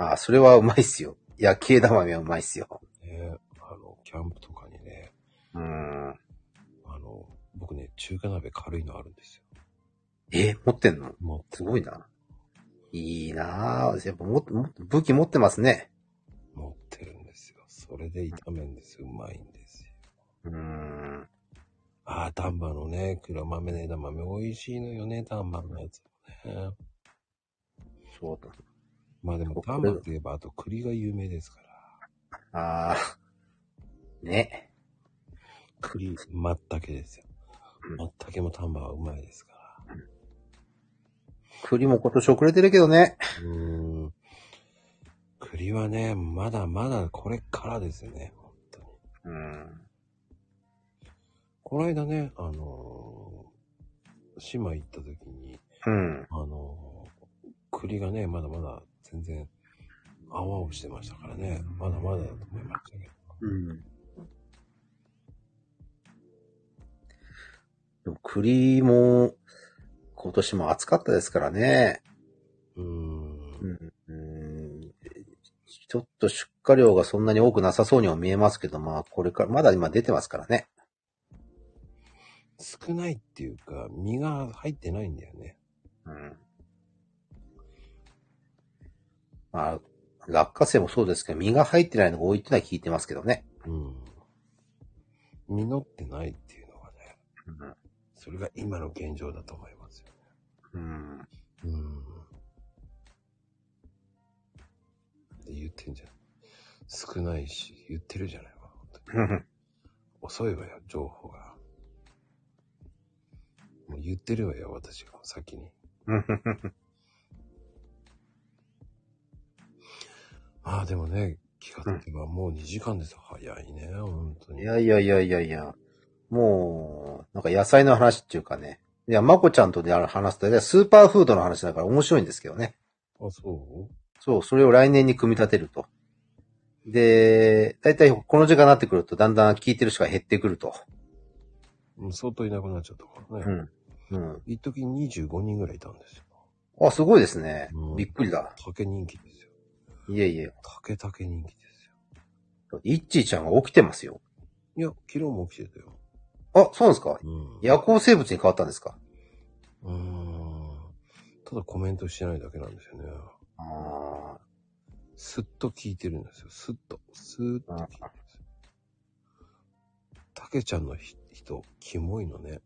なんあ、それはうまいっすよ。焼き枝豆はうまいっすよ。でね。あの、キャンプとかにね、うん。あの、僕ね、中華鍋軽いのあるんですよ。え、持ってんのもう、すごいな。いいなぁ。やっぱもっと、もっと武器持ってますね。持ってるんですよ。それで炒めるんですよ。うまいんですよ。うん。ああ、丹波のね、黒豆の枝豆美味しいのよね、丹波のやつもね。そうだ。まあでも丹波って言えば、あと栗が有名ですから。ああ。ね。栗、松茸ですようん。松茸も丹波はうまいですから。栗も今年遅れてるけどね。うーん。栗はね、まだまだこれからですね。本当に。うん。この間ね、あのー島行った時に、うん。あのー栗がね、まだまだ全然青々してましたからね。まだまだだと思いましたけど。うん。でも栗も、今年も暑かったですからね。うーん。ん。うんちょっと出荷量がそんなに多くなさそうには見えますけど、まあこれから、まだ今出てますからね。少ないっていうか、実が入ってないんだよね。うん。まあ、落花生もそうですけど、実が入ってないのが多いってのは聞いてますけどね。うん。実ってないっていうのがね、うんそれが今の現状だと思いますよ。うん。うん。っ て言ってんじゃん。少ないし、言ってるじゃないわ。本当にうん遅いわよ、情報が。もう言ってるわよ、私が先に。ああ、でもね、気がつけばもう2時間ですよ。早いね、本当いに。やいやいやいやいや。もう、なんか野菜の話っていうかね。いや、まこちゃんとである話と、いやスーパーフードの話だから面白いんですけどね。あ、そそう、それを来年に組み立てると。で、だいたいこの時間になってくると、だんだん聞いてる人が減ってくると。ううん相当いなくなっちゃったからね。うん。うん。一時25人ぐらいいたんですよ。あ、すごいですねうん。びっくりだ。竹人気ですよ。いえいえ。竹竹人気ですよ。いっちーちゃんが起きてますよ。いや、昨日も起きてたよ。あ、そうなんですかうん。夜行生物に変わったんですかうーん。ただコメントしてないだけなんですよね。あすっと聞いてるんですよ。すっと。すーっと聞いてるんですよ。たけちゃんのひ人、キモいのね。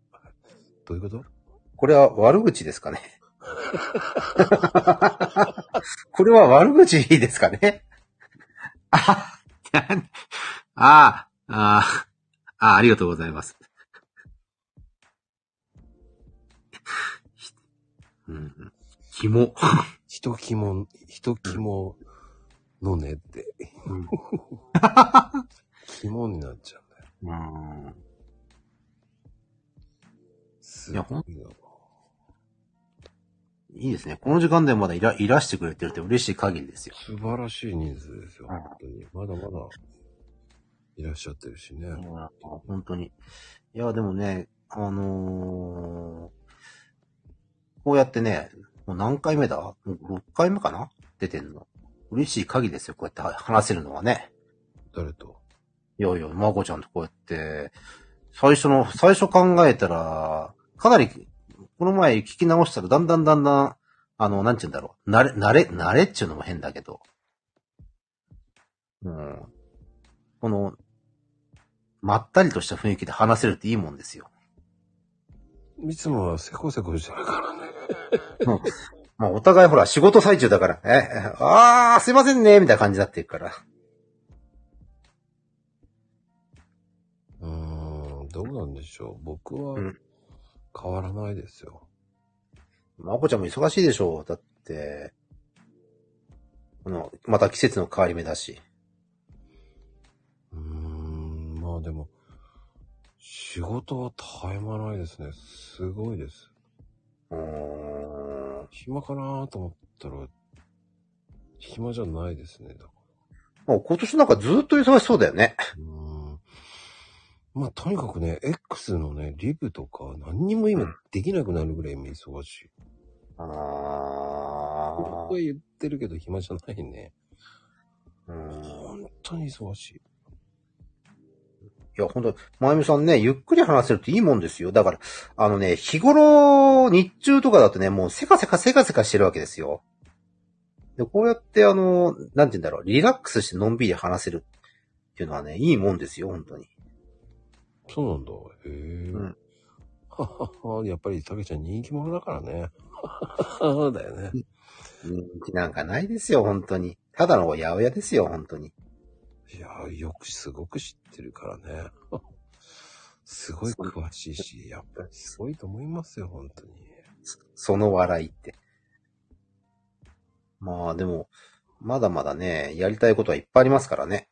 どういうことーこれは悪口ですかね これは悪口ですかね あ、なんあ、あ、あ、ありがとうございます。うん、肝。人キモ、人キモのねって。うんキモになっちゃうんだよ。うんすいやごいよ。いいですね。この時間でまだいら、いらしてくれてるって嬉しい限りですよ。素晴らしい人数ですよ。うん本当に。まだまだいらっしゃってるしね。本当に。いや、でもね、あのーこうやってね、もう何回目だもう ?6 回目かな出てんの。嬉しい限りですよ、こうやっては話せるのはね。誰といやいや、まこちゃんとこうやって、最初の、最初考えたら、かなり、この前聞き直したら、だんだんだんだん、あの、なんて言うんだろう。慣れ、慣れ、慣れっちゅうのも変だけど。うん。この、まったりとした雰囲気で話せるっていいもんですよ。いつもはせこせこしてるからね。まあ、お互いほら、仕事最中だから、え、えあー、すいませんね、みたいな感じになっていくから。うーん、どうなんでしょう。僕はうん変わらないですよ。まこちゃんも忙しいでしょう。だって、この、また季節の変わり目だし。うーん、まあでも、仕事は絶え間ないですね。すごいです。うーん暇かなと思ったら、暇じゃないですね。だかもう今年なんかずっと忙しそうだよね。らうーん。まあとにかくね、X のね、リブとか何にも今できなくなるぐらい今忙しい。あ僕は言ってるけど暇じゃないね。ーうん本当に忙しい。いや、本当まゆみさんね、ゆっくり話せるといいもんですよ。だから、あのね、日頃、日中とかだとね、もうせかせかせかせかしてるわけですよ。で、こうやって、あの、なんて言うんだろう、リラックスしてのんびり話せるっていうのはね、いいもんですよ、本当に。そうなんだ。へえ。うんはは は、やっぱりたけちゃん人気者だからね。 そうだよね。人気なんかないですよ、本当に。ただの八百屋ですよ、本当に。いやー、よく、すごく知ってるからね。すごい詳しいし、やっぱりすごいと思いますよ、本当に。その笑いって。まあでも、まだまだね、やりたいことはいっぱいありますからね。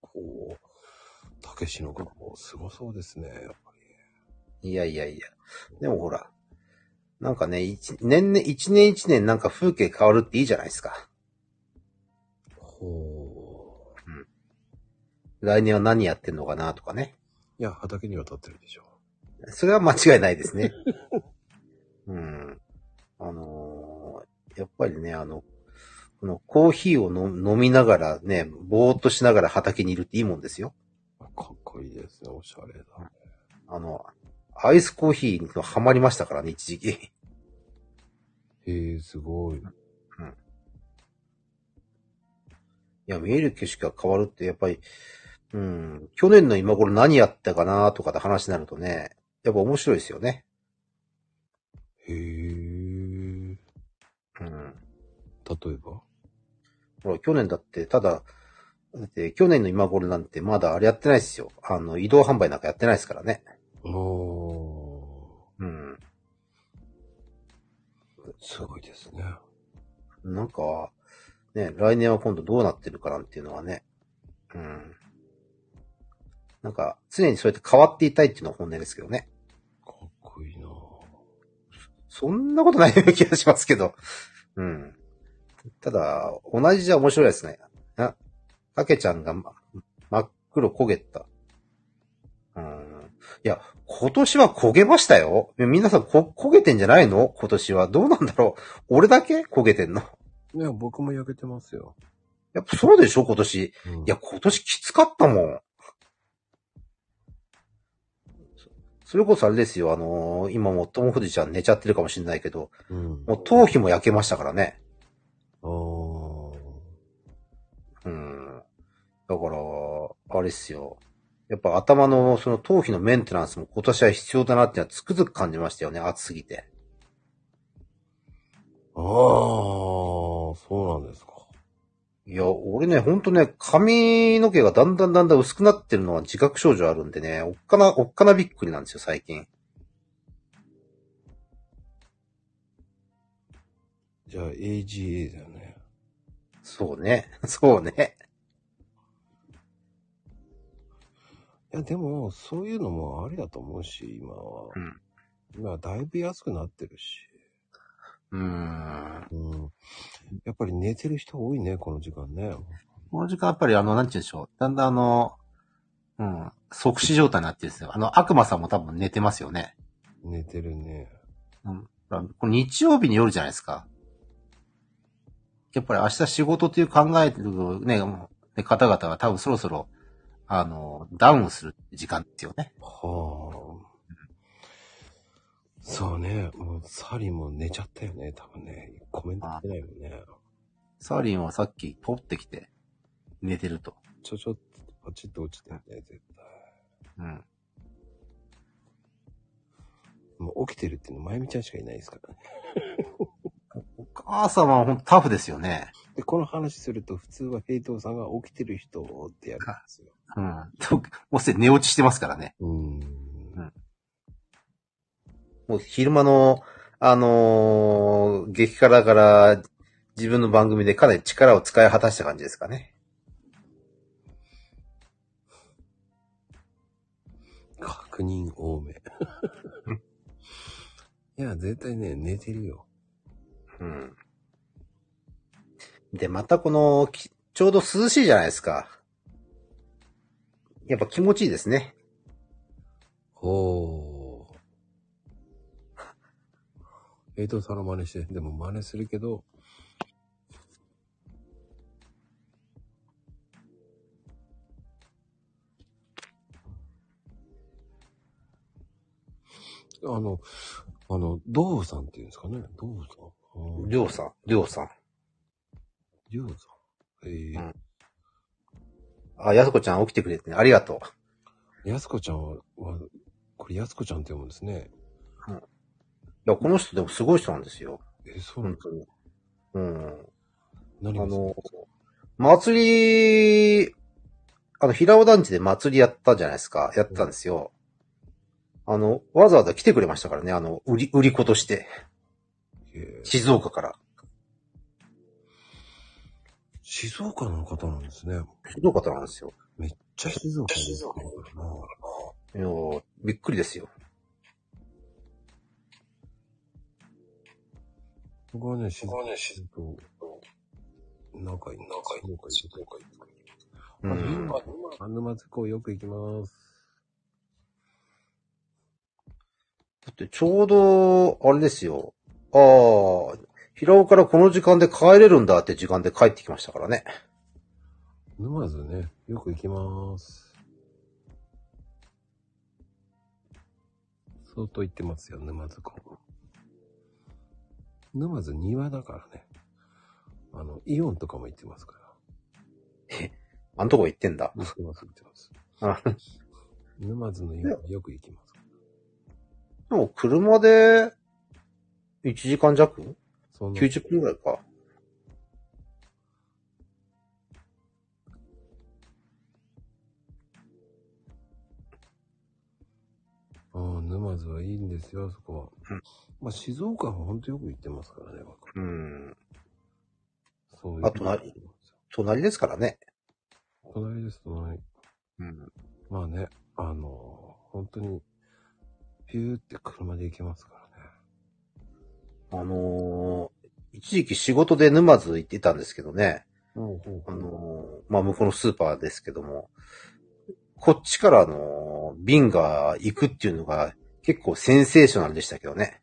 こう、たけしの学校、すごそうですね、やっぱいやいやいや。でもほら、なんかね、一年々、一年一年なんか風景変わるっていいじゃないですか。り。ほう。来年は何やってんのかなとかね。いや、畑には立ってるでしょ。それは間違いないですね。うん。あのーやっぱりね、あの、このコーヒーをの飲みながらね、ぼーっとしながら畑にいるっていいもんですよ。かっこいいですね、おしゃれだ。あの、アイスコーヒーにハマりましたからね、一時期。 へえ、すごい。いや、見える景色が変わるって、やっぱり、うん、去年の今頃何やったかなとかって話になるとね、やっぱ面白いですよね。へえ。うん。例えばほら、去年だって、ただ、だって去年の今頃なんてまだあれやってないですよ。あの、移動販売なんかやってないですからね。おうん。ー、すごいですね。なんか、ね、来年は今度どうなってるかなんていうのはね、うん。なんか、常にそうやって変わっていたいっていうのは本音ですけどね。かっこいいなぁ。そんなことないような気がしますけど。うん。ただ、同じじゃ面白いですね。な、かけちゃんが、ま真っ黒焦げた。うん。今年は焦げましたよ。いや皆さんこ焦げてんじゃないの今年は。どうなんだろう俺だけ焦げてんのいや、僕も焼けてますよ。やっぱそうでしょ今年。いうんや、、今年きつかったもん。そそれこそあれですよ。あのー今もうトム・フジちゃん寝ちゃってるかもしれないけど、うん。もう頭皮も焼けましたからね。おーうん。だから、あれっすよ。やっぱ頭のその頭皮のメンテナンスも今年は必要だなっていうのはつくづく感じましたよね。暑すぎて。ああ、そうなんですか。いや、俺ね、ほんとね、髪の毛がだんだんだんだん薄くなってるのは自覚症状あるんでね、おっかな、おっかなびっくりなんですよ、最近。じゃあ AGA だよね。そうね。 そうね。いや、でも、そういうのもありだと思うし、今は。うん今、だいぶ安くなってるし。うーん。うん。やっぱり寝てる人多いね、この時間ね。この時間やっぱりあの、なんて言うんでしょう。だんだんあの、うん、即死状態になってるんですよ。あの、悪魔さんも多分寝てますよね。寝てるね。うん。だからこれ日曜日に夜じゃないですか。やっぱり明日仕事という考えてるね、もうね方々は多分そろそろ、あの、ダウンする時間ですよね。はあ。そうね。もう、サリーも寝ちゃったよね、多分ね。コメント来てないもんね。サーリンはさっきポってきて、寝てると。ちょちょっと、パチッと落ちてるね、絶対。うん。もう起きてるっていうの、まゆみちゃんしかいないですからね。お母様はほんとタフですよね。で、この話すると、普通は平等さんが起きてる人をってやるんですよ。うん。もうすでに寝落ちしてますからね。うーん。もう昼間の、あのー激辛から自分の番組でかなり力を使い果たした感じですかね。確認多め。 いや、絶対ね、寝てるよ。うん。で、またこの、きちょうど涼しいじゃないですか。やっぱ気持ちいいですね。ほう。平等さんの真似して、でも真似するけど、あの、あの、ドウさんっていうんですかね。ドウさん。うんりょうさん、りょうさん。りょうさん。ええうんあ、やすこちゃん起きてくれてね。ありがとう。やすこちゃんは、はこれやすこちゃんって読むんですね。いや、この人でもすごい人なんですよ。え、そうな本の当に。うん。何あがすごいの、祭り、あの、平尾団地で祭りやったじゃないですか。やったんですよ。あの、わざわざ来てくれましたからね。あの、売り、売り子として。えー静岡から。静岡の方なんですね。めっ静岡からなんですよ。ちゃ静岡ですね静岡うんいやーびっくりですよ。僕はね、静岡と仲いいんです。静岡静岡うあの、ん。今、あ沼津港よく行きます。だってちょうど、あれですよ。ああ、平尾からこの時間で帰れるんだって時間で帰ってきましたからね。沼津ね、よく行きます。相当行ってますよ、沼津港。沼津庭だからね。あの、イオンとかも行ってますかあんとこ行ってんだ。ら。行ってます、行ってます。あ沼津のイオンよく行きます。でも車で、1時間弱そんな ?90 分くらいか。うん、沼津はいいんですよ、そこは。うんまあ、静岡は本当よく行ってますからね、僕うん。そういう。あとな隣ですからね。隣です、隣。うん。まあね、あの本当に、ピューって車で行けますからね。あのー一時期仕事で沼津行ってたんですけどね。ほうほうあのーまあ、向こうのスーパーですけども、こっちからあのの、瓶が行くっていうのが結構センセーショナルでしたけどね。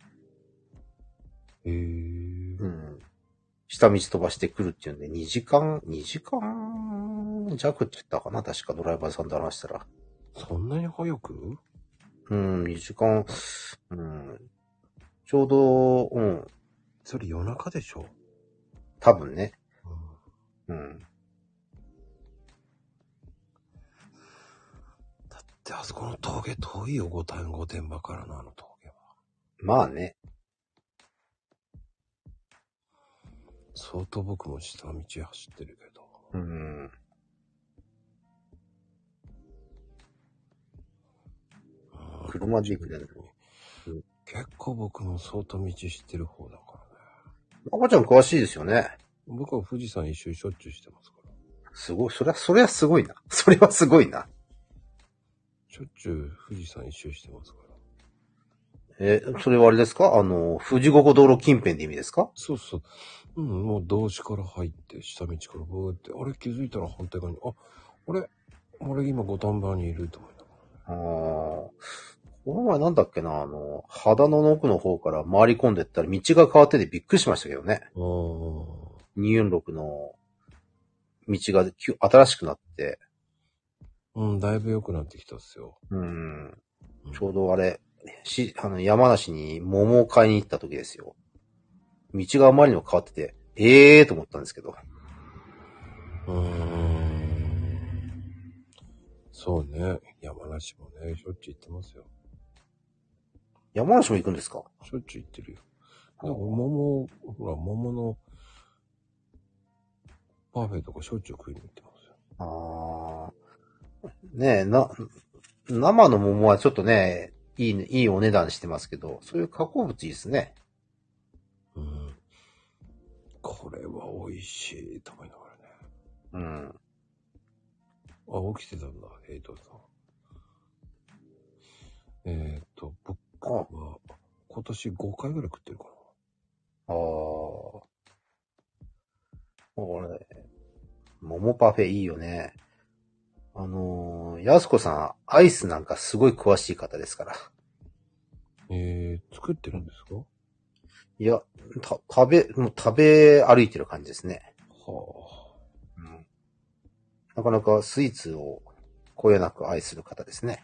へえ。うん。下道飛ばしてくるっていうんで、2時間、2時間弱って言ったかな確かドライバーさんと話したら。そんなに早くうん、2時間、うん。ちょうど、うん、それ夜中でしょ、多分ね。うんうん。だってあそこの峠遠いよ、五反五天場からのあの峠は。まあね。相当僕も下道走ってるけど。うん。車で行くねうん結構僕も相当道知ってる方だからね。赤ちゃん詳しいですよね。僕は富士山一周しょっちゅうしてますから。すごい。そりゃ、そりゃすごいな。それはすごいな。しょっちゅう富士山一周してますから。えーそれはあれですかあの、富士五湖道路近辺で意味ですかそうそう。うん、もう道志から入って、下道からブーって、あれ気づいたら反対側に、あ、俺、俺今五反場にいると思いながああ。この前なんだっけなあの、肌の奥の方から回り込んでったら道が変わっててびっくりしましたけどね。ら。あ246の道が急新しくなって。あ。うん、だいぶ良くなってきたっすよ。うん。うんちょうどあれ、し、あの、山梨に桃を買いに行った時ですよ。道があまりにも変わってて、ええーと思ったんですけど。うーん。そうね。山梨もね、しょっちゅう行ってますよ。山梨も行くんですかしょっちゅう行ってるよ。だから桃、ほら、桃のパフェとかしょっちゅう食いに行ってますよ。ああ。ねえ、な、生の桃はちょっとね、いいね、いいお値段してますけど、そういう加工物いいですね。うん。これは美味しいと思いながらね。うん。あ、起きてたんだ、ヘイトさん。えーっと、僕あは今年5回ぐらい食ってるかああ。これ、桃パフェいいよね。あのー、やすこさん、アイスなんかすごい詳しい方ですから。な。えー、作ってるんですかいや、た、食べ、もう食べ歩いてる感じですね。はうん。なかなかスイーツをこよなく愛する方ですね。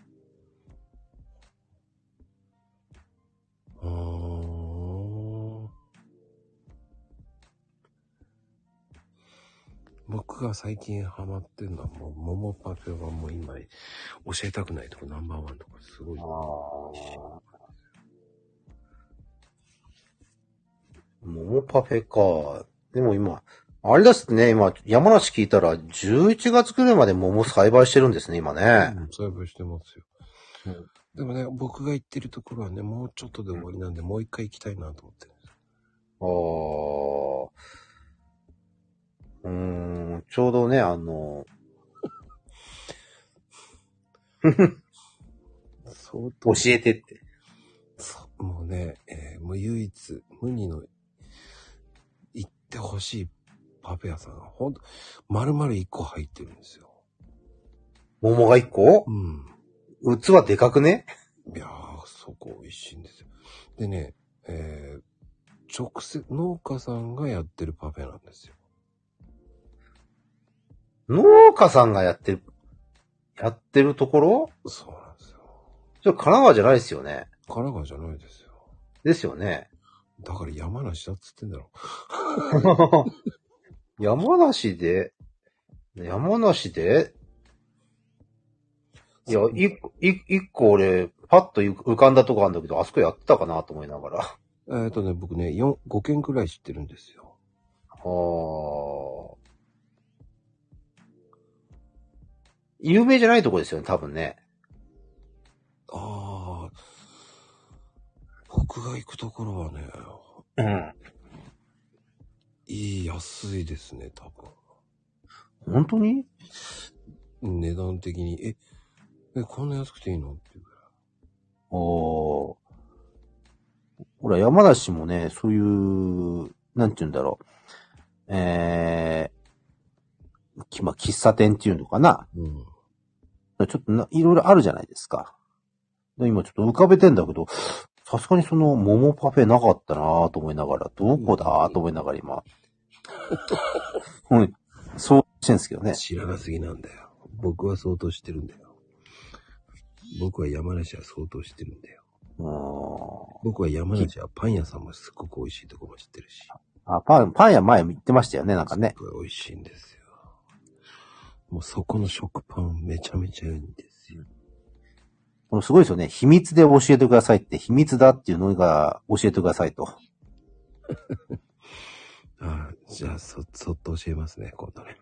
あ。うーん。僕が最近ハマってるのはもう、桃パフェはもう今、教えたくないとこナンバーワンとかすごい。あ。桃パフェか。でも今、あれですね、今、山梨聞いたら11月くらいまで桃栽培してるんですね、今ね。うん栽培してますよ。うんでもね、僕が行ってるところはね、もうちょっとで終わりなんで、もう一回行きたいなと思ってるんですよ。ああ。うーん、ちょうどね、あの、相教えてって。そうもうね、えーもう唯一、無二の、行ってほしいパフェ屋さんが、ほんと、丸々一個入ってるんですよ。桃が1個うん。器でかくねいやー、そこ美味しいんですよ。でね、えー直接、農家さんがやってるパフェなんですよ。農家さんがやってる、やってるところそうなんですよ。それ神奈川じゃないですよね。神奈川じゃないですよ。ですよね。だから山梨だっつってんだろ。 山梨で、山梨で、いや、一個、一一個俺、パッと浮かんだとこあるんだけど、あそこやってたかなと思いながら。あ えっ、とね、僕ね、4、5軒くらい知ってるんですよ。ー有名じゃないとこですよね、多分ね。ああ、僕が行くところはね、うん。いい、安いですね、多本当に分。値段的に、え、え、こんな安くていいのっていうぐらい。おー。ほら、山梨もね、そういう、なんて言うんだろう。えー、きまあ、喫茶店っていうのかな。うん。ちょっとな、いろいろあるじゃないですか。で今ちょっと浮かべてんだけど、さすがにその桃パフェなかったなぁと思いながら、どこだぁと思いながら今。うん。そうしてんですけどね。知らなすぎなんだよ。僕は相当知ってるんだよ。僕は山梨は相当知ってるんだよ。うーん。僕は山梨はパン屋さんもすっごく美味しいとこも知ってるし。あ、パン、パン屋前も言ってましたよね、なんかね。すごい美味しいんですよ。もうそこの食パンめちゃめちゃいいんですよ。このすごいですよね。秘密で教えてくださいって、秘密だっていうのが教えてくださいと。ああ、じゃあそ、そっと教えますね、今度ね。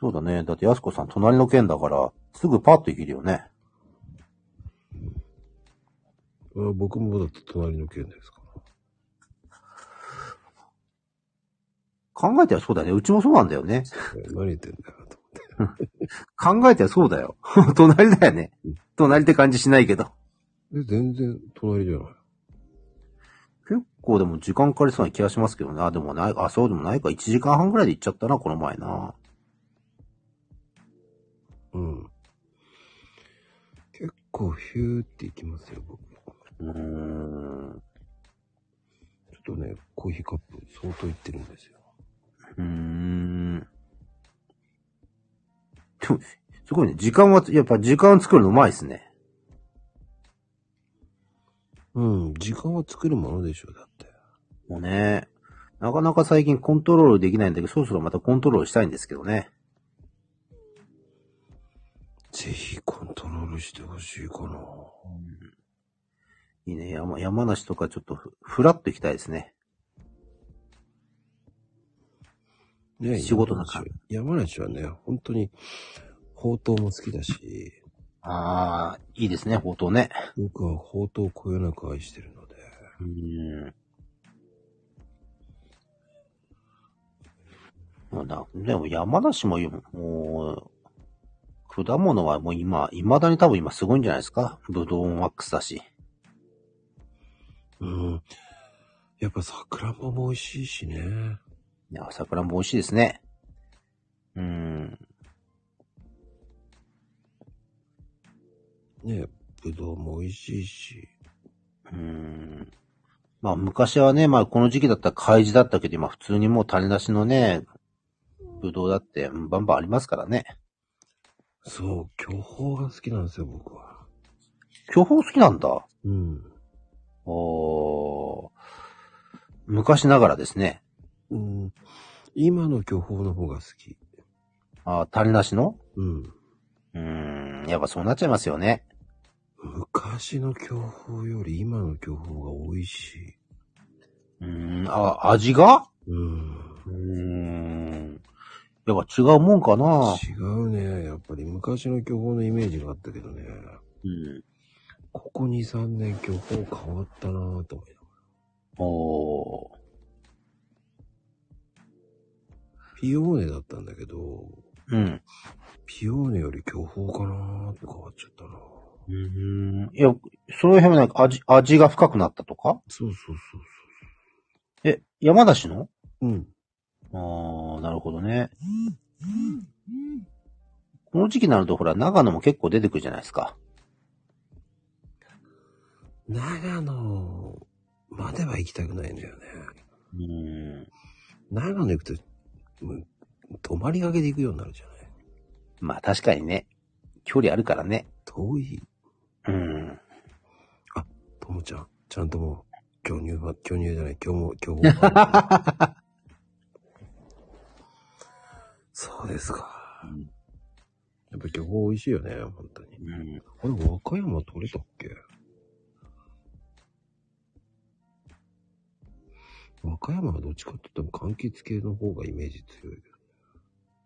そうだね。だって、安子さん、隣の県だから、すぐパッと行けるよね。あ僕もだって隣の県ですから。考えたらそうだね。うちもそうなんだよね。何言ってんだよ、と思って。考えたらそうだよ。 隣だよね。隣って感じしないけど。で、全然隣じゃない。結構でも時間かかりそうな気がしますけどね。あ、でもない、あ、そうでもないか。1時間半ぐらいで行っちゃったな、この前な。うん。結構ヒューっていきますよ、僕。うーん。ちょっとね、コーヒーカップ相当いってるんですよ。うーん。でも、すごいね。時間は、やっぱ時間作るのうまいですね。うん、時間は作るものでしょう、だって。もうね。なかなか最近コントロールできないんだけど、そろそろまたコントロールしたいんですけどね。ぜひコントロールしてほしいかな。いいね。山、山梨とかちょっとふ、ふらっと行きたいですね。ね仕事なんか山梨は山梨はね、本当に、ほうとうも好きだし、ああ、いいですね、ほうとうね。僕はほうとうをこよなく愛してるので、うーん。もうな、でも山梨も、もう、果物はもう今、未だに多分今すごいんじゃないですかブドウもマックスだし。うん。やっぱ桜もも美味しいしね。いや、桜も美味しいですね。うーん。ねぶどうも美味しいし。うーん。まあ昔はね、まあこの時期だったら開示だったけど、今普通にもう種なしのね、ブドウだってうんバンバンありますからね。そう、巨峰が好きなんですよ、僕は。巨峰好きなんだ。うん。おー昔ながらですね。うん。今の巨峰の方が好き。あー種なしのうん。うーん、やっぱそうなっちゃいますよね。昔の巨峰より今の巨峰が美味しい。うーん、あ、味がうん。うーん。やっぱ違うもんかな違うね。やっぱり昔の巨峰のイメージがあったけどね。うん。ここ2、3年巨峰変わったなぁと思いながら。おーピオーネだったんだけど、うん。ピオーネより巨峰かなぁって変わっちゃったなぁうーん。いや、その辺もなんか味、味が深くなったとかそうそうそうそえ、山梨のう。うん。ああ、なるほどね。この時期になるとほら、長野も結構出てくるじゃないですか。長野までは行きたくないんだよね。うーん。長野行くと、もう泊まりがけで行くようになるじゃない。まあ確かにね、距離あるからね。遠い。うん。ともちゃん、ちゃんともう、巨乳は、巨乳じゃない、今日も、今日も。そうですか。やっぱ巨峰美味しいよね、本当に。うんあれ、和歌山取れたっけ和歌山はどっちかって言ったら柑橘系の方がイメージ強い。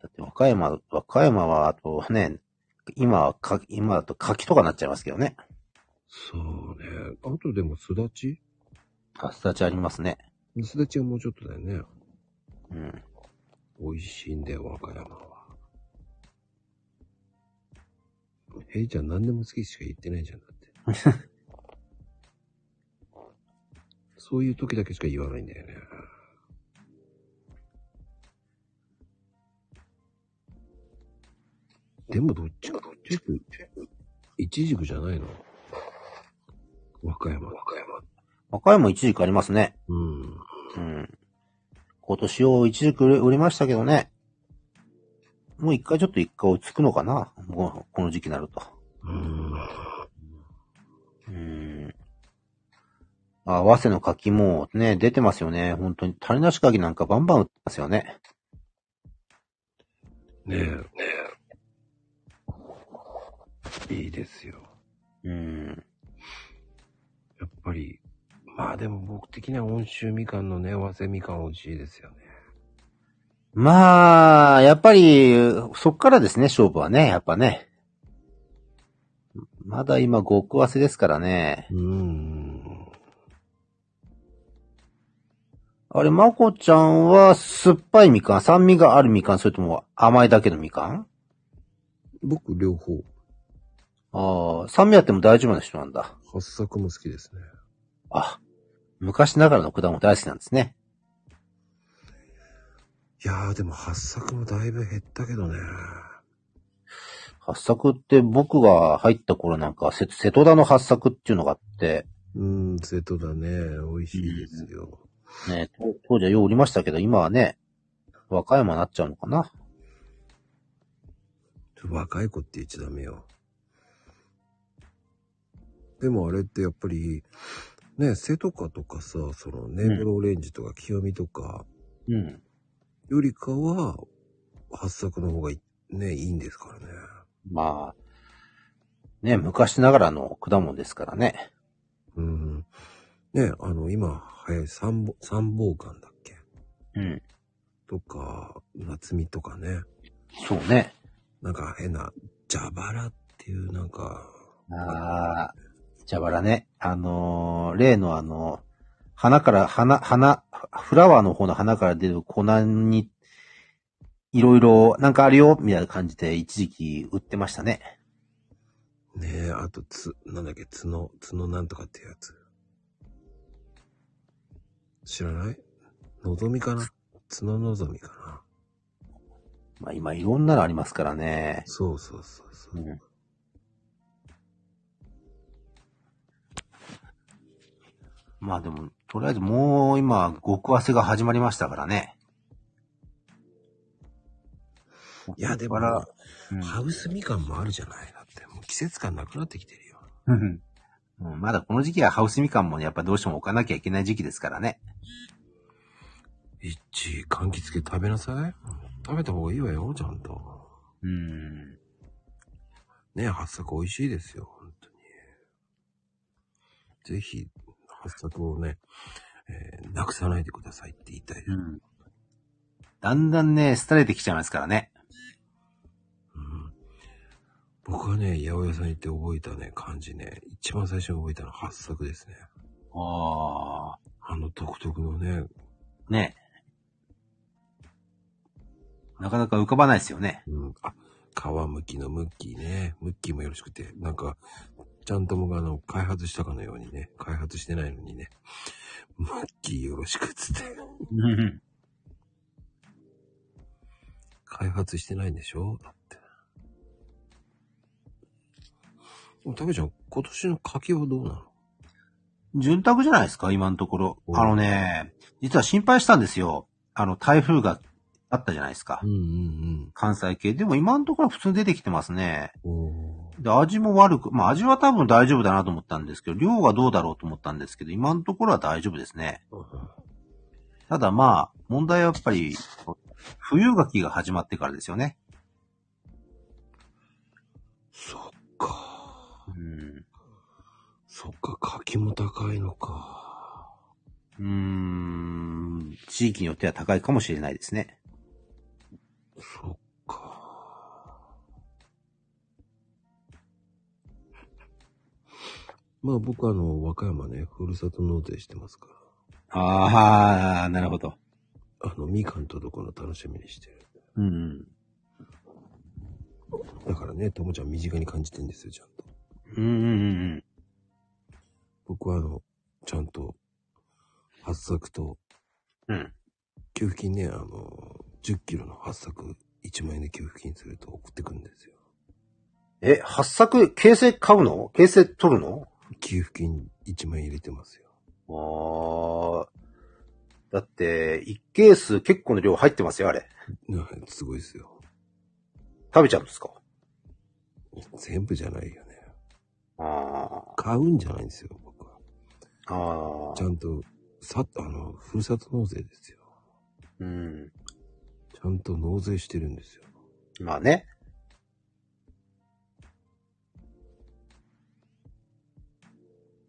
だって和歌山、和歌山は、あとね、今はか、今だと柿とかなっちゃいますけどね。そうね。あとでも、すだちあ、すだちありますね。すだちはもうちょっとだよね。うん。美味しいんだよ、和歌山は。ヘイちゃん何でも好きしか言ってないじゃん、だって。 そういう時だけしか言わないんだよね。でもどっちかどっちか。いちじくじゃないの和歌山、和歌山。和歌山一軸ありますね。うん。うん。今年を一軸売れ売りましたけどね。もう一回ちょっと一回落ち着くのかなもうこの時期になると。うん。うん。あ、合わせの柿もね、出てますよね。本当に。種なし柿なんかバンバン売ってますよね。ねえ、ねえ。いいですよ。うん。やっぱり、まあでも僕的には温州みかんのね、和製みかん美味しいですよね。まあ、やっぱり、そっからですね、勝負はね、やっぱね。まだ今、極わせですからね。うん。あれ、まこちゃんは、酸っぱいみかん、酸味があるみかん、それとも甘いだけのみかん僕、両方。ああ、酸味あっても大丈夫な人なんだ。発作も好きですね。あ、昔ながらの果物大好きなんですね。いやーでも発作もだいぶ減ったけどね。発作って僕が入った頃なんか、瀬瀬戸田の発作っていうのがあって、うん、瀬戸だね。美味しいですよ。ね、当当時はよう売りましたけど、今はね、和歌山になっちゃうのかな。若い子って言っちゃダメよ。でもあれってやっぱり、ね、瀬戸かとかさ、そのネーブルオレンジとか清見とかうん。よりかは、発作の方がいいね、いいんですからね。まあ、ね、昔ながらの果物ですからね。うん。ね、あの、今、流行り三本、三宝館だっけうん。とか、夏美とかね。そうね。なんか変な、蛇腹っていうなんか、ああ、蛇腹ね。あのー例のあの、花から、花、花、フラワーの方の花から出る粉に、いろいろ、なんかあるよ、みたいな感じで一時期売ってましたね。ねえ、あと、つ、なんだっけ、角、角なんとかってやつ。知らないのぞみかな角のぞみかなまあ今いろんなのありますからね。そうそうそうそうう。ん。まあでも、とりあえずもう今、極汗が始まりましたからね。いや、でも、蛇腹うんハウスみかんもあるじゃないだって、もう季節感なくなってきてるよ。うんうんまだこの時期はハウスみかんもやっぱどうしても置かなきゃいけない時期ですからね。いっち、柑橘系食べなさい。食べた方がいいわよ、ちゃんと。うん。ねえ、発作美味しいですよ、本当に。ぜひ、発作をね、えーなくさないでくださいって言いたい。うん。だんだんね、廃れてきちゃいますからね。うん僕はね、八百屋さん行って覚えたね、漢字ね、一番最初に覚えたのは発作ですね。ああ。あの独特のね、ねなかなか浮かばないですよね。うん、あ、皮むきのムッキーね、ムッキーもよろしくて、なんか、ちゃんともがあの、開発したかのようにね、開発してないのにね、ムッキーよろしくっつって、うん。開発してないんでしょだって。でも、たけちゃん、今年の柿はどうなの潤沢じゃないですか、今のところ。うんあのね、実は心配したんですよ。あの、台風があったじゃないですかうん。うん関西系。でも今のところは普通に出てきてますね。うん。おーで、味も悪く、まあ味は多分大丈夫だなと思ったんですけど、量がどうだろうと思ったんですけど、今のところは大丈夫ですね。ただまあ、問題はやっぱり、冬柿が始まってからですよね。そっか。うん。そっか、柿も高いのか。うーん、地域によっては高いかもしれないですね。そっか。まあ僕あの、和歌山ね、ふるさと納税してますかああ、なるほど。ら。あの、みかん届くの楽しみにしてる。うん。だからね、ともちゃん身近に感じてんですよ、ちゃんと。うんうん僕はあの、ちゃんと、発作と、うん。うん。給付金ね、あの、10キロの発作1万円で給付金すると送ってくるんですよ。え、八作、形成買うの形成取るの給付金1万円入れてますよ。ああ。だって、一ケース結構の量入ってますよ、あれ。なすごいですよ。食べちゃうんですか全部じゃないよね。あ買うんじゃないんですよ、僕は。あ。ああち。ゃんと、さ、あの、ふるさと納税ですよ。うん。ちゃんと納税してるんですよ。まあね。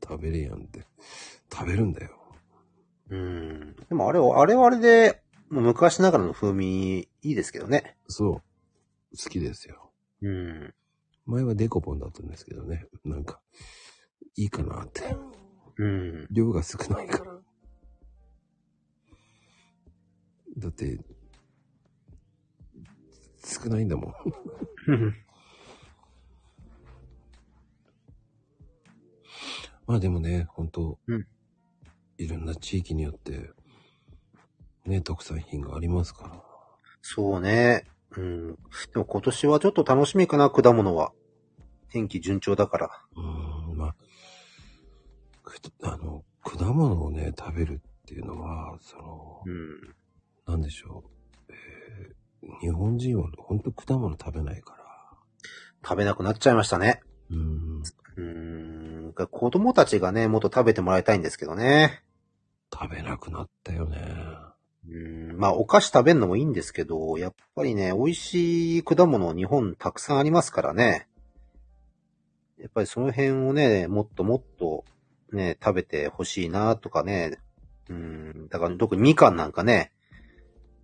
食べれやんって。食べるんだよ。うん。でもあれは、あれはあれで、もう昔ながらの風味、いいですけどね。そう。好きですよ。うん。前はデコポンだったんですけどね。なんか、いいかなって。うん。 量が少ないから。だって、少ないんだもん。まあでもね、本当、うんいろんな地域によって、ね、特産品がありますから。そうね。うん。でも今年はちょっと楽しみかな、果物は。天気順調だから。うーん、まあ、くあの、果物をね、食べるっていうのは、その、うん。なんでしょう。えー日本人は本当果物食べないから。食べなくなっちゃいましたね。うーん、うん。子供たちがね、もっと食べてもらいたいんですけどね。食べなくなったよね。うん。まあ、お菓子食べるのもいいんですけど、やっぱりね、美味しい果物日本たくさんありますからね。やっぱりその辺をね、もっともっと、ね、食べてほしいなとかね。うん。だから特にみかんなんかね、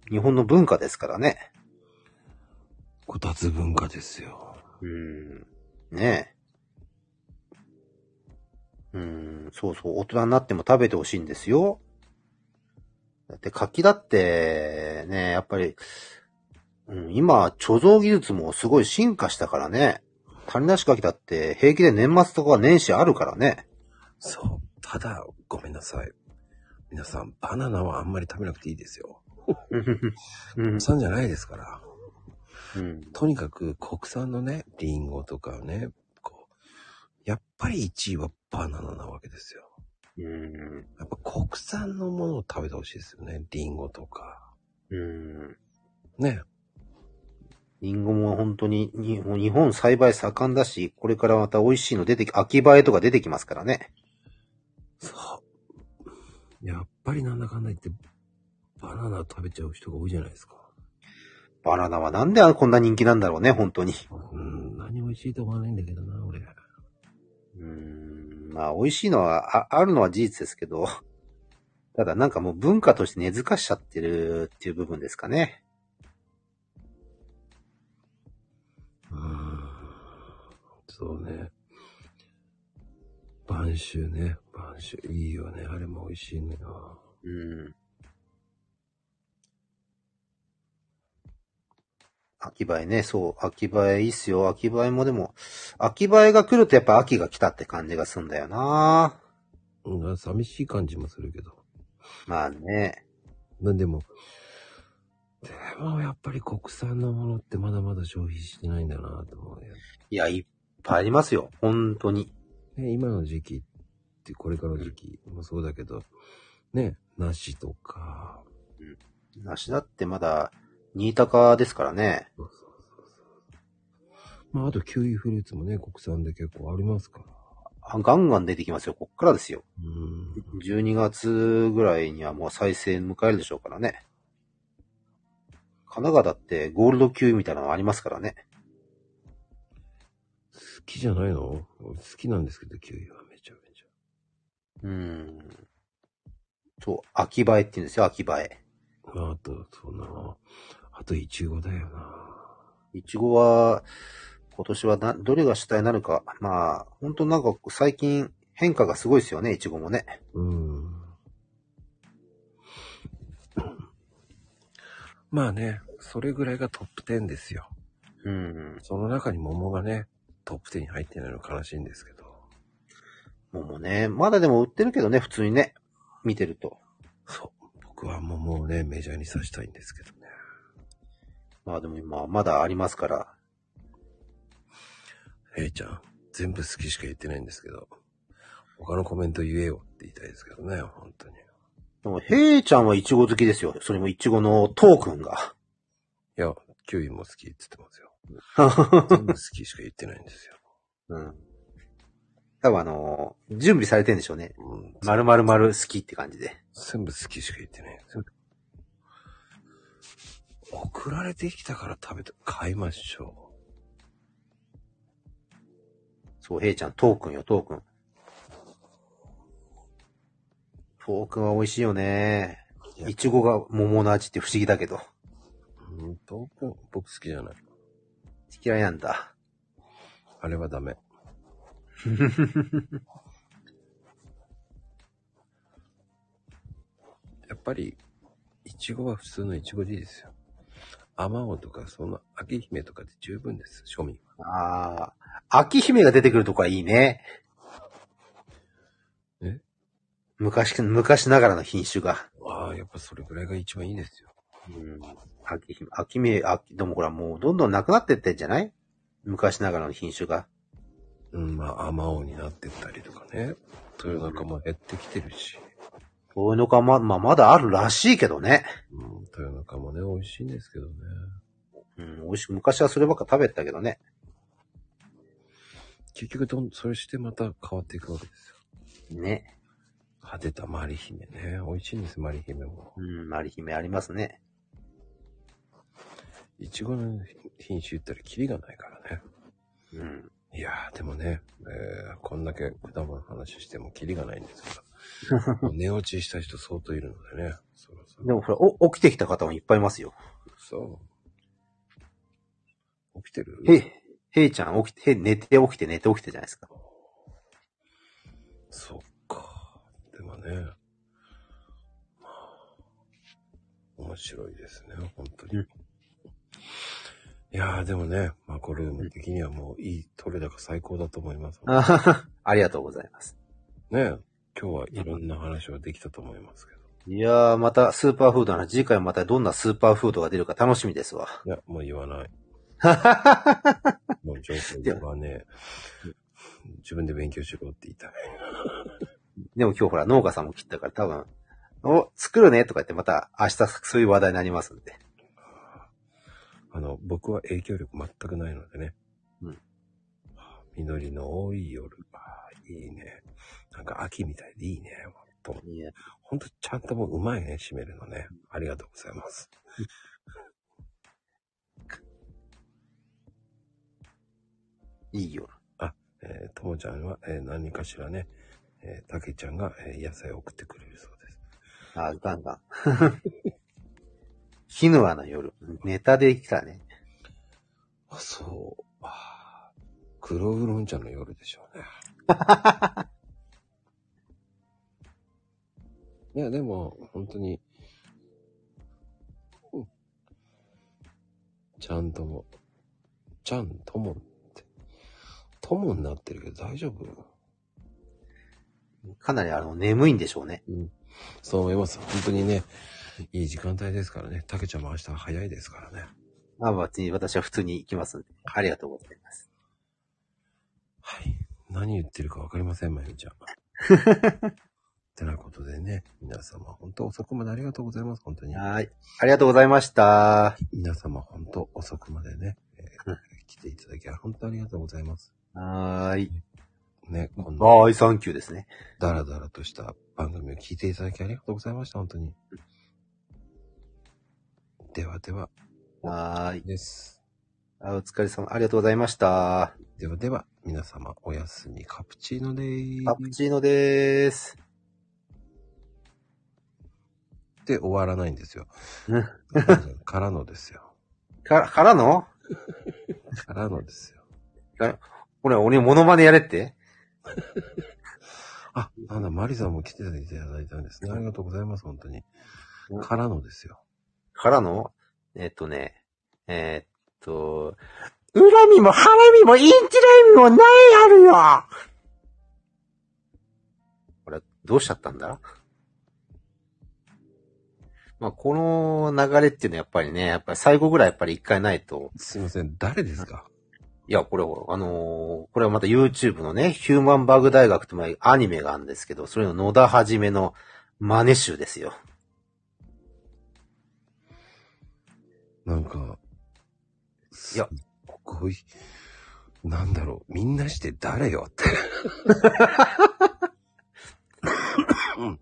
日本の文化ですからね。こたつ文化ですよ。うん。ねえ。うん、そうそう、大人になっても食べてほしいんですよ。だって柿だって、ね、やっぱり、うん、今、貯蔵技術もすごい進化したからね。種なし柿だって平気で年末とか年始あるからね。そう。ただ、ごめんなさい。皆さん、バナナはあんまり食べなくていいですよ。うん国、産じゃないですから。うん、とにかく国産のね、リンゴとかね、こう、やっぱり1位はバナナなわけですよ。うん、やっぱ国産のものを食べてほしいですよね。リンゴとか。うん。ね。リンゴも本当ににもう日本栽培盛んだし、これからまた美味しいの出てき、秋映えとか出てきますからね。そう。やっぱりなんだかんだ言って、バナナ食べちゃう人が多いじゃないですか。バナナはなんであこんな人気なんだろうね、本当に。うん、何も美味しいと思わないんだけどな、俺。うーん、まあ、美味しいのはあ、あるのは事実ですけど、ただなんかもう文化として根付かしちゃってるっていう部分ですかね。うん。そうね。晩秋ね。晩秋。いいよね。あれも美味しいのよ。うん。秋映えね、そう、秋映えいいっすよ。秋映えもでも、秋映えが来るとやっぱ秋が来たって感じがすんだよなうん、寂しい感じもするけど。まあね。まあでも、でもやっぱり国産のものってまだまだ消費してないんだなと思うね。いや、いっぱいありますよ。本当に。ね今の時期って、これからの時期もそうだけど、ね、梨とか、梨だってまだ、新高ですからね。そうそうそうそう。まああとキウイフルーツもね、国産で結構ありますから。あガンガン出てきますよ。こっからですよ。うん。 12月ぐらいにはもう再生迎えるでしょうからね。神奈川だってゴールド級みたいなのありますからね。好きじゃないの俺好きなんですけど、キウイはめちゃめちゃ。うん。そう、秋映えって言うんですよ、秋映え。まああと、そうな。あと、イチゴだよな。いちごは、今年はな、どれが主体になるか。まあ、本当なんか最近変化がすごいですよね、いちごもね。うん。まあね、それぐらいがトップ10ですよ。うん。その中に桃がね、トップ10に入ってないの悲しいんですけど。桃ね。まだでも売ってるけどね、普通にね。見てると。そう。僕は桃をね、メジャーにさしたいんですけどね。まあでも今、まだありますから。ヘイちゃん、全部好きしか言ってないんですけど、他のコメント言えよって言いたいですけどね、本当に。いでも、ヘイちゃんはイチゴ好きですよ。それもイチゴのトークンが。や、キュウイも好きって言ってますよ。う全部好きしか言ってないんですよ。ん。多分あのー準備されてんでしょうね。うん、まるまるまる好きって感じで。全部好きしか言ってないんですよ。送られてきたから食べて、買いましょそう、ヘイちゃん、トークンよ、トークン。トークンは美味しいよね。イチゴが桃の味って不思議だけど。う。うん、トークン、僕好きじゃない。嫌いなんだ。あれはダメ。やっぱり、いちごは普通のいちごでいいですよ。あまおうとか、その、あきひめとかで十分です、庶民は。ああ。秋姫が出てくるとこはいいね。え昔、昔ながらの品種が。ああ、やっぱそれぐらいが一番いいですよ。うん。秋姫、秋姫、秋、でもほらもうどんどんなくなってってんじゃない昔ながらの品種が。うん、まあ、あまおうになってったりとかね。豊中も減ってきてるし。そういうのかま、まあ、まだあるらしいけどね。うん、豊中もね、美味しいんですけどね。うん、美味しく、昔はそればっか食べてたけどね。結局どん、それしてまた変わっていくわけですよ。ね。派手たマリ姫ね。美味しいんです、マリ姫も。うん、マリ姫ありますね。いちごの品種言ったらキリがないからね。うん。いやー、でもね、えー、こんだけ果物の話してもキリがないんです から。もう寝落ちした人相当いるのでね。そろそでろ。もほら、お、起きてきた方もいっぱいいますよ。そう。起きてるへい、へいちゃん起きて、へい寝て起きて寝て起きてじゃないですか。そっか。でもね、まあ、面白いですね、本当に。うんいやー、でもね、マコルーム的にはもういい、取れ高最高だと思います。あはは ありがとうございます。ね今日はいろんな話はできたと思いますけど。いやー、またスーパーフードな、次回またどんなスーパーフードが出るか楽しみですわ。いや、もう言わない。もう情報ではね、自分で勉強しろって言いたい。でも今日ほら農家さんも切ったから多分、お、作るねとか言ってまた明日そういう話題になりますんで。あの、僕は影響力全くないのでね。うん。緑の多い夜。ああ、いいね。なんか秋みたいでいいね。ほんと、いやほんとちゃんともううまいね、締めるのね。ありがとうございます。いいよ。えーともちゃんは、えー何かしらね、えーたけちゃんが、えー野菜を送ってくれるそうです。あ、ガンガ ン。キヌアの夜。ネタで来たね。あ、そう。あー黒ウーロン茶の夜でしょうね。いや、でも、本当に、うんちゃんとも、ちゃんともって、ともになってるけど大丈夫かなりあの、眠いんでしょうね。そう思います。本当にね、いい時間帯ですからね。たけちゃんも明日早いですからね。まあ別に私は普通に行きますんで。ありがとうございます。はい。何言ってるかわかりません、まゆみ ちゃん。てなことでね、皆様本当遅くまでありがとうございます、本当に。はい。ありがとうございました。皆様本当遅くまでね、えーうん来ていただき本当ありがとうございます。はーい。ね、こんなバイサンキューですね。ダラダラとした番組を聞いていただきありがとうございました、本当に。ではでははーい。です。あお疲れ様。ありがとうございました。ではでは、皆様おやすみカプチーノでパープチーノでーす。す。で終わらないんですようん。からのですよ。か、からのからのですよ。これ、俺、モノマネやれってあ、なんだ、マリさんも来ていただいたんですね。ありがとうございます、本当に。からのですよ。からのえっとね、えーっと、恨みも腹みもインチレみもないあるよこれ、どうしちゃったんだまあ、この流れっていうのはやっぱりね、やっぱり最後ぐらいやっぱり一回ないと、すいません、誰ですかいや、これ、あのーこれはまた YouTube のね、ヒューマンバグ大学って前アニメがあるんですけど、それの野田はじめの真似集ですよ。なんか、いやすっごい、なんだろう、みんなして誰よって。うん。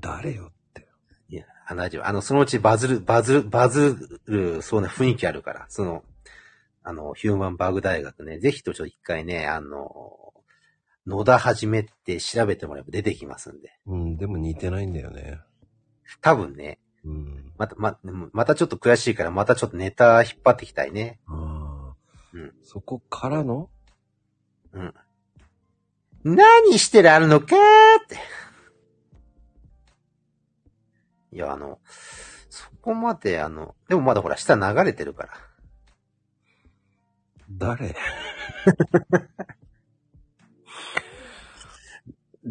誰よって。いや、あ大丈夫。あの、そのうちバズる、バズる、バズる、そうな雰囲気あるから、その、あの、ヒューマンバグ大学ね、ぜひとちょっと一回ね、あの、野田はじめって調べてもらえば出てきますんで。うん、でも似てないんだよね。多分ね、うん。また、ま、またちょっと悔しいから、またちょっとネタ引っ張っていきたいね。ああ、うんそこからの何してらるのかーって。いや、あの、そこまで、あの、でもまだほら、下流れてるから。誰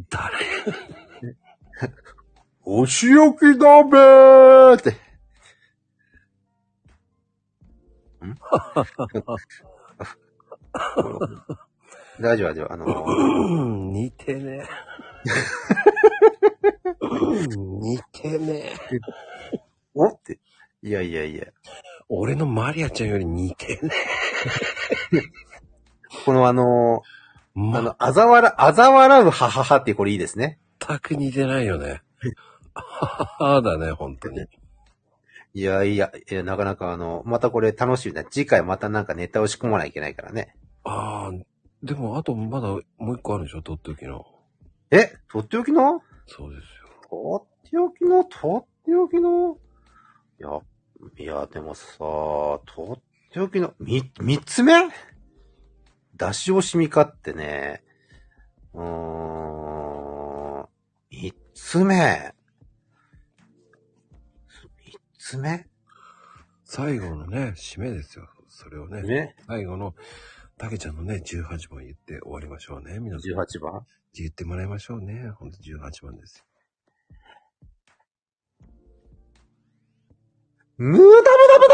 誰お仕置きだべーって。ん 大丈夫、大丈夫。あの、うん似てねえ。うん似てねえ。おって。いやいやいや。俺のマリアちゃんより似てねえ。このあの、あまの、あざわら、あざ笑うはははってこれいいですね。全く似てないよね。ああだね、本当に。いやいや、いやなかなかあの、またこれ楽しみだ。次回またなんかネタを仕込まないといけないからね。ああ、でもあとまだもう一個あるでしょ、とっておきの。えとっておきのそうですよ。とっておきのとっておきのいや、いや、でもさ、とっておきの、み、三つ目出し惜しみかってね、うーん、三つ目。三つ目最後のね、締めですよ。それをね、ね。最後の、たけちゃんのね、18番言って終わりましょうね、皆さん。 18番言ってもらいましょうね。ほんと18番ですよ。ムーダブダブダブダブダブダブダブダブ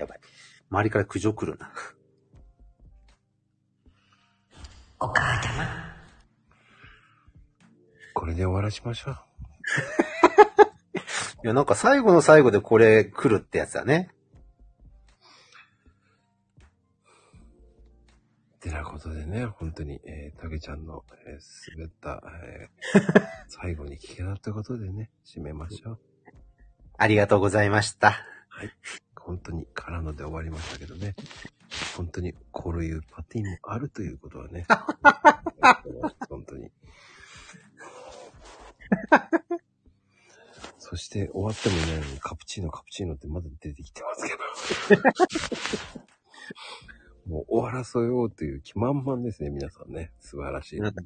ダブダやばい。周りから苦情来るな。お母ちゃま、これで終わらしましょう。いや、なんか最後の最後でこれ来るってやつだね。てなことでね、本当に、えー、たけちゃんの、えー滑った、えー最後に聞けたってことでね、締めましょう。ありがとうございました。本当に空ので終わりましたけどね。本当に、こういうパティもあるということはね。本当に。そして終わってもね、カプチーノ、カプチーノってまだ出てきてますけど。もう終わらせようという気満々ですね、皆さんね。素晴らしい。なんか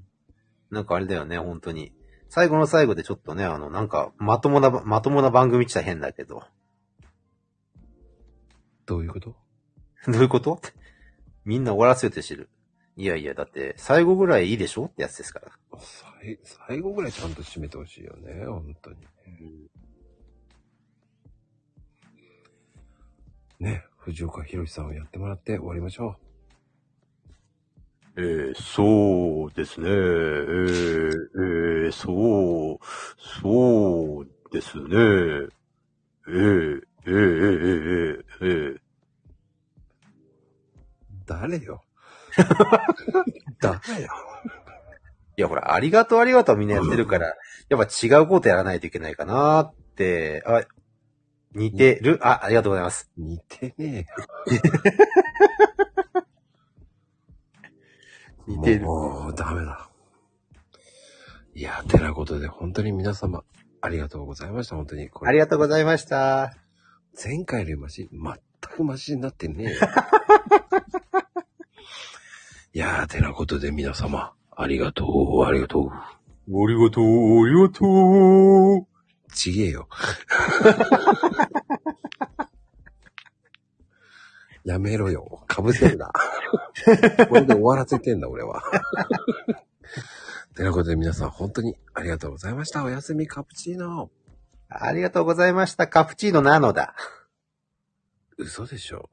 なんかあれだよね、本当に。最後の最後でちょっとね、あの、なんか、まともな、まともな番組っちゃ変だけど。 どういうことどういうことってみんな終わらせようとしてる。いやいや、だって、最後ぐらいいいでしょってやつですから。最最後ぐらいちゃんと締めてほしいよね、本当に。ね、藤岡弘さんをやってもらって終わりましょえー、そうですね。えー、えー、そう、そうですね。えー、えー、えー、えー、えー、う。誰よ誰よいや、ほら、ありがとうありがとうみんなやってるから、やっぱ違うことやらないといけないかなって、あ、似てるあ、ありがとうございます。似てねえよ。似てるもう、ダメだ。いや、てなことで、本当に皆様、ありがとうございました、本当に。こありがとうございました。前回よりマシ、全くマシになってね えよ。いやー、てなことで皆様、ありがとう、ありがとう。ありがとう、ありがとう。ちげえよ。 やめろよ。かぶせんな。これで終わらせてんだ、俺は。 てなことで皆さん、本当にありがとうございました。おやすみ、カプチーノ。ありがとうございました。カプチーノなのだ。嘘でしょ。